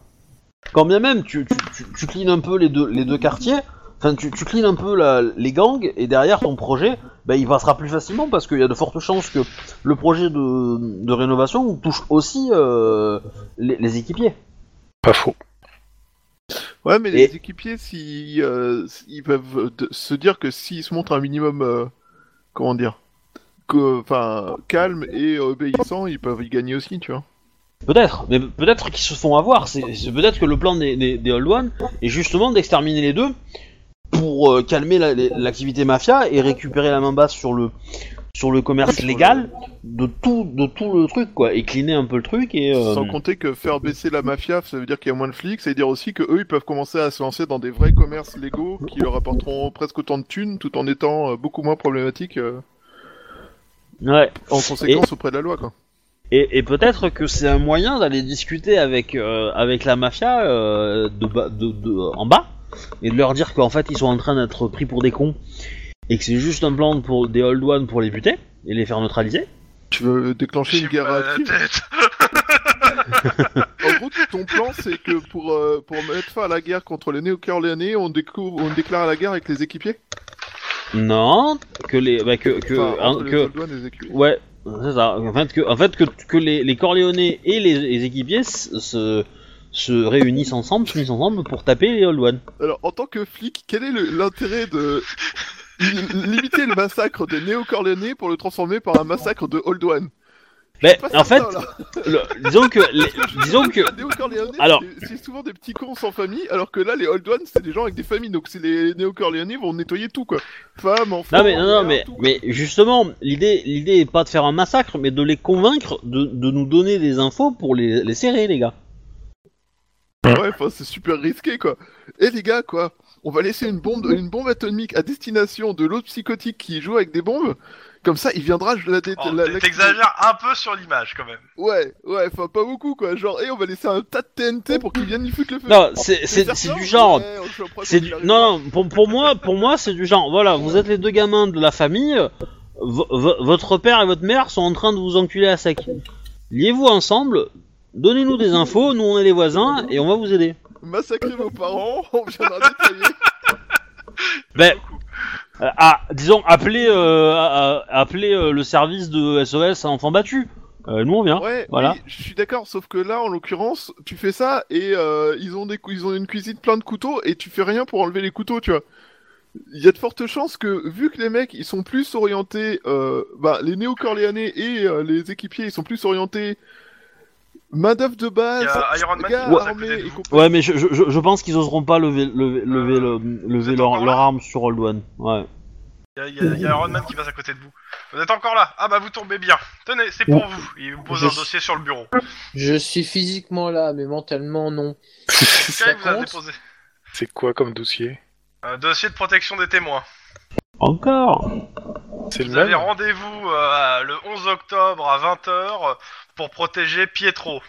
Quand bien même, tu, tu, tu, tu cleans un peu les deux, les deux quartiers. Enfin, tu, tu cleans un peu la- les gangs et derrière ton projet, bah, il passera plus facilement parce qu'il y a de fortes chances que le projet de, de rénovation touche aussi euh, les, les équipiers.
Pas faux.
Ouais, mais
Et-
les équipiers, si, euh, ils peuvent euh, de- se dire que s'ils se montrent un minimum, euh, comment dire, que, enfin, calme et obéissant, ils peuvent y gagner aussi, tu vois.
Peut-être, mais peut-être qu'ils se font avoir. C'est c'est peut-être que le plan des, des, des Old One est justement d'exterminer les deux pour euh, calmer la- les- l'activité mafia et récupérer la main basse sur le sur le commerce légal de tout de tout le truc quoi et cleaner un peu le truc et euh,
Sans compter que faire baisser la mafia, ça veut dire qu'il y a moins de flics, ça veut dire aussi que eux, ils peuvent commencer à se lancer dans des vrais commerces légaux qui leur apporteront presque autant de thunes, tout en étant euh, beaucoup moins problématiques euh,
ouais.
en conséquence auprès de la loi, quoi.
Et, et peut-être que c'est un moyen d'aller discuter avec, euh, avec la mafia euh, de, ba- de- de- en bas et de leur dire qu'en fait ils sont en train d'être pris pour des cons et que c'est juste un plan pour des old ones pour les buter et les faire neutraliser.
Tu veux déclencher
J'ai
une guerre
mal à la
active
tête.
En gros, ton plan, c'est que pour, euh, pour mettre fin à la guerre contre les Néo-Caléanais, on, découvre- on déclare la guerre avec les équipiers
Non, que les bah, que que,
Enfin,
hein,
entre les
que-
Old Ones et les équipiers.
ouais c'est ça. En fait que en fait que, que les, les Corléonais et les, les équipiers s- se se réunissent ensemble, se mettent ensemble pour taper les old ones.
Alors, en tant que flic, quel est le- l'intérêt de limiter le massacre des Néo-Caléanais pour le transformer par un massacre de Old One
Mais
Pas
en fait,
certain, là.
le- disons que les- disons que
Les Néo-Corléanais,
Alors-
c'est- c'est souvent des petits cons sans famille, alors que là, les Old Ones, c'est des gens avec des familles, donc c'est les Néo-Corléanais vont nettoyer tout, quoi. Femmes, enfants,
Non mais non, non,
mères,
mais
tout.
mais justement l'idée l'idée est pas de faire un massacre mais de les convaincre de, de nous donner des infos pour les, les serrer les gars.
Ouais, enfin, c'est super risqué, quoi. Et les gars, quoi, on va laisser une bombe, une bombe atomique à destination de l'autre psychotique qui joue avec des bombes. Comme ça, il viendra je la dé-
Oh,
la-
t'es-
la-
T'exagères un peu sur l'image quand même.
Ouais, ouais, enfin, pas beaucoup, quoi. Genre, et on va laisser un tas de TNT pour qu'ils viennent y foutre le feu.
Non c'est c'est
certain,
c'est du genre
ouais, on se le prend
c'est
quand
du
il arrive.
non non, pour, pour moi pour moi c'est du genre voilà vous êtes les deux gamins de la famille vo- vo- votre père et votre mère sont en train de vous enculer à sec. Liez-vous ensemble donnez-nous des infos nous on est les voisins et on va vous aider.
Massacrer vos parents, on viendra nettoyer.
Ben euh, ah, disons appelez euh, à- à- appelez euh, le service de SOS à enfants battus. Euh, nous on vient.
Ouais,
Voilà.
oui, je suis d'accord, sauf que là, en l'occurrence, tu fais ça et euh, ils, ont des cou- ils ont une cuisine plein de couteaux et tu fais rien pour enlever les couteaux, tu vois. Il y a de fortes chances que, vu que les mecs, ils sont plus orientés, euh, bah, les néo-corléanais et euh, les équipiers, ils sont plus orientés main-d'œuvre de
Il
base,
y a Iron Man qui
gars
passe à
armés
côté de
et
vous.
compagnie.
Ouais, mais je, je, je- je pense qu'ils oseront pas lever, lever, lever, le- lever
êtes
leur,
encore
leur
là
arme sur Old One. Ouais.
Il y a- il y, a- il y a Iron Man qui passe à côté de vous. Vous êtes encore là Ah bah vous tombez bien. Tenez, c'est pour vous. Il vous pose
Je
un
suis-
dossier sur le bureau.
Je suis physiquement là, mais mentalement non.
Là, il vous a
compte
déposé.
C'est quoi comme dossier
Un dossier de protection des témoins.
Encore
C'est le
Vous avez
même
rendez-vous euh, le 11 octobre à 20h pour protéger Pietro.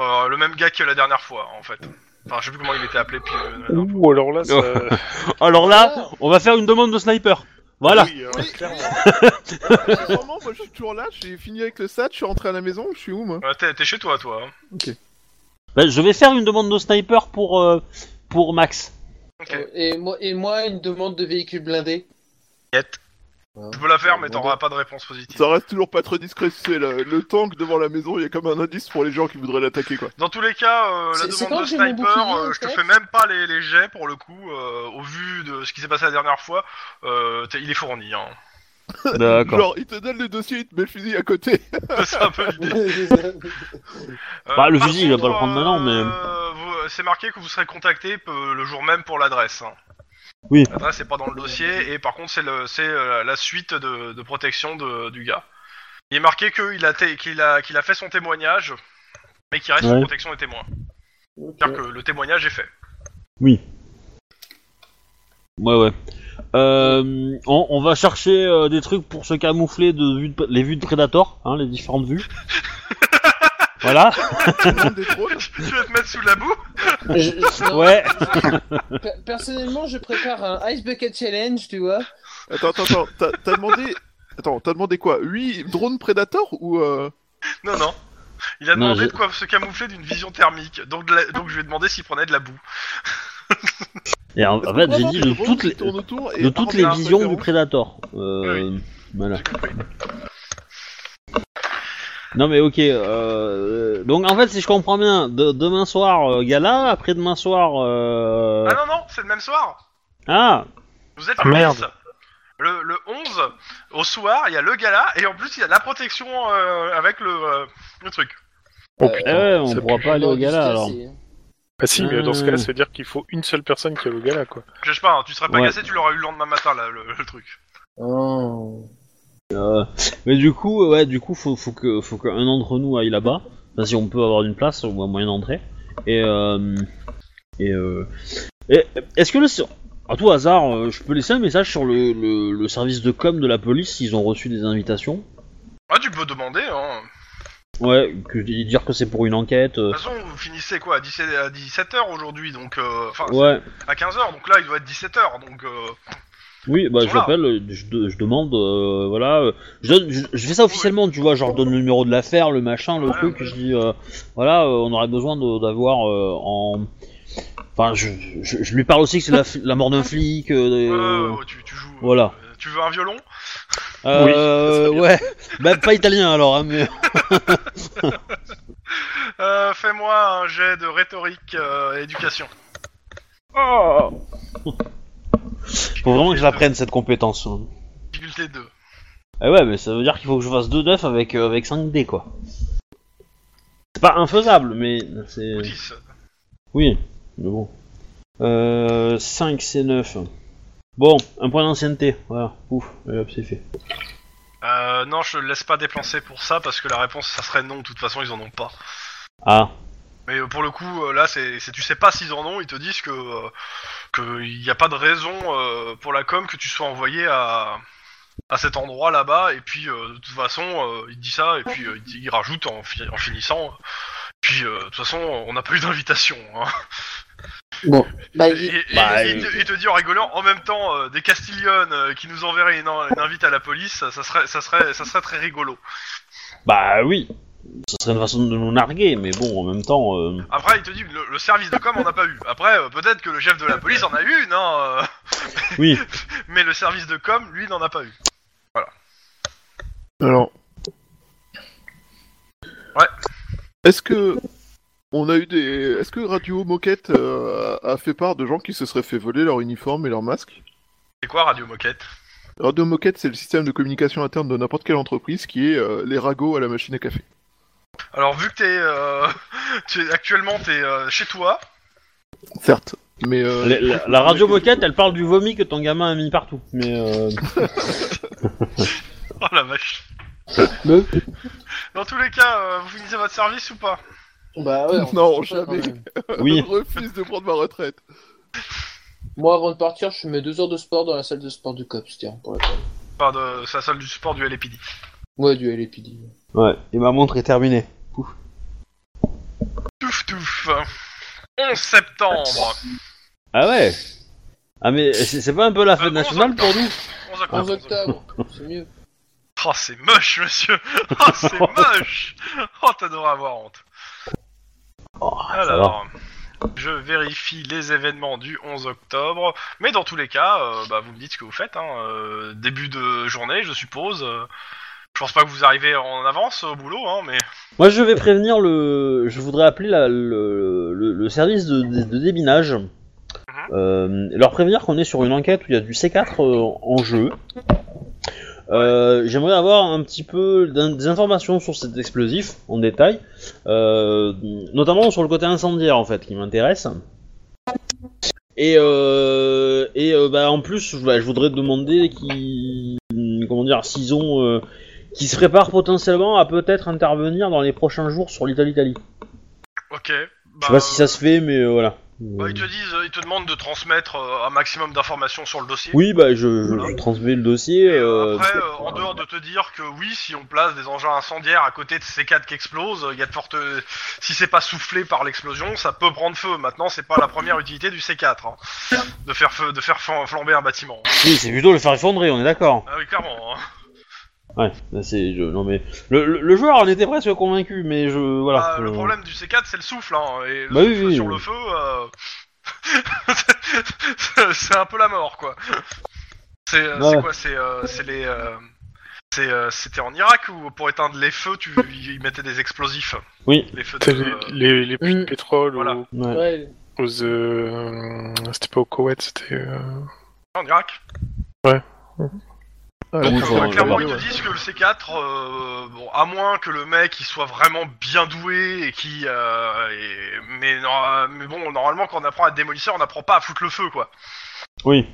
Euh, le même gars que la dernière fois, en fait. Enfin, je sais plus comment il était appelé. Puis, euh, non.
Ouh, alors là, ça...
Alors là, on va faire une demande de sniper. Voilà.
hein,
Oui, euh,
Oui,
clairement.
oui. Sincèrement, moi je suis toujours là, j'ai fini avec le SAT, je suis rentré à la maison, je suis où moi
Ouais, t'es, t'es chez toi, toi. hein.
Bah, je vais faire une demande de sniper pour, euh, pour Max.
Ok.
Et moi, et moi, une demande de véhicule blindé.
Je peux la faire, mais t'auras pas de réponse positive.
Ça reste toujours pas très discret. C'est le, le tank devant la maison, il y a comme un indice pour les gens qui voudraient l'attaquer, quoi.
Dans tous les cas, euh, la
C'est- c'est
demande
quand
de
que j'ai mon bouclier,
sniper, euh,
en
je te
fait
fais même pas les, les jets pour le coup, euh, au vu de ce qui s'est passé la dernière fois, euh, t'es- il est fourni. Hein.
D'accord.
Genre, il te donne le dossier, il te met le fusil à côté.
C'est un peu l'idée. Euh,
Bah, le
par
fusil, il va pas le prendre maintenant, mais-
euh, vous- C'est marqué que vous serez contacté euh, le jour même pour l'adresse. hein.
Oui.
L'adresse n'est pas dans le dossier, et par contre, c'est le- c'est, euh, la suite de, de protection de- du gars. Il est marqué qu'il a, té- qu'il a, qu'il a fait son témoignage, mais qu'il reste
Ouais.
sous protection des témoins. C'est-à-dire que le témoignage est fait.
Ouais, ouais. Euh, on, on va chercher euh, des trucs pour se camoufler de vue de- les vues de Predator, hein, les différentes vues. voilà.
tu vas te mettre sous la boue
Je- je- non,
Ouais.
per- personnellement, je prépare un Ice Bucket Challenge, tu vois.
Attends, attends, attends. T'as- T'as demandé. Attends, t'as demandé quoi 8 drones Predator ou. euh,
Non, non. Il a
Non,
demandé
je-
de quoi se camoufler d'une vision thermique, donc, de la- donc je lui ai demandé s'il prenait de la boue.
Et en, en fait, j'ai dit de toutes les,
tournes autour et
de toutes les
armes
visions du
différentes.
Predator. Euh, Voilà. Non mais ok. euh, donc en fait, si je comprends bien, de- demain soir euh, gala, après demain soir. euh,
Ah non, non, c'est le même soir
Ah.
Vous êtes
Ah,
le
merde.
10. Le, le 11, au soir, il y a le gala, et en plus, il y a la protection euh, avec le, euh, le truc.
Oh
Eh
putain.
ouais, on
ça
pourra pas aller au
Bon,
gala
c'est
alors.
assez, hein.
Ah si, mais dans ce cas-là,
Euh.
ça veut dire qu'il faut une seule personne qui est au gala, quoi.
Je sais pas, hein, tu serais pas
Ouais.
cassé, tu l'aurais eu le lendemain matin, là, le, le truc.
Oh.
Mais du coup, euh, ouais, du coup, faut, faut que, faut qu'un d'entre nous aille là-bas. Enfin, si on peut avoir une place ou un moyen d'entrer. Et, euh, et, euh, et- est-ce que le, à tout hasard, euh, je peux laisser un message sur le, le, le service de com de la police s'ils ont reçu des invitations.
Ah, tu peux demander, hein.
Ouais, que, dire que c'est pour une enquête. euh,
De toute façon, vous finissez quoi À 17h aujourd'hui, donc. euh, Enfin,
ouais.
à 15h, donc là, il doit être 17h, donc. euh,
Oui, bah
Ils sont là.
j'appelle, euh, je, de- je demande, euh, voilà, euh, je, donne, je, je fais ça officiellement, tu vois, genre je donne le numéro de l'affaire, le machin, le
Ouais,
truc, je dis, euh, voilà, euh, on aurait besoin de- d'avoir euh, en... Enfin, je, je, je lui parle aussi que c'est la, fi- la mort d'un flic, euh, des-
ouais, ouais, ouais, tu, tu joues.
voilà.
euh, tu veux un violon
Euh, ouais, bah pas italien alors, hein, mais...
Euh, Fais-moi un jet de rhétorique euh, éducation.
Faut vraiment que je l'apprenne cette compétence. hein.
Difficulté 2.
Eh ouais, mais ça veut dire qu'il faut que je fasse 2 9 avec, euh, avec 5 dés, quoi. C'est pas infaisable, mais c'est...
10.
Oui, mais bon. Euh, 5, c'est 9. Bon, un point d'ancienneté, voilà, ouf, et hop, c'est fait.
Euh, non, je te laisse pas déplacer pour ça parce que la réponse ça serait non. De toute façon, ils en ont pas.
Ah,
Mais euh, pour le coup, euh, là, c'est, c'est- tu sais pas s'ils en ont. Ils te disent que euh, que il n'y a pas de raison euh, pour la com que tu sois envoyé à à cet endroit là-bas. Et puis euh, de toute façon, euh, il dit ça et puis euh, il, dit- il rajoute en, fi- en finissant. Puis euh, de toute façon, on n'a pas eu d'invitation. Hein.
Bah,
Et,
il-
et-
Bah,
et-
euh,
et- et te dit en rigolant, en même temps, euh, des Castillonnes euh, qui nous enverraient une, une invite à la police, ça serait, ça serait, ça serait très rigolo.
bah oui, ce serait une façon de nous narguer, mais bon, en même temps... euh,
Après, il te dit que le, le service de com en a pas eu. Après, euh, peut-être que le chef de la police en a eu, une, hein, euh,
Oui,
mais le service de com, lui, n'en a pas eu.
Alors.
Ouais.
Est-ce que. On a eu des. Est-ce que Radio Moquette euh, a fait part de gens qui se seraient fait voler leur uniforme et leur masque
C'est quoi Radio Moquette
Radio Moquette, c'est le système de communication interne de n'importe quelle entreprise qui est euh, les ragots à la machine à café.
Alors, vu que t'es, euh, tu es actuellement t'es euh, chez toi,
Certes. Mais. euh,
la, la- la radio moquette, elle parle du vomi que ton gamin a mis partout, mais... Euh...
oh la vache.
Me-
Dans tous les cas, euh, vous finissez votre service ou pas
bah ouais, on
Non,
fait ça,
jamais.
quand même.
Oui,
Je refuse de prendre ma retraite.
Moi, avant de partir, je mets deux heures de sport dans la salle de sport du COPS, tiens, pour la peine.
Enfin, de sa salle du sport du LPD.
Ouais, du LPD.
ouais, et ma montre est terminée.
Touf touf. 11 septembre.
Ah ouais Ah mais c'est c'est pas un peu la fête
Euh,
nationale pour nous
11 octobre.
11 octobre, c'est mieux.
Oh, c'est moche, monsieur. Oh, c'est moche. Oh, t'as devrais avoir honte.
Oh, ça va.
Alors, Je vérifie les événements du 11 octobre. Mais dans tous les cas, euh, bah, vous me dites ce que vous faites. hein. Euh, début de journée, je suppose. Euh, je pense pas que vous arrivez en avance au boulot, hein, mais
Moi, je vais prévenir le. Je voudrais appeler la- le, le- le service de, de- de déminage. Euh, leur prévenir qu'on est sur une enquête où il y a du C4 euh, en jeu. Euh, J'aimerais avoir un petit peu d'in- des informations sur cet explosif en détail, Euh, notamment sur le côté incendiaire en fait qui m'intéresse. Et, euh, et euh, bah, en plus, je- bah, je voudrais demander qui, comment dire, s'ils ont euh, qui se prépare potentiellement à peut-être intervenir dans les prochains jours sur l'Italie-Italie.
ok.
Je
bah,
sais pas si ça se fait, mais euh, voilà.
bah, ils te disent, ils te demandent de transmettre euh, un maximum d'informations sur le dossier.
Oui, bah je, je- je transmets le dossier.
Et, euh,
euh,
après, euh, en dehors de te dire que oui, si on place des engins incendiaires à côté de ces quatre qui explosent, il y a de fortes. Si c'est pas soufflé par l'explosion, ça peut prendre feu. Maintenant, c'est pas la première utilité du C4 hein, de faire feu, de faire flam- flamber un bâtiment.
Oui, c'est plutôt le faire effondrer, on est d'accord.
Ah oui, clairement. hein.
Ouais, là, c'est je- non mais le, le- le joueur en était presque convaincu, mais je voilà.
Ah,
je-
Le problème du C4, c'est le souffle. Hein, et le
Bah oui,
souffle
oui,
sur
oui.
le feu, euh, c'est un peu la mort, quoi. C'est euh,
Ouais.
c'est quoi C'est euh, c'est les. euh, c'est, euh, C'était en Irak où pour éteindre les feux, tu, ils mettaient des explosifs.
Oui.
Les feux de. euh,
T'as les, les- les puits de
Mm.
pétrole
Voilà.
au-
Ouais.
Ouais.
aux, euh, c'était pas au Koweït, c'était euh,
En Irak
Donc,
Donc,
faut-
euh, clairement,
faut-
ils te disent que le C4, euh, bon, à moins que le mec il soit vraiment bien doué et qui. euh, et- mais, non, euh, mais bon, normalement, quand on apprend à être démolisseur, on n'apprend pas à foutre le feu, quoi.
Oui.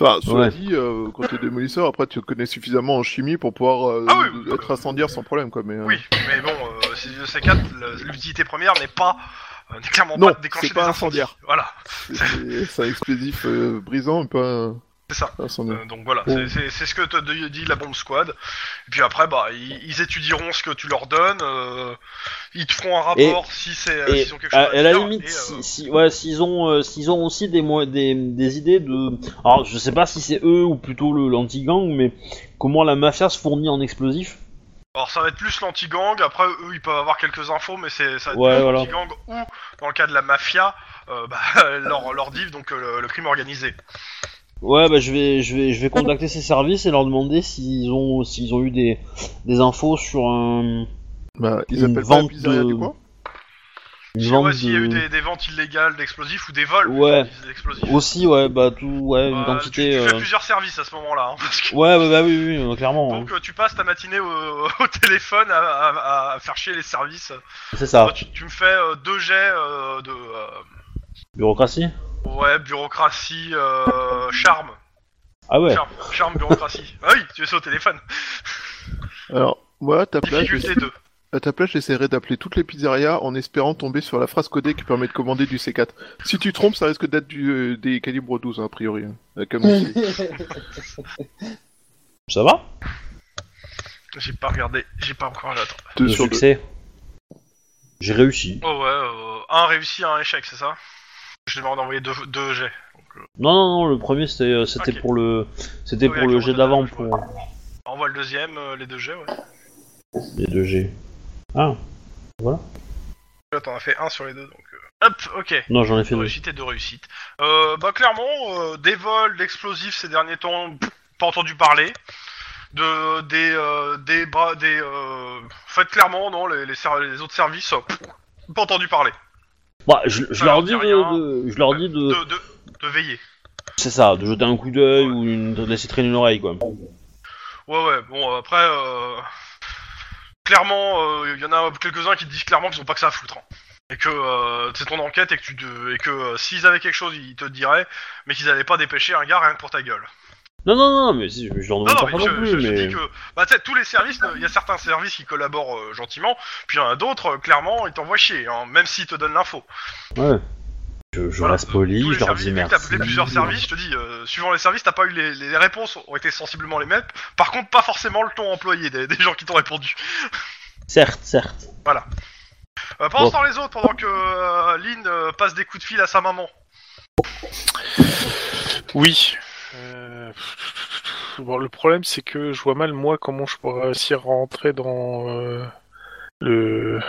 Enfin, cela
Ouais.
dit, euh, quand t'es démolisseur, après tu connais suffisamment en chimie pour pouvoir euh,
Ah oui.
être incendiaire sans problème, quoi. Mais, euh,
Oui, mais bon, euh, c'est le C4, le- l'utilité première n'est pas. euh, n'est clairement
Non,
pas de déclencher
c'est pas
des incendies.
incendiaire.
Voilà,
c'est- c'est c'est un explosif euh, brisant, mais pas un-
c'est ça.
un incendiaire.
Euh, donc voilà,
Bon.
Oh.
c'est- c'est c'est ce que te de- dit la bombe squad. Et puis après, bah, ils, ils étudieront ce que tu leur donnes. euh, ils te feront un rapport si c'est euh,
Et
s'ils ont quelque
à,
chose à,
à la
dire,
limite,
et, euh,
si, si- ouais, s'ils ont, euh, s'ils ont aussi des, mo- des, des idées de, alors je sais pas si c'est eux ou plutôt le l'anti-gang, mais comment la mafia se fournit en explosifs.
Alors ça va être plus l'anti-gang, après eux ils peuvent avoir quelques infos, mais c'est ça va être
Ouais,
plus
voilà.
l'anti-gang ou, dans le cas de la mafia, euh, bah, leur, leur div, donc euh, le, le crime organisé.
Ouais, bah, je vais, je vais, je vais contacter ces services et leur demander s'ils ont, s'ils ont eu des, des infos sur un,
Bah, ils
Une
appellent pas la
vente
pizzeria
de-
du coin
une
Si,
vente
ouais, s'il y a eu
de-
des, des ventes illégales d'explosifs ou des vols
Ouais.
d'explosifs.
Aussi, ouais, bah tout, ouais, une
Euh,
quantité.
tu, tu fais
euh,
plusieurs services à ce moment-là. hein, parce que-
Ouais, bah, bah oui, oui, euh, clairement. hein.
Donc euh, tu passes ta matinée au, au téléphone à, à- à faire chier les services.
C'est ça,
Toi, tu, tu me fais euh, deux jets euh, de euh,
bureaucratie.
ouais bureaucratie euh, charme.
Ah ouais.
charme charme bureaucratie. ah oui, tu es au téléphone.
Alors, moi, à ta place,
Difficulté 2.
À ta place, j'essaierai d'appeler toutes les pizzerias en espérant tomber sur la phrase codée qui permet de commander du C4. Si tu trompes, ça risque d'être du, euh, des calibres 12, hein, a priori. hein, euh, comme
Mm.
on dit.
Ça va
J'ai pas regardé, j'ai pas encore regardé. Attends.
Deux
Le
sur deux.
succès. J'ai réussi.
Oh ouais, euh, un réussi, un échec, c'est ça Je demande d'envoyer deux, deux jets.
Non, non, non, le premier c'était, euh, c'était
Ok.
pour le, c'était
Oui,
pour le
avec
jet
le
d'avant
retard,
pour
Envoie le deuxième, euh, les deux jets, ouais.
les deux G. Ah.
Là, t'en as fait un sur les deux, donc. euh, Hop, ok.
Non, j'en ai fait
Deux
deux.
réussites et deux réussites. Euh, bah, clairement, euh, des vols d'explosifs ces derniers temps, pff, pas entendu parler. De, des, euh, des bras, des. Euh... Faites clairement, non, les, les, ser- les autres services, euh, pff, pas entendu parler.
Bah, je, je
Ça
leur
leur
dis
dit
de,
rien.
de- je leur dis de,
De, de, de veiller.
c'est ça, de jeter un coup d'œil ou une, de laisser traîner une oreille quoi.
Ouais, ouais, bon, euh, après, euh, clairement, il y en a quelques-uns qui te disent clairement qu'ils ont pas que ça à foutre. hein. Et que euh, c'est ton enquête et que, tu te- et que euh, s'ils avaient quelque chose, ils te diraient, mais qu'ils allaient pas dépêcher un gars rien que pour ta gueule.
Non, non, non, mais si, je, je leur
Non,
demande
Ah non,
pas
mais
ça
je,
non plus,
je- je
mais
dis que, bah, tu sais, tous les services, il y a certains services qui collaborent euh, gentiment, puis il y en a d'autres, euh, clairement, ils t'envoient chier, hein, même s'ils te donnent l'info.
ouais. Je, je
Voilà,
reste poli,
Tous les
je leur
services,
dis
vu que
merci.
t'as appelé plusieurs services, je te dis, euh, suivant les services, t'as pas eu les, les réponses, ont été sensiblement les mêmes. Par contre, pas forcément le ton employé des- des gens qui t'ont répondu.
Certes, certes.
Euh, pendant
Bon.
ce temps, les autres, pendant que euh, Lynn euh, passe des coups de fil à sa maman.
Oui. Euh, Bon, le problème, c'est que je vois mal, moi, comment je pourrais réussir à rentrer dans euh, le...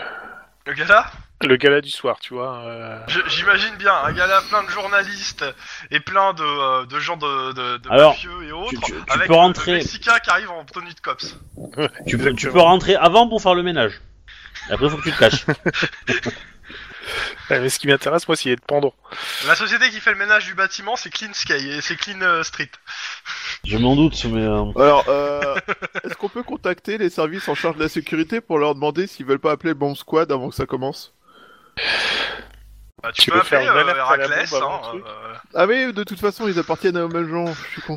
Le gars là
Le gala du soir, tu vois. euh,
Je- J'imagine bien un gars là plein de journalistes et plein de, euh, de gens de, de, de
Alors,
mafieux et autres
tu- tu
avec
peux
le-
rentrer.
le Mexicain qui arrive en tenue de cops.
Tu peux, tu
Exactement.
peux rentrer avant pour faire le ménage. Et après, faut que tu te caches.
ouais, mais ce qui m'intéresse, moi, c'est d'être pendant.
La société qui fait le ménage du bâtiment, c'est Clean Sky et c'est Clean euh, Street.
Je m'en doute, mais. euh,
Alors, euh, est-ce qu'on peut contacter les services en charge de la sécurité pour leur demander s'ils veulent pas appeler le bon squad avant que ça commence
Bah, tu,
Tu
peux
peux faire
appeler
une
euh,
alerte à la
Héraclès,
bombe
hein,
avant le truc.
euh,
Ah mais de toute façon, ils appartiennent à même genre, je suis con.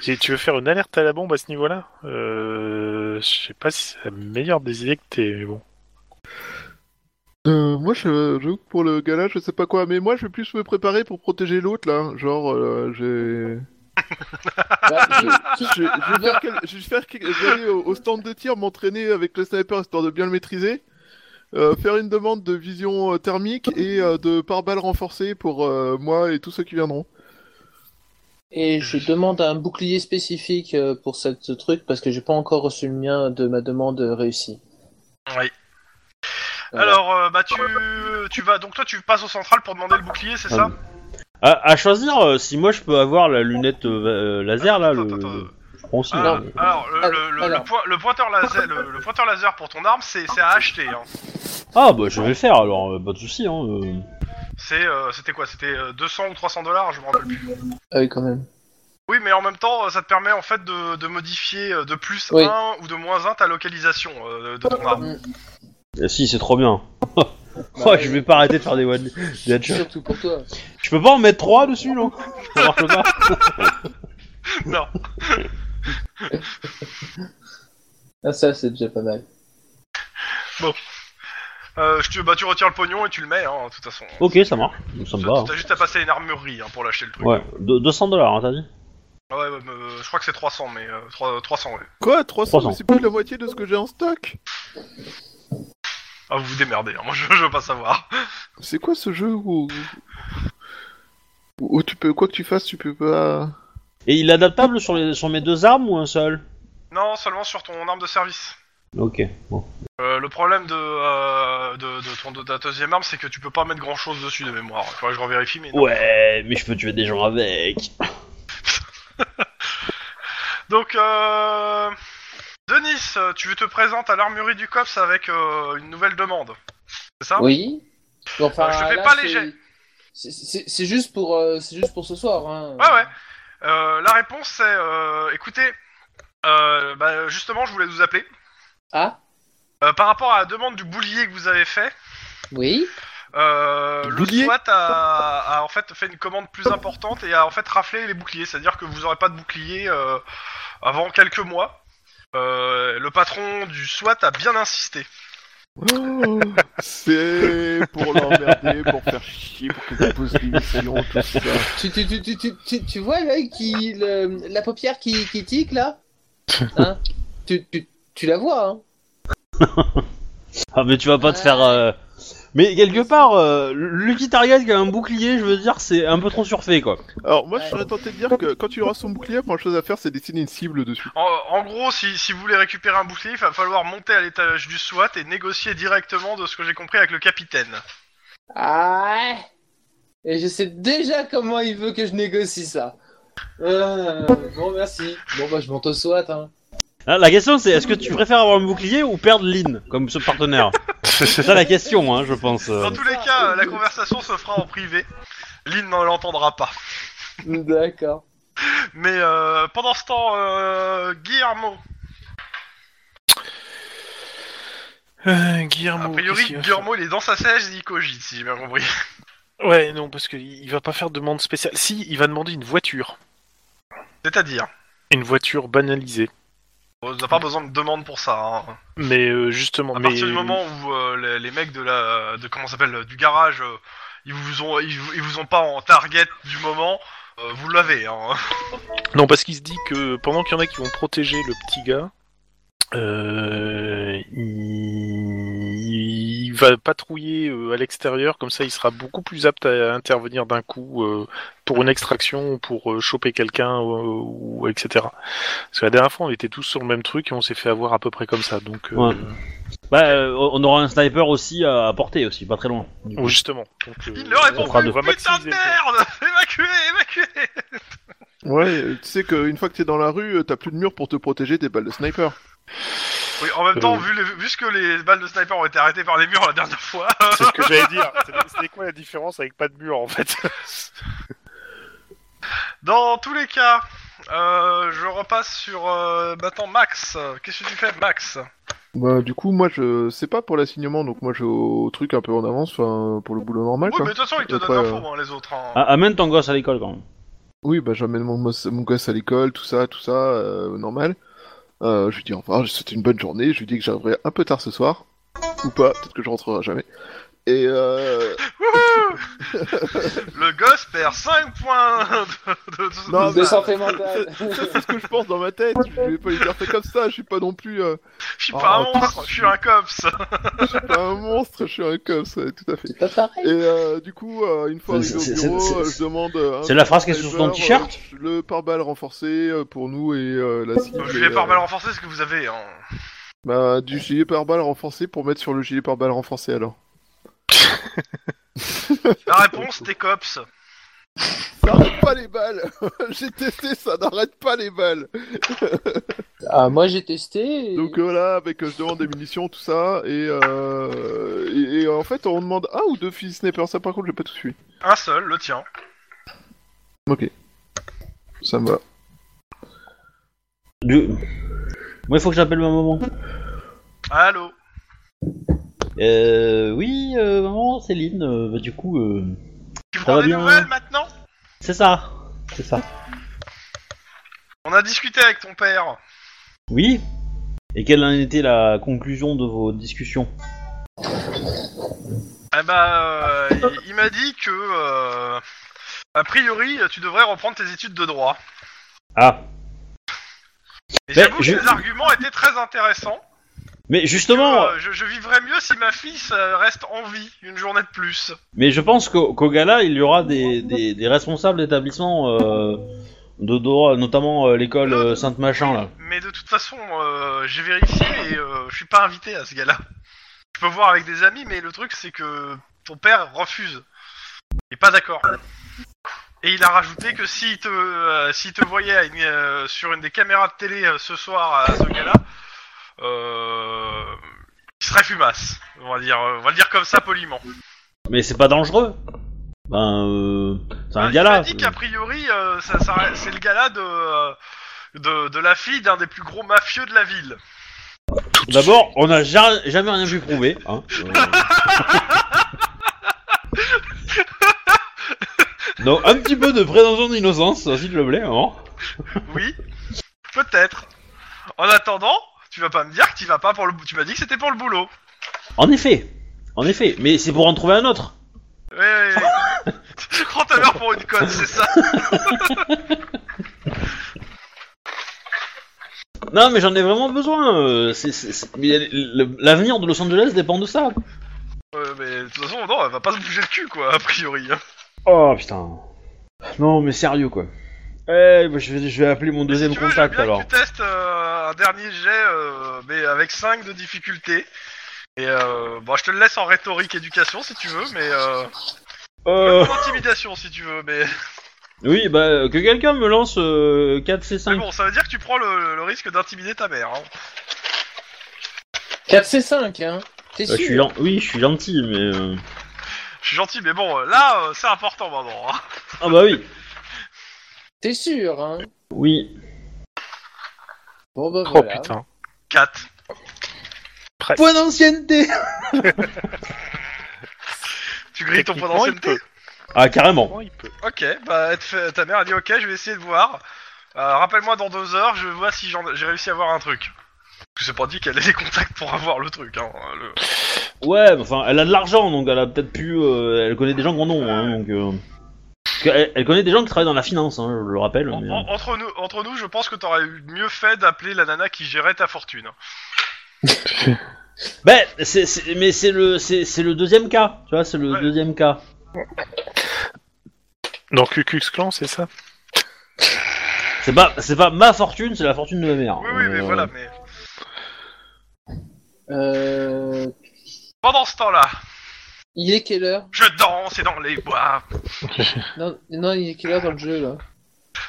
Si tu veux faire une alerte à la bombe à ce niveau-là euh, Je sais pas si c'est la meilleure des idées que t'es, mais bon.
Euh, moi, je, j'avoue que pour le gala, je sais pas quoi, mais moi, je vais plus me préparer pour protéger l'autre, là. Genre, euh, j'ai...
Bah, je-
Je, je vais faire quel- je vais faire quel- je vais aller au, au stand de tir, m'entraîner avec le sniper, histoire de bien le maîtriser. Euh, faire une demande de vision euh, thermique et euh, de pare-balles renforcées pour euh, moi et tous ceux qui viendront.
Et je demande un bouclier spécifique euh, pour cette- ce truc parce que j'ai pas encore reçu le mien de ma demande réussie.
Oui.
Voilà.
Alors, euh, bah, tu, tu vas. Donc, toi, tu passes au central pour demander le bouclier, c'est
Ah,
ça
À, à choisir, euh, si moi je peux avoir la lunette euh, euh, laser là,
Attends,
le.
attends, attends.
je prends aussi,
Ah,
là.
alors, le, le- le-
Alors.
le point- le pointeur laser, le, le pointeur laser pour ton arme, c'est c'est à acheter. hein.
Ah, bah je vais le faire alors, euh, pas de soucis. Hein, euh.
C'est, euh, C'était quoi C'était euh, 200 ou 300 dollars, je me rappelle plus.
Ah oui, quand même.
Oui, mais en même temps, euh, ça te permet en fait de, de modifier euh, de plus
Oui.
1 ou de moins 1 ta localisation euh, de ton arme.
Eh, si, c'est trop bien. oh,
Bah,
je vais pas arrêter de faire des one. des headshots.
Surtout pour toi.
Je peux pas en mettre trois dessus, non Ça marche pas.
non.
Ah, ça, c'est déjà pas mal.
Euh, je te- bah, tu retires le pognon et tu le mets, hein, de toute façon.
Ok, ça marche. Donc, ça me va.
T'as juste à passer à une armurerie hein, pour lâcher le
hein.
truc.
Ouais, de- 200 dollars, hein, t'as dit
Ouais, ouais, mais, euh, je crois que c'est 300, mais euh, trois- 300, ouais.
Quoi 300,
300.
C'est plus de la moitié de ce que j'ai en stock
Ah, vous vous démerdez, hein, moi je, je veux pas savoir.
C'est quoi ce jeu où... où tu peux... Quoi que tu fasses, tu peux pas...
Et il est adaptable sur, les, sur mes deux armes ou un seul
Non, seulement sur ton arme de service.
Ok, bon.
Euh, le problème de, euh, de, de ton, de ta deuxième arme, c'est que tu peux pas mettre grand chose dessus de mémoire. Il faudrait que je revérifie, mais. non.
Ouais, mais je peux tuer des gens avec.
Donc, euh... Denis, euh, tu te présentes à l'armurerie du COPS avec euh, une nouvelle demande. C'est ça
Oui. Bon, Enfin,
je fais
là,
pas les
c'est-
jets.
c'est- C'est c'est juste pour, euh, c'est juste pour ce soir. Hein.
Ouais, ouais. Euh, la réponse, c'est euh, écoutez, euh, bah, justement, je voulais vous appeler.
Ah,
Euh, par rapport à la demande du boulier que vous avez fait,
oui.
euh, le
Boulier
SWAT a, a, en fait fait une commande plus importante et a en fait raflé les boucliers, c'est-à-dire que vous aurez pas de bouclier euh, avant quelques mois. Euh, le patron du SWAT a bien insisté.
Oh, c'est pour l'emmerder, pour faire chier, pour qu'il pose des missions, tout ça.
Tu, tu, tu, tu, tu, tu, tu vois l'œil qui. le- la paupière qui, qui tique là Hein tu, tu, tu la vois, hein
Ah, mais tu vas pas te
Ouais.
faire. euh, Mais quelque part, euh, Lucky Target qui a un bouclier, je veux dire, c'est un peu trop surfait quoi.
Alors moi je serais tenté de dire que quand tu auras son bouclier, la première chose à faire c'est dessiner une cible dessus.
En, en gros, si, si vous voulez récupérer un bouclier, il va falloir monter à l'étage du SWAT et négocier directement de ce que j'ai compris avec le capitaine.
Ah ouais. Et je sais déjà comment il veut que je négocie ça. Euh, bon, merci. Bon, bah, je m'en te souhaite. Hein.
Ah, la question c'est est-ce que tu préfères avoir un bouclier ou perdre Lynn comme ce partenaire C'est ça la question, hein, je pense. euh.
Dans tous les cas, la conversation se fera en privé. Lynn ne l'entendra pas.
D'accord.
Mais euh, pendant ce temps, euh, Guillermo,
Euh,
a
Guillermo. qu'est-ce
priori,
qu'il va
Guillermo, il est dans sa sèche, il cogite, si j'ai bien compris.
faire Ouais, non, parce qu'il il va pas faire de demande spéciale. Si, il va demander une voiture.
C'est-à-dire,
Une voiture banalisée.
on n'a pas besoin de demande pour ça. hein.
Mais euh, justement,
À
mais...
partir du moment où euh, les, les mecs de la, de comment ça s'appelle, du garage, euh, ils vous ont, ils, vous- ils vous ont pas en target du moment, euh, vous l'avez. Hein.
Non, parce qu'il se dit que pendant qu'il y en a qui vont protéger le petit gars, euh, ils... ils va patrouiller euh, à l'extérieur, comme ça il sera beaucoup plus apte à intervenir d'un coup euh, pour une extraction, pour euh, choper quelqu'un, ou ou- etc. Parce que la dernière fois on était tous sur le même truc et on s'est fait avoir à peu près comme ça, donc euh,
Ouais. Bah, euh, on aura un sniper aussi à à portée aussi, pas très loin. du coup.
ou justement. Donc, euh,
Il ne répond
on fera
plus,
de- on va
putain de
maximiser le-
merde Évacuez, évacuez
Ouais, euh, tu sais qu'une fois que t'es dans la rue, euh, t'as plus de mur pour te protéger des balles de sniper.
Oui, en même temps,
Euh.
vu, les- vu ce que les balles de sniper ont été arrêtées par les murs la dernière fois...
C'est ce que j'allais dire. C'était- C'était quoi la différence avec pas de mur en fait
Dans tous les cas, euh, je repasse sur... Euh, maintenant, Max, qu'est-ce que tu fais, Max
Bah, du coup, moi, je sais pas pour l'assignement, donc moi, je vais au truc un peu en avance, enfin, pour le boulot normal,
Oui,
quoi.
mais de toute façon, ils te
Après,
donnent l'info, hein, les autres. hein.
Ah, Amène ton gosse à l'école quand même.
Oui, bah, j'emmène mon, mos- mon gosse à l'école, tout ça, tout ça, euh, normal. Euh, je lui dis au revoir, c'était une bonne journée, je lui dis que j'arriverai un peu tard ce soir. Ou pas, peut-être que je rentrerai jamais. Et euh...
Wouhou Le gosse perd 5 points de, de- de-
Non,
de-
De
mais-
santé mentale.
ça, c'est ce que je pense dans ma tête, je vais pas lui dire ça comme ça, je suis pas non plus... euh,
Je suis pas un
Oh,
monstre, je suis un cops
Je suis pas un monstre, je suis un cops, ouais, tout à fait.
Pas
Et
pareil.
euh, du coup, euh, une fois arrivé
C'est-
au
c'est-
bureau,
c'est-
euh, je demande. euh, un
C'est la phrase qui est sur
driver,
ton t-shirt
euh, Le pare-balles renforcé euh, pour nous et euh, la cible.
Je
et,
vais par
euh,
mal renforcer ce que vous avez. Hein.
Bah, du gilet pare-balles renforcé pour mettre sur le gilet pare-balles renforcé alors.
La réponse, t'es cops.
N'arrête pas les balles J'ai testé ça, n'arrête pas les balles
Ah, moi j'ai testé. et-
Donc euh, voilà, avec euh, je demande des munitions, tout ça, et, euh, et, et, en fait on demande un ou deux filles sniper, ça par contre j'ai pas tout suivi.
Un seul, le tien.
Ça me va.
Du- Moi, il faut que j'appelle ma maman.
Allô
Euh, oui, euh, maman, Céline, euh, bah, du coup, euh,
Tu
va
prends des
bien.
nouvelles maintenant
c'est ça. C'est ça.
On a discuté avec ton père.
Oui Et quelle en était la conclusion de vos discussions
Eh bah, euh, il, il m'a dit que. euh, a priori, tu devrais reprendre tes études de droit.
Ah
Et
Ben,
j'avoue que
je-
les arguments étaient très intéressants.
Mais justement,
Euh, je, je vivrais mieux si ma fille ça, reste en vie une journée de plus.
mais je pense qu'au qu'au gala, il y aura des, des, des responsables d'établissements euh, de droit, notamment euh, l'école euh, Sainte-Machin, là.
Mais de toute façon, euh, j'ai vérifié et euh, je suis pas invité à ce gars-là. Je peux voir avec des amis, mais le truc c'est que ton père refuse. Il est pas d'accord. Et il a rajouté que s'il te, euh, s'il te voyait à une, euh, sur une des caméras de télé euh, ce soir à ce gars-là, euh, il serait fumasse. On va dire, euh, on va le dire comme ça poliment.
Mais c'est pas dangereux Ben, euh, c'est un
Ah, il
gala.
m'a dit qu'a priori, euh, ça- ça- c'est le gala de, euh, de, de la fille d'un des plus gros mafieux de la ville.
D'abord, on n'a ja- jamais rien pu prouver. Hein. Euh. Donc, un petit peu de présomption d'innocence, s'il te plaît, hein.
Oui, peut-être. En attendant, tu vas pas me dire que tu vas pas pour le. Tu m'as dit que c'était pour le boulot.
En effet, en effet, mais c'est pour en trouver un autre.
Ouais, ouais, ouais. Prends ta mère pour une conne, c'est ça.
Non, mais j'en ai vraiment besoin. euh, c'est- c'est- c'est- mais le- L'avenir de Los Angeles dépend de ça.
Ouais, mais de toute façon, non, elle va pas se bouger le cul, quoi, a priori. hein.
Oh putain. Non, mais sérieux quoi. Eh, bah, je, vais, je vais appeler mon
Si
deuxième
tu veux, je veux
contact
bien
alors.
Que tu testes euh, un dernier jet, euh, mais avec 5 de difficulté. Et euh, bon, je te le laisse en rhétorique éducation si tu veux, mais euh,
Euh,
ou en intimidation si tu veux, mais,
oui, bah que quelqu'un me lance euh, 4C5.
mais Ah bon, ça veut dire que tu prends le, le risque d'intimider ta mère. hein.
4C5, hein. T'es
Euh, je suis
sûr
gen- Oui, je suis gentil, mais. euh,
Je suis gentil, mais bon, euh, là, euh, c'est important maintenant. hein.
Ah bah oui,
T'es sûr, hein.
oui.
Bon, bah
Oh
voilà.
putain.
4.
Point d'ancienneté
Tu grilles ton
Techniquement, il
potentiel
Ah, carrément.
Comment il peut
Ok, bah elle te fait- ta mère a dit ok, je vais essayer de voir. Euh, Rappelle-moi dans deux heures, je vois si j'en- j'ai réussi à avoir un truc. Je sais pas dit qu'elle ait les contacts pour avoir le truc. Hein. le-
Ouais, mais enfin, elle a de l'argent, donc elle a peut-être pu. euh, elle connaît des gens qui en ont, hein, donc. euh, parce que Elle, elle connaît des gens qui travaillent dans la finance, hein, je le rappelle.
En-
mais,
en- entre, nous, entre nous, je pense que t'aurais eu mieux fait d'appeler la nana qui gérait ta fortune.
Ben, c'est- c'est- mais c'est le, c'est c'est le deuxième cas, tu vois, c'est le
Ouais.
deuxième cas.
Dans Cucux Clan, c'est ça
C'est pas, c'est pas ma fortune, c'est la fortune de ma mère.
Oui, oui, mais
Euh,
voilà, mais...
Euh,
Pendant ce temps-là,
il est quelle heure
je danse et dans les bois.
non, non, il est quelle heure dans le jeu là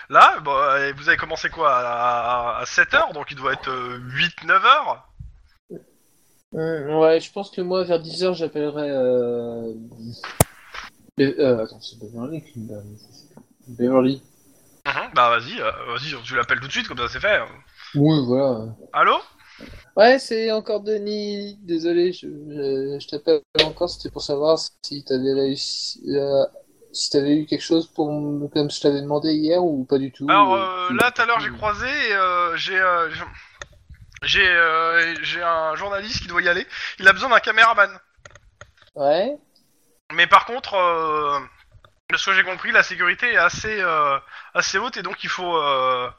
Là, bah, et vous avez commencé quoi À, 7h, donc il doit être euh, 8-9h
Hum, Ouais, je pense que moi vers 10h j'appellerai. Euh... Be- euh, attends, c'est Beverly qui me donne. Beverly.
Mhm.
Bah vas-y, euh, vas-y, tu l'appelles tout de suite, comme ça c'est fait.
Oui, voilà.
Allô
Ouais, c'est encore Denis. Désolé, je, je, je t'appelle encore. C'était pour savoir si t'avais réussi. euh, si t'avais eu quelque chose pour m- comme je t'avais demandé hier ou pas du tout.
Alors
euh,
euh, là, tout à l'heure, j'ai croisé, et, euh, j'ai... euh, j'ai- j'ai euh, j'ai un journaliste qui doit y aller. Il a besoin d'un caméraman.
Ouais.
Mais par contre, euh, de ce que j'ai compris, la sécurité est assez, euh, assez haute et donc il faut, euh,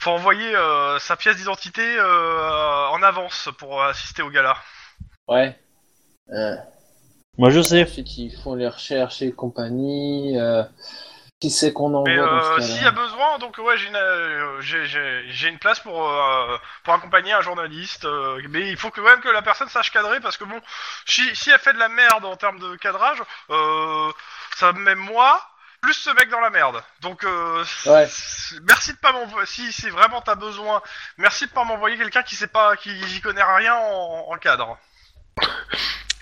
faut envoyer euh, sa pièce d'identité euh, en avance pour assister au gala.
Ouais. Euh,
Moi, je sais.
ensuite, ils font les recherches et compagnie. euh, qui c'est qu'on envoie
Mais
dans ce
euh,
cas-là
s'il y a besoin, donc ouais, j'ai une, euh, j'ai- j'ai- j'ai une place pour, euh, pour accompagner un journaliste. euh, mais il faut que même que la personne sache cadrer parce que bon, si, si elle fait de la merde en termes de cadrage, euh, ça me met moi plus ce mec dans la merde. Donc euh, c-
Ouais.
c- merci de pas m'envoyer. Si c'est vraiment t'as besoin, merci de pas m'envoyer quelqu'un qui sait pas, qui y connaît rien en, en cadre.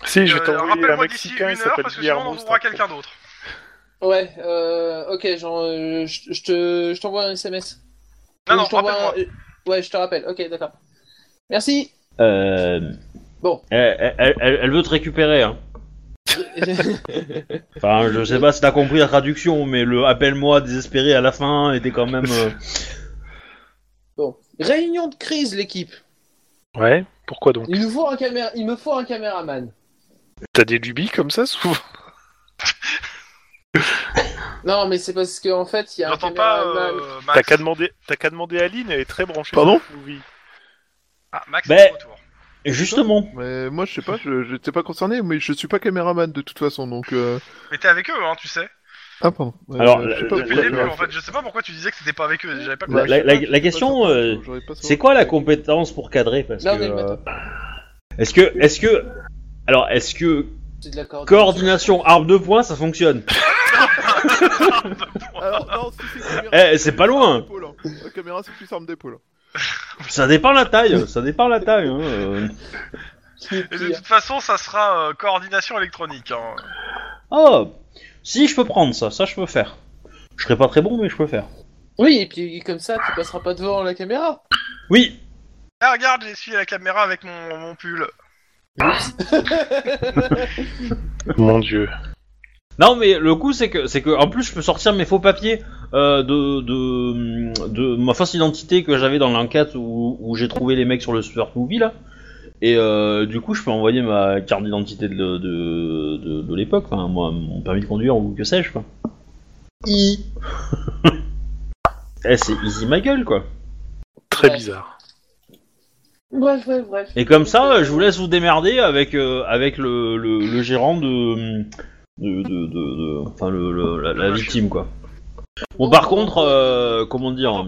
Si, je vais
Euh,
t'envoyer un
Rappelle-moi d'ici
Mexicain, il
une heure
s'appelle
parce que sinon on
Guillermo.
envoie quelqu'un d'autre.
Ouais, euh, ok, genre, euh, je je te, je t'envoie un SMS.
Non,
Ou
non,
je t'envoie
rappelle-moi.
un- euh, Ouais, je te rappelle, ok, d'accord. Merci
Euh,
Bon.
Elle, elle- elle- elle veut te récupérer. Hein. Enfin, je sais pas si t'as compris la traduction, mais le appelle-moi désespéré à la fin était quand même. euh,
Bon, réunion de crise, l'équipe.
Ouais, pourquoi donc
Il me faut un, caméra... Il me faut un caméraman.
T'as des lubies comme ça souvent
Bah,
Non, mais c'est parce qu'en en fait, il y a un
J'entends pas.
caméraman.
euh,
T'as
Max.
qu'à demander, t'as qu'à demander à Aline, elle est très branchée.
Pardon
Oui.
Ah, Max,
Ben-
c'est de retour.
Justement.
Mais moi, je sais pas, je j'étais pas concerné, mais je suis pas caméraman de toute façon, donc. euh,
Mais t'es avec eux, hein, tu sais.
Ah, pardon. Ouais,
Alors,
je- je
la- la-
sais pas
Depuis
pourquoi
le
la-
j'aurais
début, en
fait-
fait, je sais pas pourquoi tu disais que c'était pas avec eux. J'avais pas
La-
compris.
la- la-
je sais
la
pas,
question,
j'aurais
euh,
pas- j'aurais pas
C'est
savoir.
quoi la compétence pour cadrer Parce que.
Là, on est le
euh,
matin.
Est-ce que, est-ce que, alors, est-ce que
C'est de la
coordination arme de poing, ça fonctionne
Alors, non, si c'est caméra,
Eh, c'est pas loin.
d'épaule, hein. La caméra, c'est plus arme d'épaule.
Ça dépend la taille. Ça dépend la taille. Hein. euh.
Et de toute façon, ça sera euh, coordination électronique. hein.
Oh, si je peux prendre ça, ça je peux faire. Je serais pas très bon, mais je peux faire.
Oui, et puis comme ça, tu passeras pas devant la caméra.
Oui.
Ah, regarde, j'ai essuyé la caméra avec mon, mon pull.
Mon dieu.
Non, mais le coup c'est que, c'est que, en plus je peux sortir mes faux papiers euh, de, de, de ma fausse identité que j'avais dans l'enquête où, où j'ai trouvé les mecs sur le Super Movie là. Et euh, du coup, je peux envoyer ma carte d'identité de, de, de, de l'époque, enfin, moi, mon permis de conduire ou que sais-je, quoi. I. eh, c'est easy ma gueule, quoi.
Très
Ouais.
bizarre.
Bref, bref, bref.
Et comme ça, euh, je vous laisse vous démerder avec, euh, avec le, le, le gérant de. de, de, de- de- enfin, le, le- la, la victime, quoi. Bon, par contre, euh, comment dire.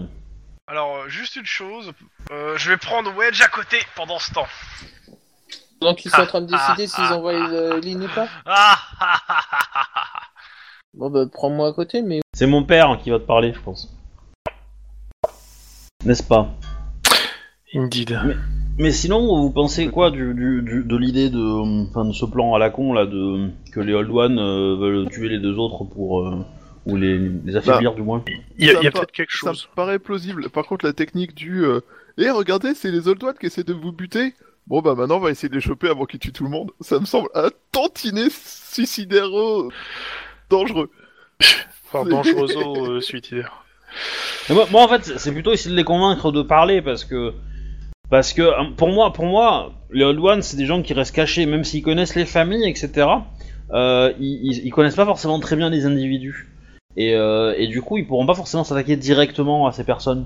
Alors, euh, juste une chose, euh, je vais prendre Wedge à côté pendant ce temps.
Donc, ils sont en train de décider s'ils envoient euh, Lynn ou pas.
Ah, ah, ah, ah, ah, ah.
Bon, bah, prends-moi à côté, mais.
C'est mon père qui va te parler, je pense. N'est-ce pas
Indeed.
Mais sinon, vous pensez quoi du, du- du- de l'idée de, euh, enfin, de ce plan à la con là, de que les Old One euh, veulent tuer les deux autres pour euh, ou les, les affaiblir du moins
Il y a,
Ça
il y a
me par-
peut-être quelque
Ça
chose.
me paraît plausible. Par contre, la technique du. euh, Eh, regardez, c'est les Old Ones qui essaient de vous buter. Bon, bah maintenant, on va essayer de les choper avant qu'ils tuent tout le monde. Ça me semble un tantinet suicidaire dangereux.
Enfin, dangeroso euh, suicidaire.
Mais moi, moi, en fait, c'est plutôt essayer de les convaincre de parler parce que. Parce que hein, pour moi, pour moi, les Old Ones, c'est des gens qui restent cachés, même s'ils connaissent les familles, etc. euh, ils, ils- ils connaissent pas forcément très bien les individus. Et, euh, et du coup, ils pourront pas forcément s'attaquer directement à ces personnes.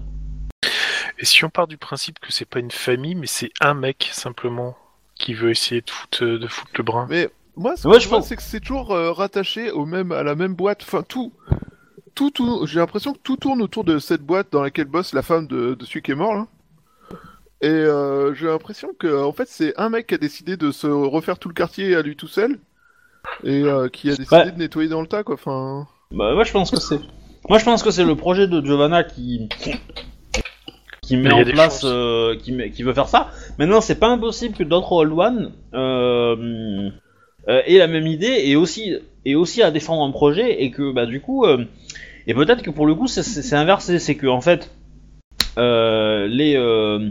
Et si on part du principe que c'est pas une famille, mais c'est un mec simplement qui veut essayer de foutre, euh, de foutre le brin.
Mais moi, ce que
Ouais,
je
je
vois,
pense.
c'est que c'est toujours euh, rattaché au même, à la même boîte. Enfin, tout, tout, tout- J'ai l'impression que tout tourne autour de cette boîte dans laquelle bosse la femme de, de celui qui est mort là. Et euh, j'ai l'impression que, en fait, c'est un mec qui a décidé de se refaire tout le quartier à lui tout seul et euh, qui a décidé
Ouais.
de nettoyer dans le tas, quoi. Enfin,
Bah, moi je pense que c'est. Moi je pense que c'est le projet de Giovanna qui qui
Mais
met
il y a
en
des
place,
chances.
euh, qui, met- qui veut faire ça. Maintenant c'est pas impossible que d'autres Old One euh, euh, aient la même idée et aussi et aussi à défendre un projet et que bah du coup euh, et peut-être que pour le coup c'est- c'est c'est inversé, c'est que en fait euh, les euh,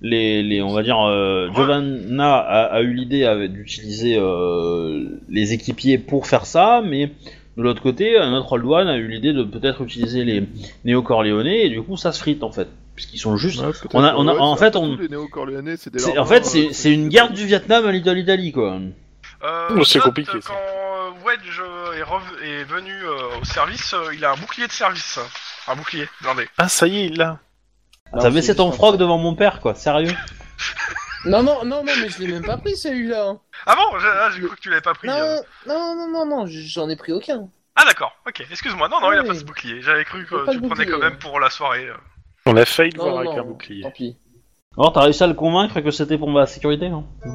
les, les, on va dire, euh, Giovanna a, a eu l'idée avec- d'utiliser euh, les équipiers pour faire ça, mais de l'autre côté, un autre Old One a eu l'idée de peut-être utiliser les néo-corléonais, et du coup, ça se frite en fait. Puisqu'ils sont juste. on a- on a- en fait, on-
les néo-corléanais, c'est des
c'est- En
larbins,
fait,
euh,
c'est c'est une guerre du Vietnam à l'Idole Italie, quoi.
Euh,
Oh, c'est
note
compliqué, ça.
Quand euh, Wedge euh, est, rev- est venu euh, au service, euh, il a un bouclier de service. Un bouclier, blindé.
Ah, ça y est, il l'a.
T'as baissé ton froc devant mon père, quoi, sérieux.
Non, non, non, non, mais je l'ai même pas pris celui-là. hein.
Ah bon J'ai ah, j'ai cru que tu l'avais pas pris. euh.
Non, non, non, non, non, j'en ai pris aucun.
Ah d'accord, ok, excuse-moi. Non, non, il a
Oui.
pas ce bouclier. J'avais cru
Il a
que
pas
tu
de
prenais quand
bouclier.
même pour la soirée. euh.
On a failli le
Non,
voir
non,
avec
non,
un bouclier.
Tant pis.
Alors, t'as réussi à le convaincre que c'était pour ma sécurité, hein. non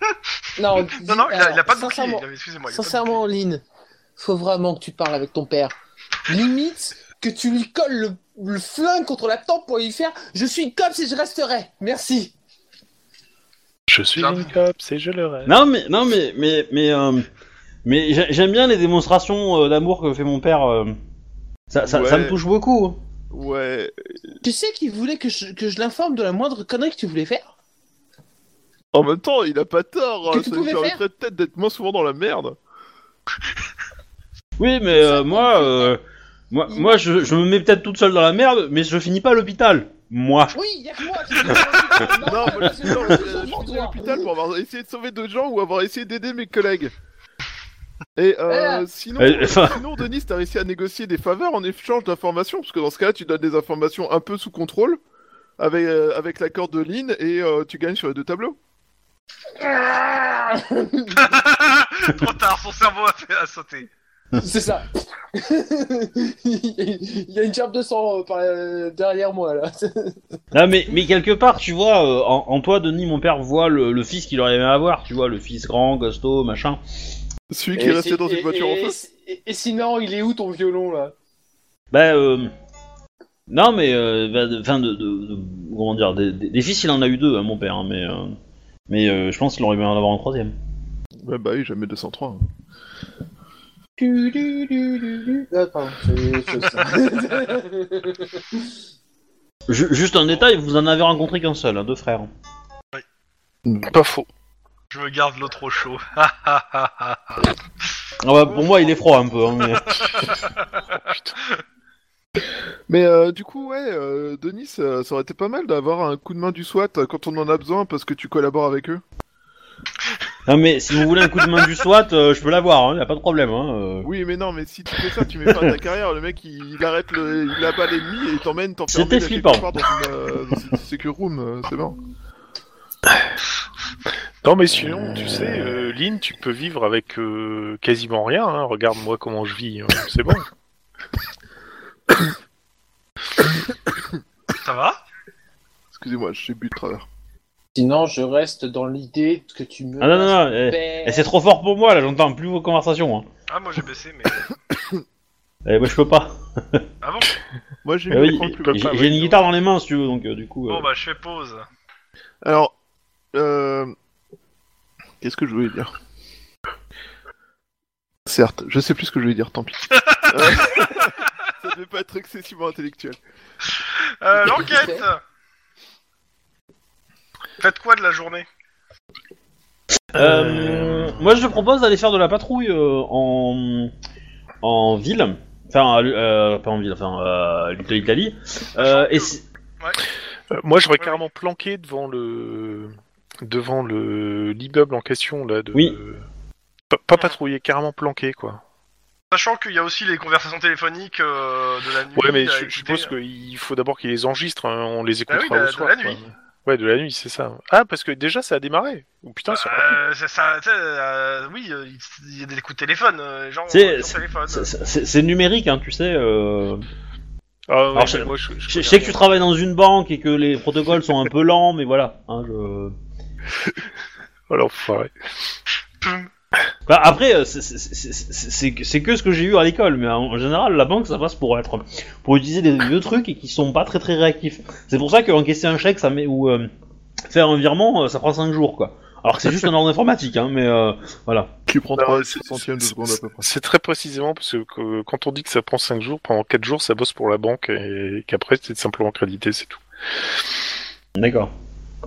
Non,
Non, non, il a, il a
alors,
pas de bouclier.
sincèrement-
il avait- Excusez-moi. il a pas de
Sincèrement, Lynn, faut vraiment que tu parles avec ton père. Limite que tu lui colles le, le flingue contre la tempe pour lui faire Je suis comme si je resterai. Merci.
Je suis
Non.
une cops et je le rêve.
Non, mais, non, mais, mais, mais, euh, mais j'ai- j'aime bien les démonstrations euh, d'amour que fait mon père. euh. Ça, ça, ça
Ouais.
me touche beaucoup. hein.
Ouais.
Tu sais qu'il voulait que je, que je l'informe de la moindre connerie que tu voulais faire
En même temps, il a pas tort.
Que
hein,
tu
ça
pouvais
lui permettrait peut-être d'être moins souvent dans la merde.
Oui, mais euh, moi, euh, moi, moi, je, je me mets peut-être toute seule dans la merde, mais je finis pas à l'hôpital. Moi.
Oui, il y a que moi qui Non,
Non, moi, je suis dans le- je suis
Sauve-moi.
allé à l'hôpital pour avoir essayé de sauver d'autres gens ou avoir essayé d'aider mes collègues. Et
Eh, ah.
euh, sinon,
Euh, enfin-
sinon, Denis, t'as réussi à négocier des faveurs en échange d'informations, parce que dans ce cas-là, tu donnes des informations un peu sous contrôle, avec, euh, avec l'accord de Lynn, et euh, tu gagnes sur les deux tableaux.
bouclier. Trop tard, son cerveau a, fait- a sauté.
C'est ça. il y a une gerbe de sang euh, par- euh, derrière moi là.
Non, mais, mais quelque part, tu vois, euh, en, en toi, Denis, mon père voit le, le fils qu'il aurait aimé avoir, tu vois, le fils grand, costaud, machin.
Celui qui est resté dans
Et-
une voiture en
et-
face.
et- et sinon, il est où ton violon là
Bah, euh, non, mais, euh, bah, de- enfin, de, de- de- comment dire, des, des- des fils, il en a eu deux, hein, mon père, hein, mais, euh, mais euh, je pense qu'il aurait aimé en avoir un troisième.
Ouais, bah oui, jamais 203.
Du, du, du, du, du. Ah, pardon, c'est autre chose, ça.
Ju- juste un détail, vous en avez rencontré qu'un seul, hein, deux frères.
Pas faux.
Je me garde l'eau trop chaud.
Ah bah, pour moi, il est froid un peu. hein, mais...
Mais euh, du coup, ouais, euh, Denis, euh, ça aurait été pas mal d'avoir un coup de main du SWAT euh, quand on en a besoin, parce que tu collabores avec eux.
Non, mais si vous voulez un coup de main du SWAT, euh, je peux l'avoir, hein, y a pas de problème. Hein, euh.
Oui, mais non, mais si tu fais ça, tu mets fin à ta carrière. Le mec, il, il arrête, le, il abat l'ennemi et il t'emmène t'enfermer
C'était
là, quelque
flippant.
part dans une, euh, dans une secure room, euh, c'est bon.
Non, mais sinon, tu sais, euh, Lynn, tu peux vivre avec euh, quasiment rien. hein. Regarde-moi comment je vis. hein. C'est bon.
Ça va
Excusez-moi, je suis bu de travers.
Sinon, je reste dans l'idée que tu me.
Ah non, non, non, eh,
respectes.
eh, c'est trop fort pour moi, là, j'entends plus vos conversations. Hein.
Ah, moi j'ai baissé, mais.
Eh, moi, je peux pas.
Ah bon
Moi, j'ai
Eh
mis
oui,
le prendre plus
j'ai
bas.
j'ai une guitare dans les mains, si tu veux, donc euh, du coup... euh,
Bon, bah je fais pause.
Alors, euh... qu'est-ce que je voulais dire Certes, je sais plus ce que je voulais dire, tant pis. Euh, ça devait pas être excessivement intellectuel.
Euh, l'enquête Faites quoi de la journée
euh, moi, je te propose d'aller faire de la patrouille euh, en... en ville. Enfin, à l- euh, pas en ville, enfin, euh, à l'Italie. Euh, et si-
Euh, moi, j'aurais
Ouais,
carrément planqué devant le devant le l'immeuble en question là. De...
Oui.
Pas, pas patrouiller, carrément planqué quoi.
Sachant qu'il y a aussi les conversations téléphoniques euh, de la nuit.
Ouais, mais
à
je, je
écouter.
suppose qu'il faut d'abord qu'ils les enregistrent. hein. On les
Bah oui,
écoutera
de-
au
de
soir.
la
quoi.
nuit.
Ouais, de la nuit, c'est ça. Ah, parce que déjà, ça a démarré. Oh, putain, sur la-
Euh, c'est ça, tu sais, euh, oui, euh, il y a des coups de téléphone, euh, les gens
C'est-
ont leur téléphone.
C'est- C'est c'est numérique, hein, tu sais. euh,
Ah, ouais,
alors, je-
mais moi, je, je
Je, je
connais
sais que tu
rien.
travailles dans une banque et que les protocoles sont un peu lents, mais voilà. hein, je-
Oh, l'enfoiré.
Bah, après, euh, c'est- c'est- c'est c'est- c'est que ce que j'ai eu à l'école, mais en en général, la banque, ça passe pour être pour utiliser des vieux trucs et qui sont pas très très réactifs. C'est pour ça qu'encaisser un chèque, ça met ou euh, faire un virement, euh, ça prend 5 jours, quoi. Alors que c'est juste un ordre informatique, hein, mais euh, voilà.
Qui prend
Non,
3
c'est-
centièmes de
c'est-
seconde à peu près.
C'est très précisément parce que euh, quand on dit que ça prend 5 jours, pendant 4 jours, ça bosse pour la banque et qu'après, c'est simplement crédité, c'est tout.
D'accord.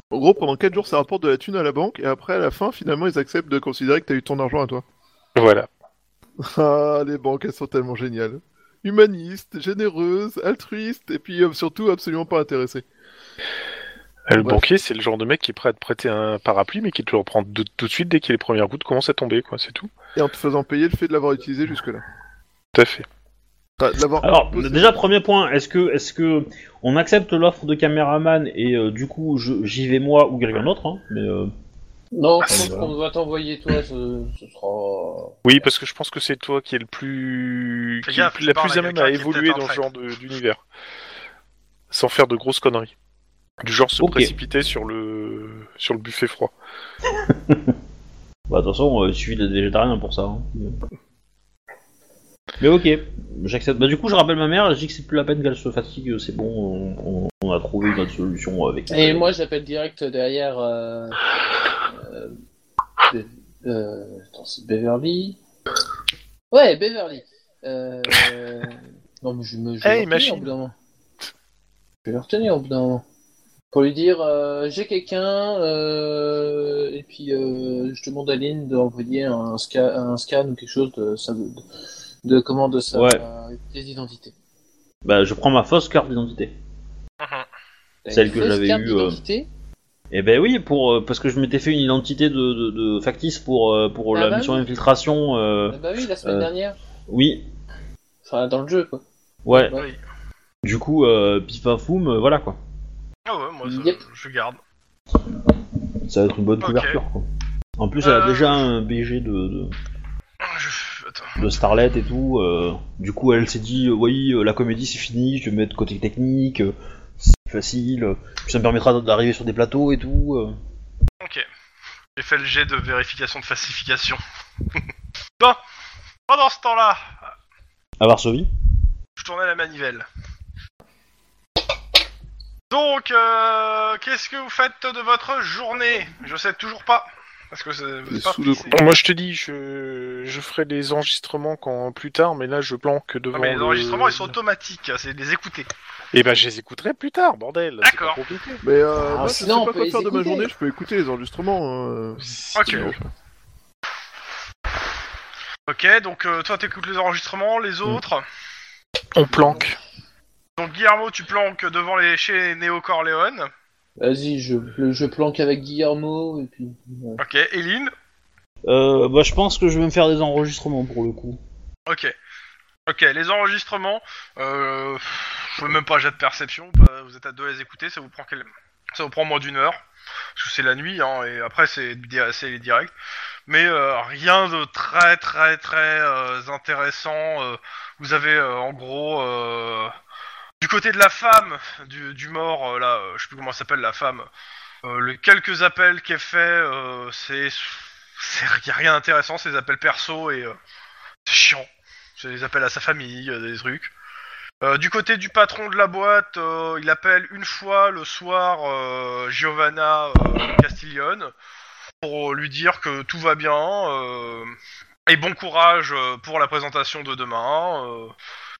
En gros, pendant 4 jours, ça rapporte de la thune à la banque, et après, à la fin, finalement, ils acceptent de considérer que t'as eu ton argent à toi.
Voilà.
Ah, les banques, elles sont tellement géniales. Humanistes, généreuses, altruistes, et puis euh, surtout absolument pas intéressées.
Euh, Le
Bref.
banquier, c'est le genre de mec qui est prêt à te prêter un parapluie, mais qui te le reprend de- tout de suite dès que les premières gouttes commencent à tomber, quoi, c'est tout.
Et en te faisant payer le fait de l'avoir utilisé jusque-là.
Tout à fait.
Enfin, de l'avoir
Alors
possédé.
déjà premier point, est-ce que est-ce que on accepte l'offre de caméraman et euh, du coup je- j'y vais moi ou quelqu'un d'autre, hein, mais euh,
Non,
Ah,
je pense
voilà.
qu'on va t'envoyer toi, ce, ce sera...
Oui, parce que je pense que c'est toi qui est le plus.
Fais
qui est
gaffe, tu
la
parles
plus
à
à même
quelqu'un
à
qui est
évoluer
peut-être un
dans ce
traître.
genre de- d'univers. Sans faire de grosses conneries. Du genre se
Ok.
précipiter sur le. sur le buffet froid.
bah, de toute façon euh, il suffit d'être végétarien pour ça. hein. Mais ok, j'accepte. Bah du coup je rappelle ma mère, je dis que c'est plus la peine qu'elle se fatigue, c'est bon, on, on- on a trouvé notre solution avec.
Et moi, j'appelle direct derrière. Euh, euh, Be- euh, attends, c'est Beverly. Ouais, Beverly. Euh, non, mais je me. Je vais
Hey,
le retenir
machine.
au bout d'un moment. Je vais le retenir au bout d'un moment. Pour lui dire, euh, j'ai quelqu'un, euh, et puis euh, je demande à Lynn d'envoyer un, sca- un scan ou quelque chose de, sa- de, de comment de sa euh,
Ouais.
pièce d'identité.
Bah je prends ma fausse carte d'identité. Celle que
Fausse
j'avais
carte
eue, euh,
d'identité.
Eh ben oui, pour euh, parce que je m'étais fait une identité de, de, de factice pour euh, pour
Ah
la
bah
mission
oui.
infiltration. euh,
Ah Bah oui, la semaine
euh,
dernière.
oui,
Enfin, dans le jeu, quoi.
ouais.
Ouais.
Oui.
Du coup, euh, pifafoum, euh, voilà quoi.
Ah ouais, moi, ça,
Yep.
je garde.
Ça va être une bonne
Ok.
couverture quoi. En plus, elle a
Euh.
déjà un BG de, de,
Je- Attends.
de Starlet et tout. euh, du coup, elle s'est dit, euh, oui, euh, la comédie c'est fini, je vais me mettre côté technique, euh, c'est plus facile, euh, puis ça me permettra d'arriver sur des plateaux et tout. euh.
Ok. J'ai fait le jet de vérification de falsification. bon, pendant ce temps-là,
À Varsovie
je tournais la manivelle. Donc, euh, qu'est-ce que vous faites de votre journée Je sais toujours pas. Parce que c'est
C'est
c'est pas
sous le
précisé.
Bon, moi, je te dis, je, je ferai des enregistrements quand plus tard, mais là, je planque devant.
Non, mais les
le-
enregistrements, ils sont automatiques, c'est les écouter.
Eh ben, je les écouterai plus tard, bordel. c'est
D'accord.
pas compliqué.
Mais euh,
Ah,
moi, je sais
sinon, on
pas
peut
quoi
les
faire de ma
écouter.
journée, je peux écouter les enregistrements. euh, si
Ok.
tu veux.
Ok, donc euh, toi t'écoutes les enregistrements,
Mm.
les autres.
On planque.
Donc Guillermo, tu planques devant les chez Neo Corleone.
Vas-y, je, je planque avec Guillermo et puis. ouais.
Ok, Eline.
euh, Bah, je pense que je vais me faire des enregistrements pour le coup.
Ok. Ok, les enregistrements. Euh, je veux même pas jet de perception. pas- Vous êtes à deux à les écouter, ça vous prend quel... ça vous prend moins d'une heure. Parce que c'est la nuit, hein, et après c'est di- c'est direct. Mais euh, rien de très très très euh, intéressant. euh, vous avez euh, en gros euh, du côté de la femme du, du mort, euh, là, euh, je sais plus comment elle s'appelle la femme. Euh, le quelques appels qu'elle fait, euh, c'est c'est y a rien d'intéressant, c'est des appels perso et euh, c'est chiant. C'est des appels à sa famille, euh, des trucs. Euh, du côté du patron de la boîte, euh, il appelle une fois le soir euh, Giovanna euh, Castiglione pour euh, lui dire que tout va bien euh, et bon courage euh, pour la présentation de demain. euh,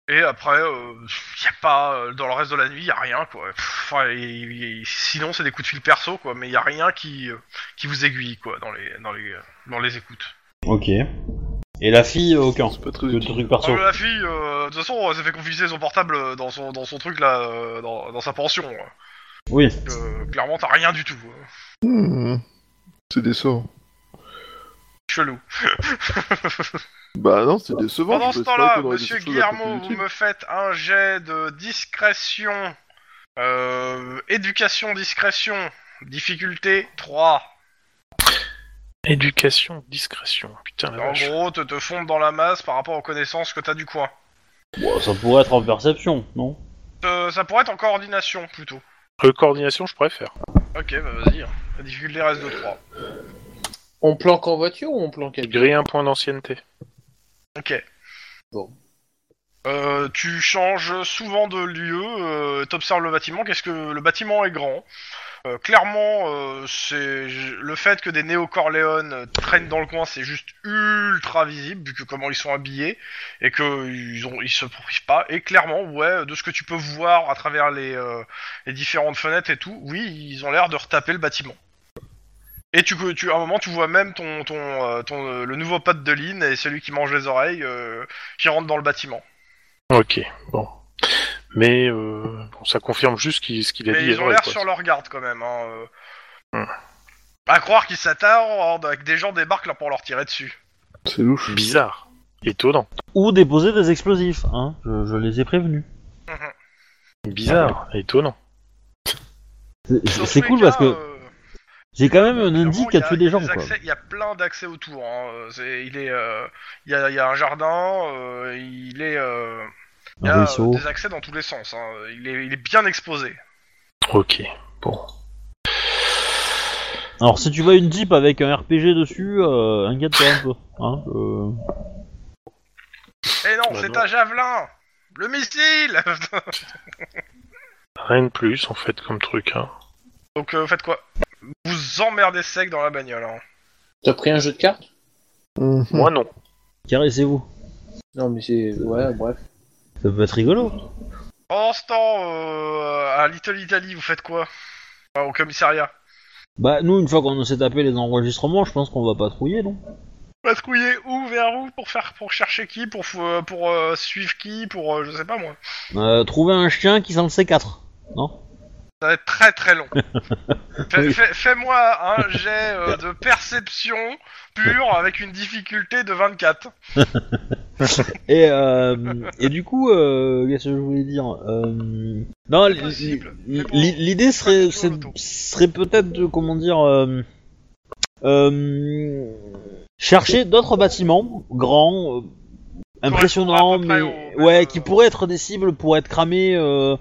et après, euh, y a pas euh, dans le reste de la nuit, y a rien quoi. Pff, enfin, et- et- sinon, c'est des coups de fil perso quoi, mais y a rien qui euh, qui vous aiguille quoi dans les dans les euh, dans les écoutes.
Ok. Et la fille, euh, aucun.
C'est pas très
Que de
utile.
trucs perso.
Oh, la fille, euh, de toute façon, euh, ça fait confisquer son portable euh, dans son, dans son truc là, euh, dans, dans sa pension. euh.
Oui.
Euh, clairement, t'as rien du tout. euh.
Hmm. C'est décevant.
Chelou.
Bah non, c'est décevant.
Pendant
je
ce
pensais pas
temps-là,
qu'on aurait
monsieur
des choses à
Guillermo,
proposer
vous
d'utile.
me faites un jet de discrétion. Euh, éducation, discrétion. Difficulté 3.
Éducation, discrétion. Putain, la
En
vache.
gros, te, te fondre dans la masse par rapport aux connaissances que t'as du coin.
Bon, ça pourrait être en perception, non
Euh, ça pourrait être en coordination, plutôt.
Euh, coordination, je préfère.
Ok, bah vas-y. La difficulté reste de 3.
On planque en voiture ou on planque à pied
Griller un point d'ancienneté.
Ok.
Bon.
Euh, tu changes souvent de lieu, euh, t'observes le bâtiment. Qu'est-ce que le bâtiment est grand Euh, Clairement, euh, c'est le fait que des néo corléones traînent dans le coin, c'est juste ultra visible vu que comment ils sont habillés et que ils ont ils se privent pas. Et clairement, ouais, de ce que tu peux voir à travers les euh, les différentes fenêtres et tout, oui, ils ont l'air de retaper le bâtiment. Et tu, tu, à un moment, tu vois même ton, ton, euh, ton, euh, le nouveau pote de Lynn et celui qui mange les oreilles euh, qui rentre dans le bâtiment.
Ok, bon. Mais euh, bon, ça confirme juste qu'il- ce qu'il a
Mais
dit.
ils
hier,
ont l'air
quoi.
sur leur garde quand même. Hein, euh.
Hmm.
À croire qu'ils s'attardent avec des gens débarquent là pour leur tirer dessus.
C'est louche.
Bizarre. Étonnant.
Ou déposer des explosifs, hein je, je les ai prévenus.
Bizarre. Étonnant.
C'est-
Dans
C'est c'est
tous les
cool
cas,
parce que
euh,
j'ai quand même un
clairement,
indice qui a
il y
tué
il y
des gens,
des
quoi.
accès- Il y a plein d'accès autour. hein, euh, c'est- Il est, euh, il y, a, il y a un jardin, euh, il est, euh, il y a
Un
euh,
ruisseau.
des accès dans tous les sens. hein, Il, est, il est bien exposé.
Ok, bon.
Alors si tu vois une Jeep avec un RPG dessus, euh, inquiète-toi un peu. Hein euh.
Eh non,
Bah
c'est
non.
un javelin Le missile
Rien de plus, en fait, comme truc. Hein.
Donc euh, faites quoi Vous emmerdez sec dans la bagnole. Hein.
T'as pris un jeu de cartes
Moi, non.
Caressez-vous.
Non, mais c'est. Ouais, bref.
Bah
Ça peut être rigolo.
Pendant ce temps, euh, à Little Italy, vous faites quoi Enfin, Au commissariat.
Bah nous, une fois qu'on s'est tapé les enregistrements, je pense qu'on va patrouiller, non
Patrouiller où vers où pour faire pour chercher qui pour fou- euh, pour euh, suivre qui pour euh, je sais pas moi.
euh, Trouver un chien qui sent le C4, non
Ça va être très très long. Fais-
Oui.
fais- Fais-moi un jet euh, de perception pure avec une difficulté de 24.
Et, euh, et du coup, euh, qu'est-ce que je voulais dire Euh, Non, l-
possible,
l-
mais bon,
l- l'idée serait,
toujours
c'est-
l'auto.
serait peut-être de, comment dire, euh, euh, chercher d'autres bâtiments grands, euh, impressionnants,
à peu près
mais
au même,
ouais,
euh,
qui pourraient être des cibles pour être cramés euh,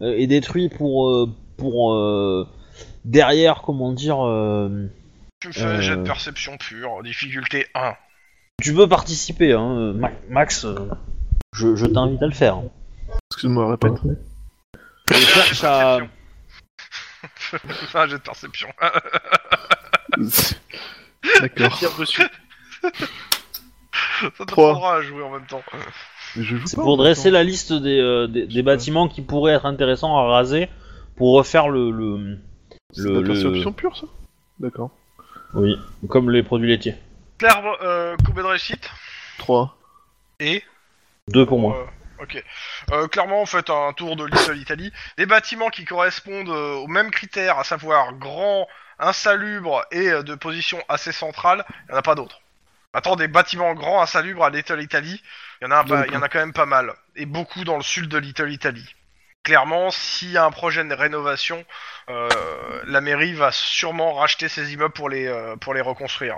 euh, et détruits pour, euh, pour euh, derrière, comment dire. euh,
Tu me fais un jet de
Euh.
perception pure, difficulté 1.
tu veux participer, hein, euh, Ma- Max. euh, je, je t'invite à le faire.
Excuse-moi, répète.
Et cherche à-
Fais un jet de perception.
D'accord.
Tire dessus.
Ça te
Trois.
prendra à jouer en même temps.
Mais je joue
C'est
pas
pour
en hein.
dresser
même
la liste des, euh, des, des bâtiments qui pourraient être intéressants à raser pour refaire le. le...
temps. C'est
le-
de la
le-
perception pure, ça D'accord.
Oui, comme les produits laitiers.
Claire, euh, combien de réussite
3.
Et
Deux pour moi.
Euh, ok. Euh, clairement, en fait, un tour de l'Italie. Italie. Les bâtiments qui correspondent euh, aux mêmes critères, à savoir grand, insalubre et euh, de position assez centrale, il n'y en a pas d'autres. Attends, des bâtiments grands, insalubres à Little Italy, il y, en a un pas- il y en a quand même pas mal. Et beaucoup dans le sud de Little Italy. Clairement, s'il y a un projet de rénovation, euh, la mairie va sûrement racheter ces immeubles pour les, euh, pour les reconstruire.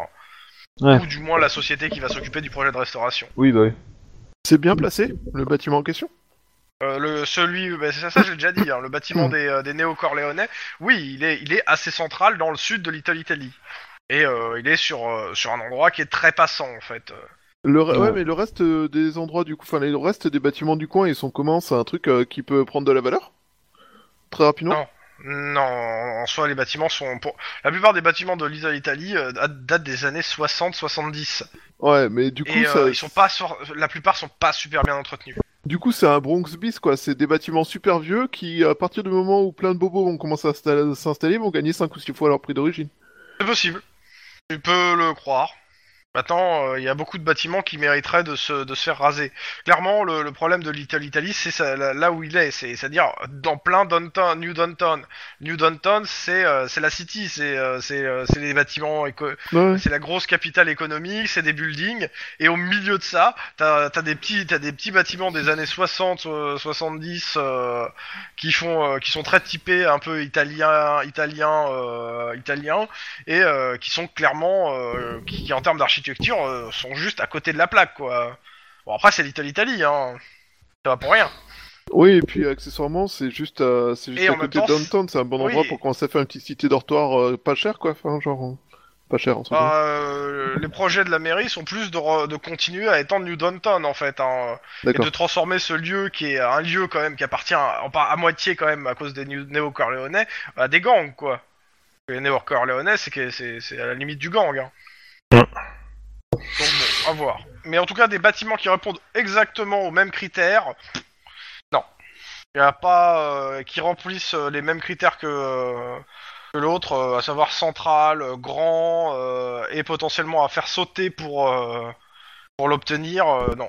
Ouais.
Ou du moins la société qui va s'occuper du projet de restauration.
Oui, bah oui. C'est bien placé, le bâtiment en question
Euh, le, celui, bah, c'est ça, ça j'ai déjà dit, hein, le
Hmm.
bâtiment des, euh, des néo-corléonais, oui, il est, il est assez central dans le sud de l'Italie. Italie. Et euh, il est sur, euh, sur un endroit qui est très passant, en fait. Euh,
le, re-
Non.
Ouais, mais le reste euh, des endroits du coup, enfin, le reste des bâtiments du coin, ils sont comment C'est un truc euh, qui peut prendre de la valeur Très rapidement
Non. Non, en soi, les bâtiments sont... Pour... La plupart des bâtiments de l'Italie Italie euh, datent- datent des années 60-70.
Ouais, mais du coup,
Et euh,
ça...
ils sont pas sur- la plupart sont pas super bien entretenus.
du coup, c'est un Bronx bis, quoi. C'est des bâtiments super vieux qui, à partir du moment où plein de bobos vont commencer à s'insta- s'installer, vont gagner 5 ou 6 fois leur prix d'origine.
C'est possible. Tu peux le croire. Maintenant, euh, il y a beaucoup de bâtiments qui mériteraient de se, de se faire raser. Clairement, le, le problème de l'Ita- l'Italie, c'est ça- là, là où il est, c'est- c'est-à-dire dans plein downtown, New Downtown. New Downtown, c'est euh, c'est la city, c'est euh, c'est euh, c'est les bâtiments éco-
Ouais.
c'est la grosse capitale économique, c'est des buildings, et au milieu de ça, t'as as des petits t'as des petits bâtiments des années 60, euh, 70 euh, qui font euh, qui sont très typés un peu italien italien euh, italien et euh, qui sont clairement euh, qui, qui, en termes d'architecture euh, sont juste à côté de la plaque quoi. Bon après c'est l'Italie Italie hein, ça va pour rien.
Oui, et puis accessoirement, c'est juste, à- c'est juste
Et
à
en même
côté
temps,
de Downtown, c'est un bon
oui.
endroit pour commencer à faire une petite cité dortoir euh, pas cher, quoi. Enfin, genre, euh, pas cher en ce moment.
Bah, euh, les projets de la mairie sont plus de, re- de continuer à étendre New Downtown en fait. Hein. et
D'accord.
de transformer ce lieu qui est un lieu quand même qui appartient à, en par- à moitié quand même à cause des néo- néo-corléonais à des gangs quoi. Les néo-corléonais c'est que c'est c'est à la limite du gang. Hein. Donc bon, à voir. Mais en tout cas des bâtiments qui répondent exactement aux mêmes critères, non. Il y a pas euh, qui remplissent euh, les mêmes critères que euh, que l'autre, euh, à savoir central, euh, grand euh, et potentiellement à faire sauter pour euh, pour l'obtenir, euh, non.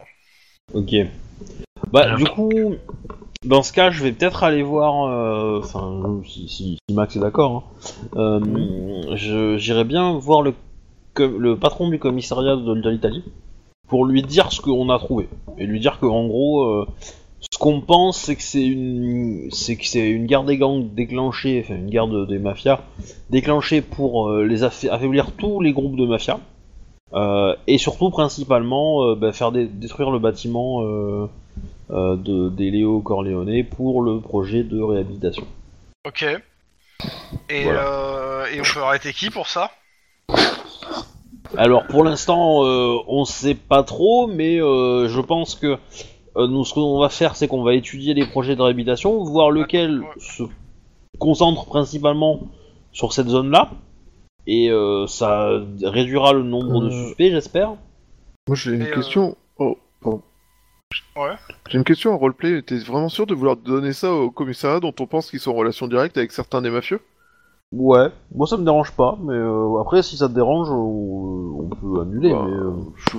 Ok. Bah, du coup, dans ce cas, je vais peut-être aller voir. euh, Enfin, si, si- si Max est d'accord. hein. Euh, je- J'irai bien voir le, co- le patron du commissariat de, de l'Italie pour lui dire ce qu'on a trouvé. Et lui dire que, en gros, euh, ce qu'on pense, c'est que c'est une, c'est que c'est une guerre des gangs déclenchée, enfin, une guerre de- des mafias déclenchée pour euh, les affa- affaiblir tous les groupes de mafias. Euh, et surtout, principalement, euh, bah, faire dé- détruire le bâtiment euh, euh, de, des Léo Corleone pour le projet de réhabilitation.
Ok. Et,
Voilà.
euh, et on peut arrêter qui pour ça
Alors, pour l'instant, euh, on sait pas trop, mais euh, je pense que euh, nous, ce qu'on va faire, c'est qu'on va étudier les projets de réhabilitation, voir lequel
Ouais.
se concentre principalement sur cette zone-là, et euh, ça réduira le nombre de
Euh.
suspects, j'espère.
Moi, j'ai
Et,
une
euh,
question. Oh, pardon.
Ouais.
J'ai une question en roleplay. T'es vraiment sûr de vouloir donner ça au commissariat dont on pense qu'ils sont en relation directe avec certains des mafieux
Ouais, moi ça me dérange pas, mais euh, après si ça te dérange, on, on peut annuler.
Bah,
mais, euh,
je-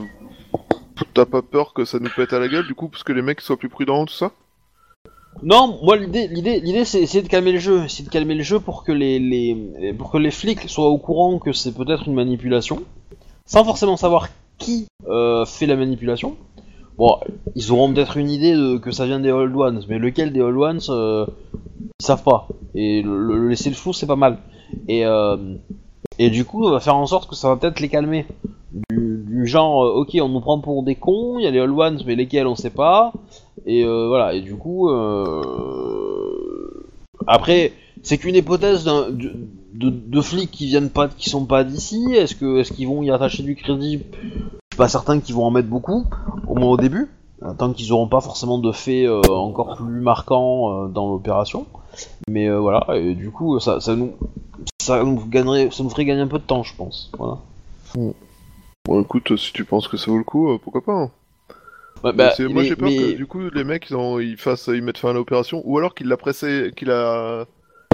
T'as pas peur que ça nous pète à la gueule du coup, parce que les mecs soient plus prudents, tout ça
Non, moi l'idée, l'idée, l'idée, c'est essayer de calmer le jeu, essayer de calmer le jeu pour que les, les- pour que les flics soient au courant que c'est peut-être une manipulation, sans forcément savoir qui euh, fait la manipulation. Bon, ils auront peut-être une idée de, que ça vient des Old Ones, mais lequel des Old Ones, euh, ils savent pas. Et le, le laisser le flou, c'est pas mal. Et euh, et du coup, on va faire en sorte que ça va peut-être les calmer. Du, du genre, euh, ok, on nous prend pour des cons, il y a les Old Ones, mais lesquels, on sait pas. Et euh, voilà, et du coup, euh, après, c'est qu'une hypothèse d'un- de, de, de flics qui viennent pas, qui sont pas d'ici. Est-ce que, est-ce qu'ils vont y attacher du crédit Je suis pas certain qu'ils vont en mettre beaucoup, au moins au début, hein, tant qu'ils auront pas forcément de faits euh, encore plus marquants euh, dans l'opération. Mais euh, voilà, et du coup, ça, ça nous, ça nous gagnerait, ça nous ferait gagner un peu de temps, je pense. Voilà.
Bon, écoute, si tu penses que ça vaut le coup, euh, pourquoi pas hein.
Ouais, bah,
C'est- moi
mais-
j'ai peur
mais-
que du coup les mecs ils, en- ils fassent ils mettent fin à l'opération ou alors qu'ils la pressaient qu'ils la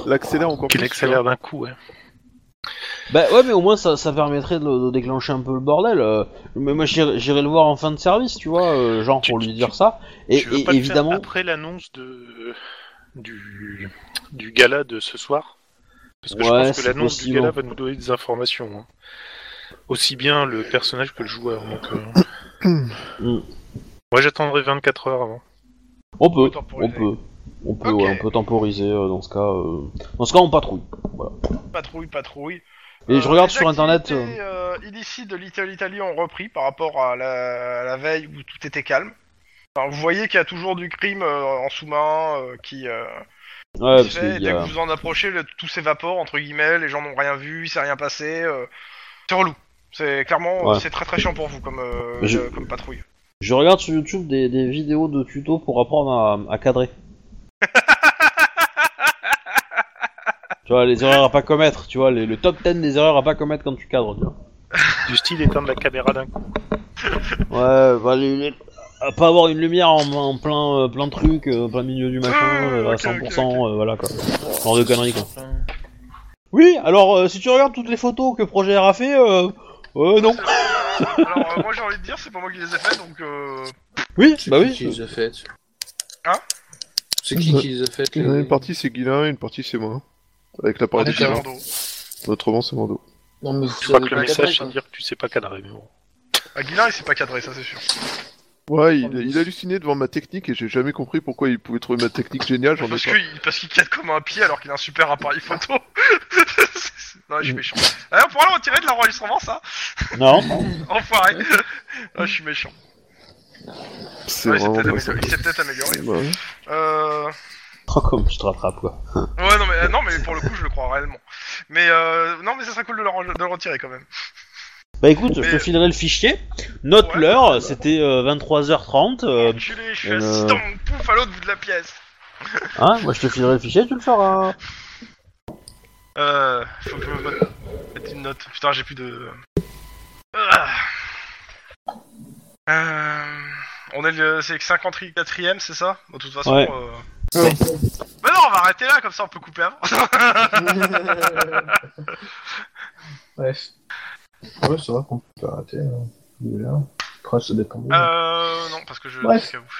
l'accélèrent encore
Qu'il
plus.
accélère d'un coup, ouais.
Bah ouais, mais au moins ça, ça permettrait de, de déclencher un peu le bordel. euh, mais moi j'irai j'irai le voir en fin de service, tu vois, euh, genre
Tu-
pour lui
tu-
dire ça. Et,
tu veux
et
pas le faire
évidemment,
après l'annonce de du du gala de ce soir, parce que je
Ouais,
pense que
c'est
l'annonce du
possible.
gala va nous donner des informations, hein. aussi bien le personnage que le joueur. Donc, euh,
Mm.
moi j'attendrai 24 heures avant.
on peut, on
temporiser.
peut, on peut,
Ok.
ouais, on peut temporiser euh, dans ce cas. euh, Dans ce cas, on patrouille.
Patrouille, patrouille.
Et
Euh,
je regarde
les
sur internet.
activités, euh, illicites de l'Italie Italie ont repris par rapport à la, à la veille où tout était calme. Enfin, vous voyez qu'il y a toujours du crime euh, en sous-main euh, qui, euh,
euh, Ouais,
qui
parce
se fait.
qu'il
Dès
y
que
a.
vous en approchez, le- tout s'évapore entre guillemets. Les gens n'ont rien vu, il s'est rien passé. euh, c'est relou. C'est clairement, euh,
Ouais.
c'est très très chiant pour vous comme euh,
Je-
euh, comme patrouille.
Je regarde sur YouTube des, des vidéos de tutos pour apprendre à, à cadrer. tu vois, les erreurs à pas commettre, tu vois, les- le top 10 des erreurs à pas commettre quand tu cadres, tu vois.
Du style éteindre la caméra d'un coup.
Ouais, bah, les- les- à pas avoir une lumière en, en plein, euh, plein truc, euh, plein milieu du machin, euh, à
Ah, Ok,
100%,
ok,
euh, voilà quoi. Genre de conneries quoi. Oui, alors euh, si tu regardes toutes les photos que Projet R a fait, euh, euh, non.
Alors, euh, moi j'ai envie de dire, c'est pas moi qui les ai faits, donc. Euh...
Oui,
C'est
bah
qui
oui.
qui les a faites
Hein
C'est qui
Ouais.
qui les a faites
Il y en a
les-
une partie c'est Guilin, une partie c'est moi. hein. Avec la parole
c'est
de
D'accord.
Guilin.
Mando.
Autrement c'est Mando.
Non, mais vous
Je crois
savez
que
pas
le message, c'est
cadrer,
de dire que tu sais pas cadrer. Mais bon.
Ah, Guilin, il s'est pas cadré, ça c'est sûr.
Ouais, il, il hallucinait devant ma technique et j'ai jamais compris pourquoi il pouvait trouver ma technique géniale, j'en ai
Parce
pas.
qu'il parce qu'il cadre comme un pied alors qu'il a un super appareil photo. non, je suis méchant. Allez, on pourra le retirer de l'enregistrement, ça
Non.
Enfoiré Ah, je suis méchant.
C'est
Ouais, il s'est
vraiment
peut-être
pas ça.
amélioré. il s'est peut-être amélioré.
Ouais.
Euh...
Oh, comme je te rattrape, quoi.
Ouais, non mais, euh, non, mais pour le coup, je le crois réellement. Mais euh... non, mais ça serait cool de le, re- de le retirer quand même.
Bah écoute, je
Mais-
te filerai le fichier. Note
Ouais, bah.
l'heure, c'était euh, 23h30. euh,
Enculé, je suis
euh,
assis dans mon pouf à l'autre bout de la pièce.
hein, moi je te filerai le fichier, tu le feras.
Euh, faut que je me mette- mette une note. Putain, j'ai plus de. Ah. Euh, On est le. C'est le 54 e c'est ça De toute façon.
Ouais.
euh, Bah non, on va arrêter là, comme ça on peut couper avant.
Bref. Ouais, ça va qu'on peut arrêter. hein. Il est là. Après, ça dépend. de vous.
euh. Non, parce que je.
Bref.
au cas où.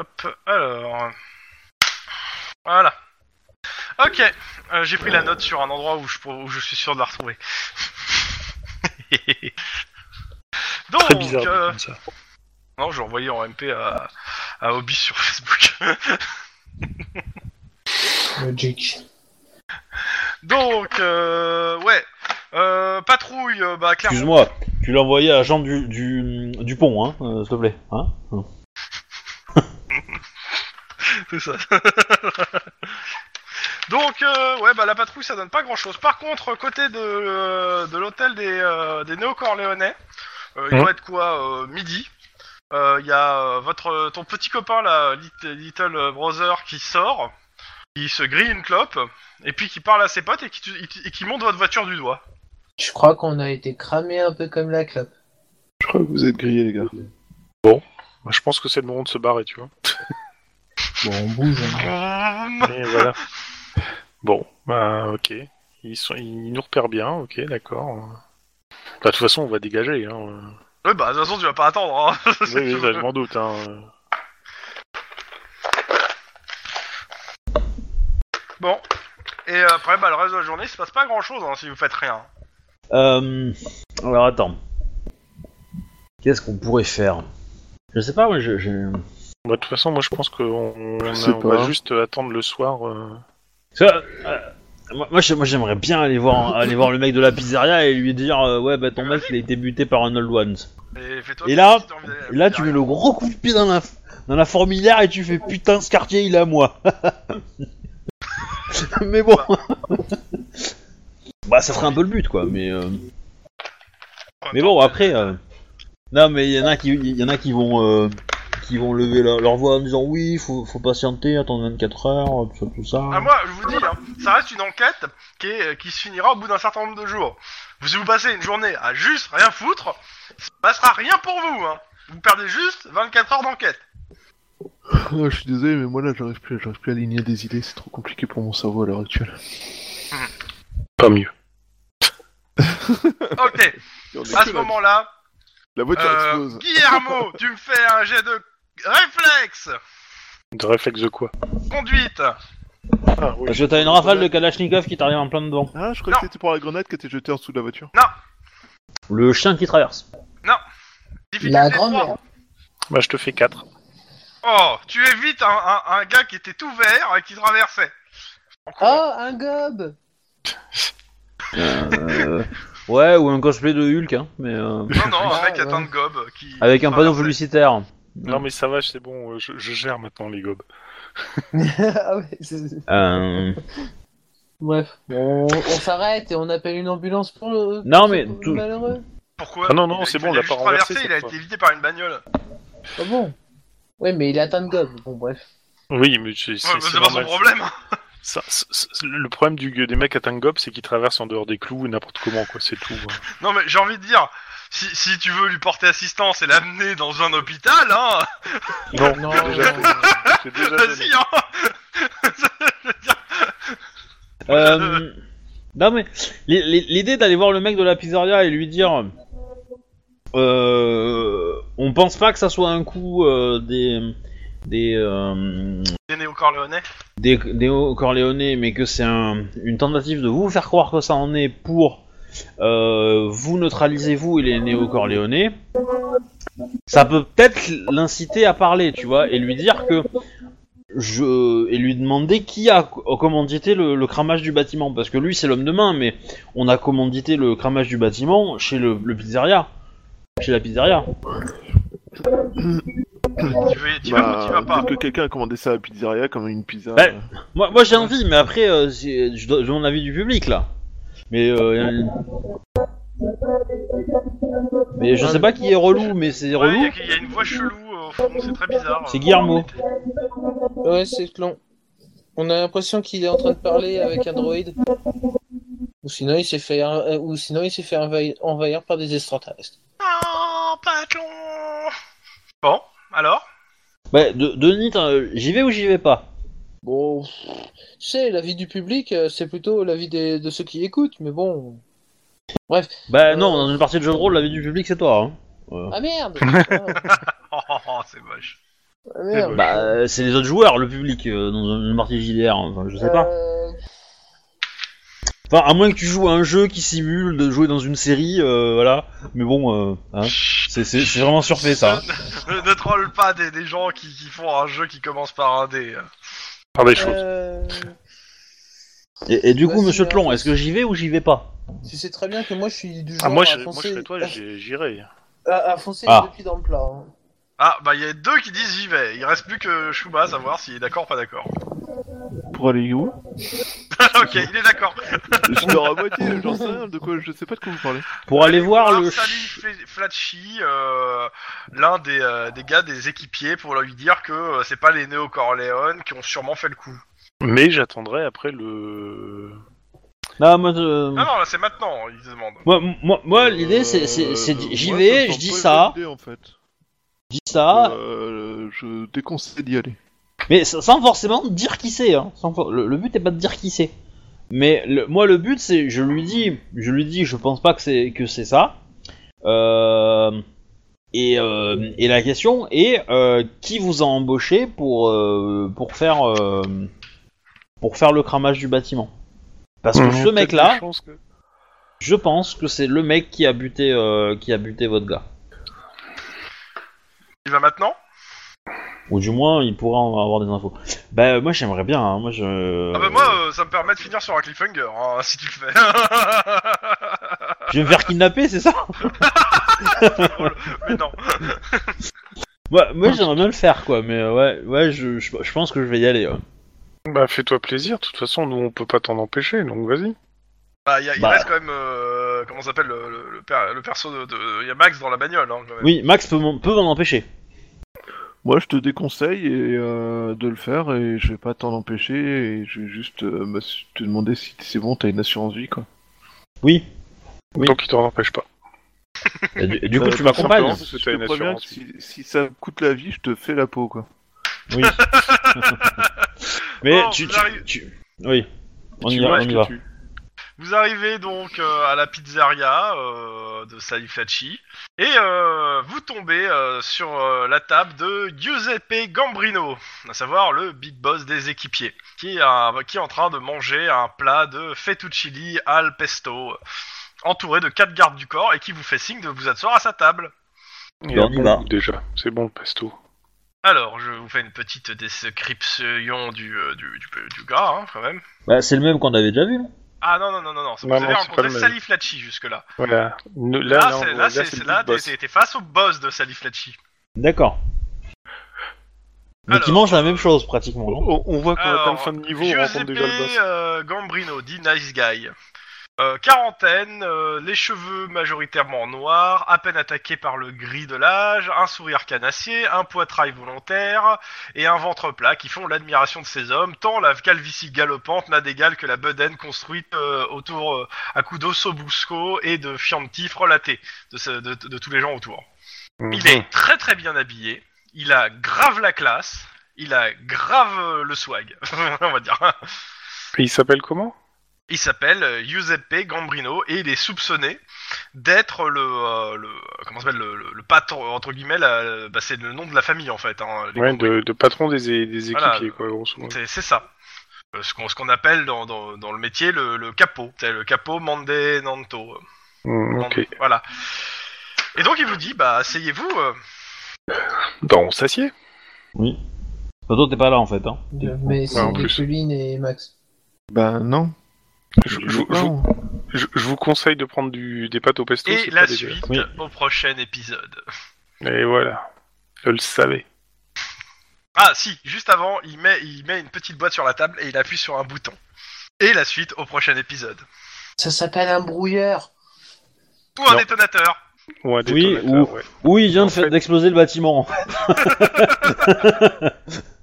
Hop, alors. Voilà. Ok, euh, j'ai pris la note sur un endroit où je, pour- où je suis sûr de la retrouver. Donc,
Très bizarre.
euh,
comme ça.
Non, je l'envoyais en MP à, à Hobby sur Facebook.
Logique.
Donc, euh, ouais. Euh, patrouille, euh, bah clairement.
Excuse-moi, tu l'as envoyé à Jean du, du, du pont, hein, euh, s'il te plaît. Hein
C'est ça. Donc, euh, ouais, bah la patrouille, ça donne pas grand-chose. Par contre, côté de, euh, de l'hôtel des, euh, des néo-corléonais, euh, il
Mhm.
doit être quoi euh, Midi. Euh, Il y a euh, votre, ton petit copain, là, Lit- Little Brother, qui sort, qui se grille une clope, et puis qui parle à ses potes et qui, tu- et qui monte votre voiture du doigt.
Je crois qu'on a été cramé un peu comme la clope.
Je crois que vous êtes grillés les gars.
Moi, je pense que c'est le moment de se barrer, tu vois.
Bon, on bouge. hein.
Et voilà. Bon, bah, ok. Ils, sont, ils nous repèrent bien, ok, d'accord. Bah, de toute façon, on va dégager. Hein.
Ouais, bah, de toute façon, tu vas pas attendre. Hein.
oui, oui, ça, je m'en doute. Hein.
Bon. Et après, bah, le reste de la journée, il se passe pas grand chose hein, si vous faites rien.
Euh, alors attends. Qu'est-ce qu'on pourrait faire Je sais pas, moi je- j'ai.
Bah, de toute façon, moi, je pense qu'on on
sais
a- on va
pas.
juste attendre le soir. euh.
Ça, euh, moi, moi, j'ai- moi, j'aimerais bien aller voir, aller voir le mec de la pizzeria et lui dire euh, Ouais, bah ton mec il a été buté par un old one.
Et, fais-toi
Et
plaisir
là,
si t'as envie d'aller à la
Là, tu mets
pizzeria.
le gros coup de pied dans la, dans la fourmilière et tu fais Putain, ce quartier il est à moi. mais bon. bah, ça ferait un peu le but quoi, mais. euh, Mais bon, après. euh, Non, mais il y en a qui, il y en a qui vont, euh, qui vont lever leur, leur voix en disant oui, faut, faut patienter, attendre 24 heures, euh, tout ça, tout ça.
Ah, moi, je vous dis, hein, ça reste une enquête qui, est- euh, qui se finira au bout d'un certain nombre de jours. Vous- Si vous passez une journée à juste rien foutre, il se passera rien pour vous. Hein. Vous perdez juste 24 heures d'enquête.
Ah, je suis désolé, mais moi là, j'arrive plus, j'arrive plus à aligner des idées, c'est trop compliqué pour mon cerveau à l'heure actuelle.
Pas mieux.
Ok, à ce moment-là,
La voiture
euh,
explose.
Guillermo, tu me fais un jet de réflexe,
De réflexe de quoi
conduite.
Ah, oui.
Parce que t'as une rafale de Kalachnikov qui t'arrive en plein dedans.
Ah, je croyais que c'était pour la grenade qui était jetée en dessous de la voiture.
Le chien qui traverse.
Difficulté
La grand-mère.
trois.
Bah, je te fais 4.
Oh, tu évites un, un- un gars qui était tout vert et qui traversait. En courant.
Oh, un gob
Euh, ouais, ou un cosplay de Hulk, hein, mais euh,
non, non, un
Ah,
mec
ouais.
atteint de gobe qui.
avec un panneau
traversait.
publicitaire.
Non, mais ça va, c'est bon, euh, je, je gère maintenant les gobes.
Ah ouais, c'est-
Euh,
Bref, on, on s'arrête et on appelle une ambulance pour le.
Non,
pour
mais
ce
tout-
Malheureux.
Pourquoi
Ah non, non,
Il-
c'est
il
bon, on
fallait
l'a pas
juste
renversé,
traverser,
cette
Il a
fois.
été évité par une bagnole.
Ah bon Ouais, mais il est atteint de gob. Bon, bref.
Oui, mais c'est c'est-
Ouais, mais
c'est
c'est pas son
normal.
problème. hein.
Ça, c'est- c'est- le problème du, des mecs à gob, c'est qu'ils traversent en dehors des clous n'importe comment, quoi, c'est tout. hein. quoi.
Non, mais j'ai envie de dire, si, si tu veux lui porter assistance et l'amener dans un hôpital, hein,
Non,
Non.
j'ai déjà fait. J'ai déjà donné.
vas-y, hein.
Euh, non mais l'i- l'i- l'idée d'aller voir le mec de la pizzeria et lui dire euh, on pense pas que ça soit un coup euh, des des euh,
Des néo-corléonais
des, des corléonais mais que c'est un- une tentative de vous faire croire que ça en est pour euh, vous neutraliser vous et les néo-corléonais, ça peut peut-être l'inciter à parler, tu vois, et lui dire que je et lui demander qui a co- euh, commandité le, le cramage du bâtiment parce que lui c'est l'homme de main mais on a commandité le cramage du bâtiment chez le, le pizzeria chez la pizzeria
Tu veux- tu
Bah,
vas ou tu vas pas
peut-être que quelqu'un a commandé ça à la pizzeria comme une pizza. euh,
Bah, moi, moi j'ai envie mais après euh, j'ai- je dois- je demande l'avis du public là mais euh, mais je sais pas qui est relou mais c'est
Ouais, il y
relou
a- il y, a une voix chelou euh, au fond, c'est très bizarre.
C'est Guillermo.
Ouais, c'est long. On a l'impression qu'il est en train de parler avec un droïde. Ou sinon, il s'est fait, euh, ou sinon, il s'est fait envahi- envahir par des extraterrestres.
Non, patron Bon, alors
bah, de, Denis t'as- j'y vais ou j'y vais pas
Bon, pff, tu sais, l'avis du public, euh, c'est plutôt l'avis des- de ceux qui écoutent, mais bon.
bah non dans une partie de jeu de rôle l'avis du public c'est toi hein.
Ah merde Ah,
Oh, oh, oh, c'est moche.
Eh
ah, merde
Bah,
ben,
euh, c'est les autres joueurs, le public, euh, dans une partie JDR, hein, enfin, je sais pas.
Euh,
Enfin, à moins que tu joues à un jeu qui simule de jouer dans une série, euh, voilà. Mais bon, euh, hein, c'est- c'est c'est vraiment surfait ça. hein.
ne, ne troll pas des, des gens qui, qui font un jeu qui commence par un dé. euh.
Par des choses.
euh,
Et, et du coup,
Vas-y,
monsieur
hein.
Tlon, est-ce que j'y vais ou j'y vais pas
tu sais très bien que moi, je suis du genre
Ah,
bah,
moi,
à
je, moi, je
foncer,
serais toi, j'ai- j'irai.
à, à foncer
Ah.
les deux pieds dans le plat. hein.
Ah, bah il y a deux qui disent j'y vais. Il reste plus que Shuba à savoir s'il est d'accord ou pas d'accord.
Pour aller où
ok, il est d'accord.
Je dors à moitié, j'en sais rien, de quoi, je sais pas de quoi vous parlez.
Pour aller voir
Ah,
le. ch-
Sally Flatchy, euh, l'un des, euh, des gars des équipiers, pour lui dire que euh, c'est pas les néo corléones qui ont sûrement fait le coup.
Mais j'attendrai après le.
Non, moi,
Ah
euh,
Non, non, là c'est maintenant, il demande.
moi, moi, moi, l'idée, c'est- c'est c'est-
Euh,
j'y
moi, ça
vais,
me
je dis
semble
ça, Ah.
pas une bonne idée, en fait.
je dis ça,
Euh, je déconseille d'y aller.
mais sa- sans forcément dire qui c'est. Hein, sans for- le, le but est pas de dire qui c'est. Mais le- moi, le but, c'est, je lui dis, je lui dis, je pense pas que c'est que c'est ça. Euh, et, euh, et la question est, euh, qui vous a embauché pour euh, pour faire euh, pour faire le cramage du bâtiment Parce que
Mhm.
ce
Peut-être
mec-là,
des chances que-
je pense que c'est le mec qui a buté euh, qui a buté votre gars.
Il va maintenant
Ou du moins, il pourra en avoir des infos. Bah, euh, moi, j'aimerais bien. hein, Moi, je.
Ah bah moi, euh, ça me permet de finir sur un cliffhanger, hein, si tu le fais.
Je vais me faire kidnapper, c'est ça
Mais non.
Moi,
Ah.
moi, j'aimerais bien le faire, quoi. Mais euh, ouais, ouais, je, je, je pense que je vais y aller. ouais.
Bah, fais-toi plaisir. De toute façon, nous, on peut pas t'en empêcher, donc vas-y.
Bah, il y a- il
Bah.
reste quand même, euh, comment ça s'appelle, le, le- le per- le perso de, de- Il y a Max dans la bagnole, hein, quand même.
Oui, Max peut m'en peut m'en empêcher.
Moi, je te déconseille et, euh, de le faire et je vais pas t'en empêcher et je vais juste euh, m'ass- te demander si c'est bon, t'as une assurance vie quoi.
Oui. Oui.
Donc, il t'en empêche pas.
Et du, et du coup,
Euh,
tu
tout
m'accompagnes.
simplement. parce que
Je
t'as
te
une
préviens
assurance
que si, si ça coûte la vie, je te fais la peau quoi.
Oui. Mais
Bon,
tu,
vous
tu-
arrivez-
tu- Oui. On
Tu
y va,
vois
on
ce
y
que
va.
tu-
Vous arrivez donc euh, à la pizzeria euh, de Salifaci et euh, vous tombez euh, sur euh, la table de Giuseppe Gambrino, à savoir le big boss des équipiers, qui est, un- qui est en train de manger un plat de fettuccine al pesto, entouré de quatre gardes du corps et qui vous fait signe de vous asseoir à sa table.
Il y a
on y va.
bon goût, déjà. C'est bon, le pesto.
Alors, je vous fais une petite description du, euh, du, du- du gars, hein, quand même.
Bah, c'est le même qu'on avait déjà vu. non
Ah non, non, non, non, non, vous
Non, non,
avez
c'est pas
rencontré
le même.
Saliflacci jusque-là.
Voilà. Ne-
Là,
Là, là,
Ah,
on-
c'est-
là,
là,
c'est
c'est-
le
là,
big
t'es
boss.
t'es- t'es face au boss de Saliflacci.
D'accord. Mais qui
Alors,
mange la même chose pratiquement. non
On, on voit qu'on
Alors,
atteint le fin de niveau, on rencontre
Giuseppe
déjà le boss.
euh, Gambrino, dit Nice Guy. Euh, quarantaine, euh, les cheveux majoritairement noirs, à peine attaqués par le gris de l'âge, un sourire canassier, un poitrail volontaire et un ventre plat qui font l'admiration de ces hommes, tant la calvitie galopante n'a d'égal que la bedaine construite euh, autour euh, à coups d'ossobusco et de fiantif relaté de, ce- de- de tous les gens autour. euh,
Mhm.
Il
Mhm.
est très très bien habillé, il a grave la classe, il a grave euh, le swag, on va dire.
Et il s'appelle comment
Il s'appelle euh, Giuseppe Gambrino et il est soupçonné d'être le, euh, le comment ça s'appelle le, le- le patron entre guillemets, la- bah, c'est le nom de la famille en fait. hein, les
Ouais,
Cambridge.
de, de patron des, des équipiers,
Voilà.
quoi, grosso modo.
C'est- C'est ça. Euh, Ce qu'on ce qu'on appelle dans, dans, dans le métier le, le capot, c'est le capot mande nanto. euh,
Mhm.
Hmm, ok.
mande- Voilà. Et donc il vous dit bah asseyez-vous. euh,
Bah, on s'assied.
Bah, toi, t'es pas là en fait. Hein.
Mais c'est
en plus.
Nicoline et Max.
Bah non.
Je, je- je-
Non.
je- je vous conseille de prendre du, des pâtes au pesto.
et
c'est
la
pas dégueulasse.
suite
Oui.
au prochain épisode.
Et voilà. Je le savais.
Ah si, juste avant, il met il met une petite boîte sur la table et il appuie sur un bouton. Et la suite au prochain épisode.
Ça s'appelle un brouilleur.
Ou un
Non.
détonateur.
Ou un
Oui,
détonateur, ouais.
Oui, il vient de
En
faire-
fait-
d'exploser le bâtiment.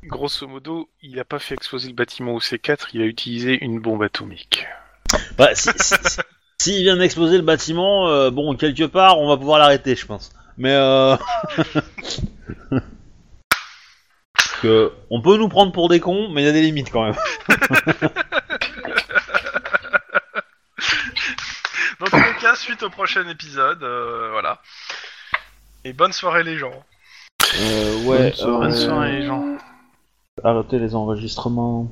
Grosso modo, il a pas fait exploser le bâtiment au C4, il a utilisé une bombe atomique.
bah, si, si, si- s'il vient d'exploser le bâtiment, euh, bon, quelque part, on va pouvoir l'arrêter, je pense. Mais euh... Parce que on peut nous prendre pour des cons, mais il y a des limites quand même.
Dans tous les cas, suite au prochain épisode, euh, voilà. Et bonne soirée les gens.
Euh, ouais,
Bonne soirée.
les gens.
arrêtez les enregistrements.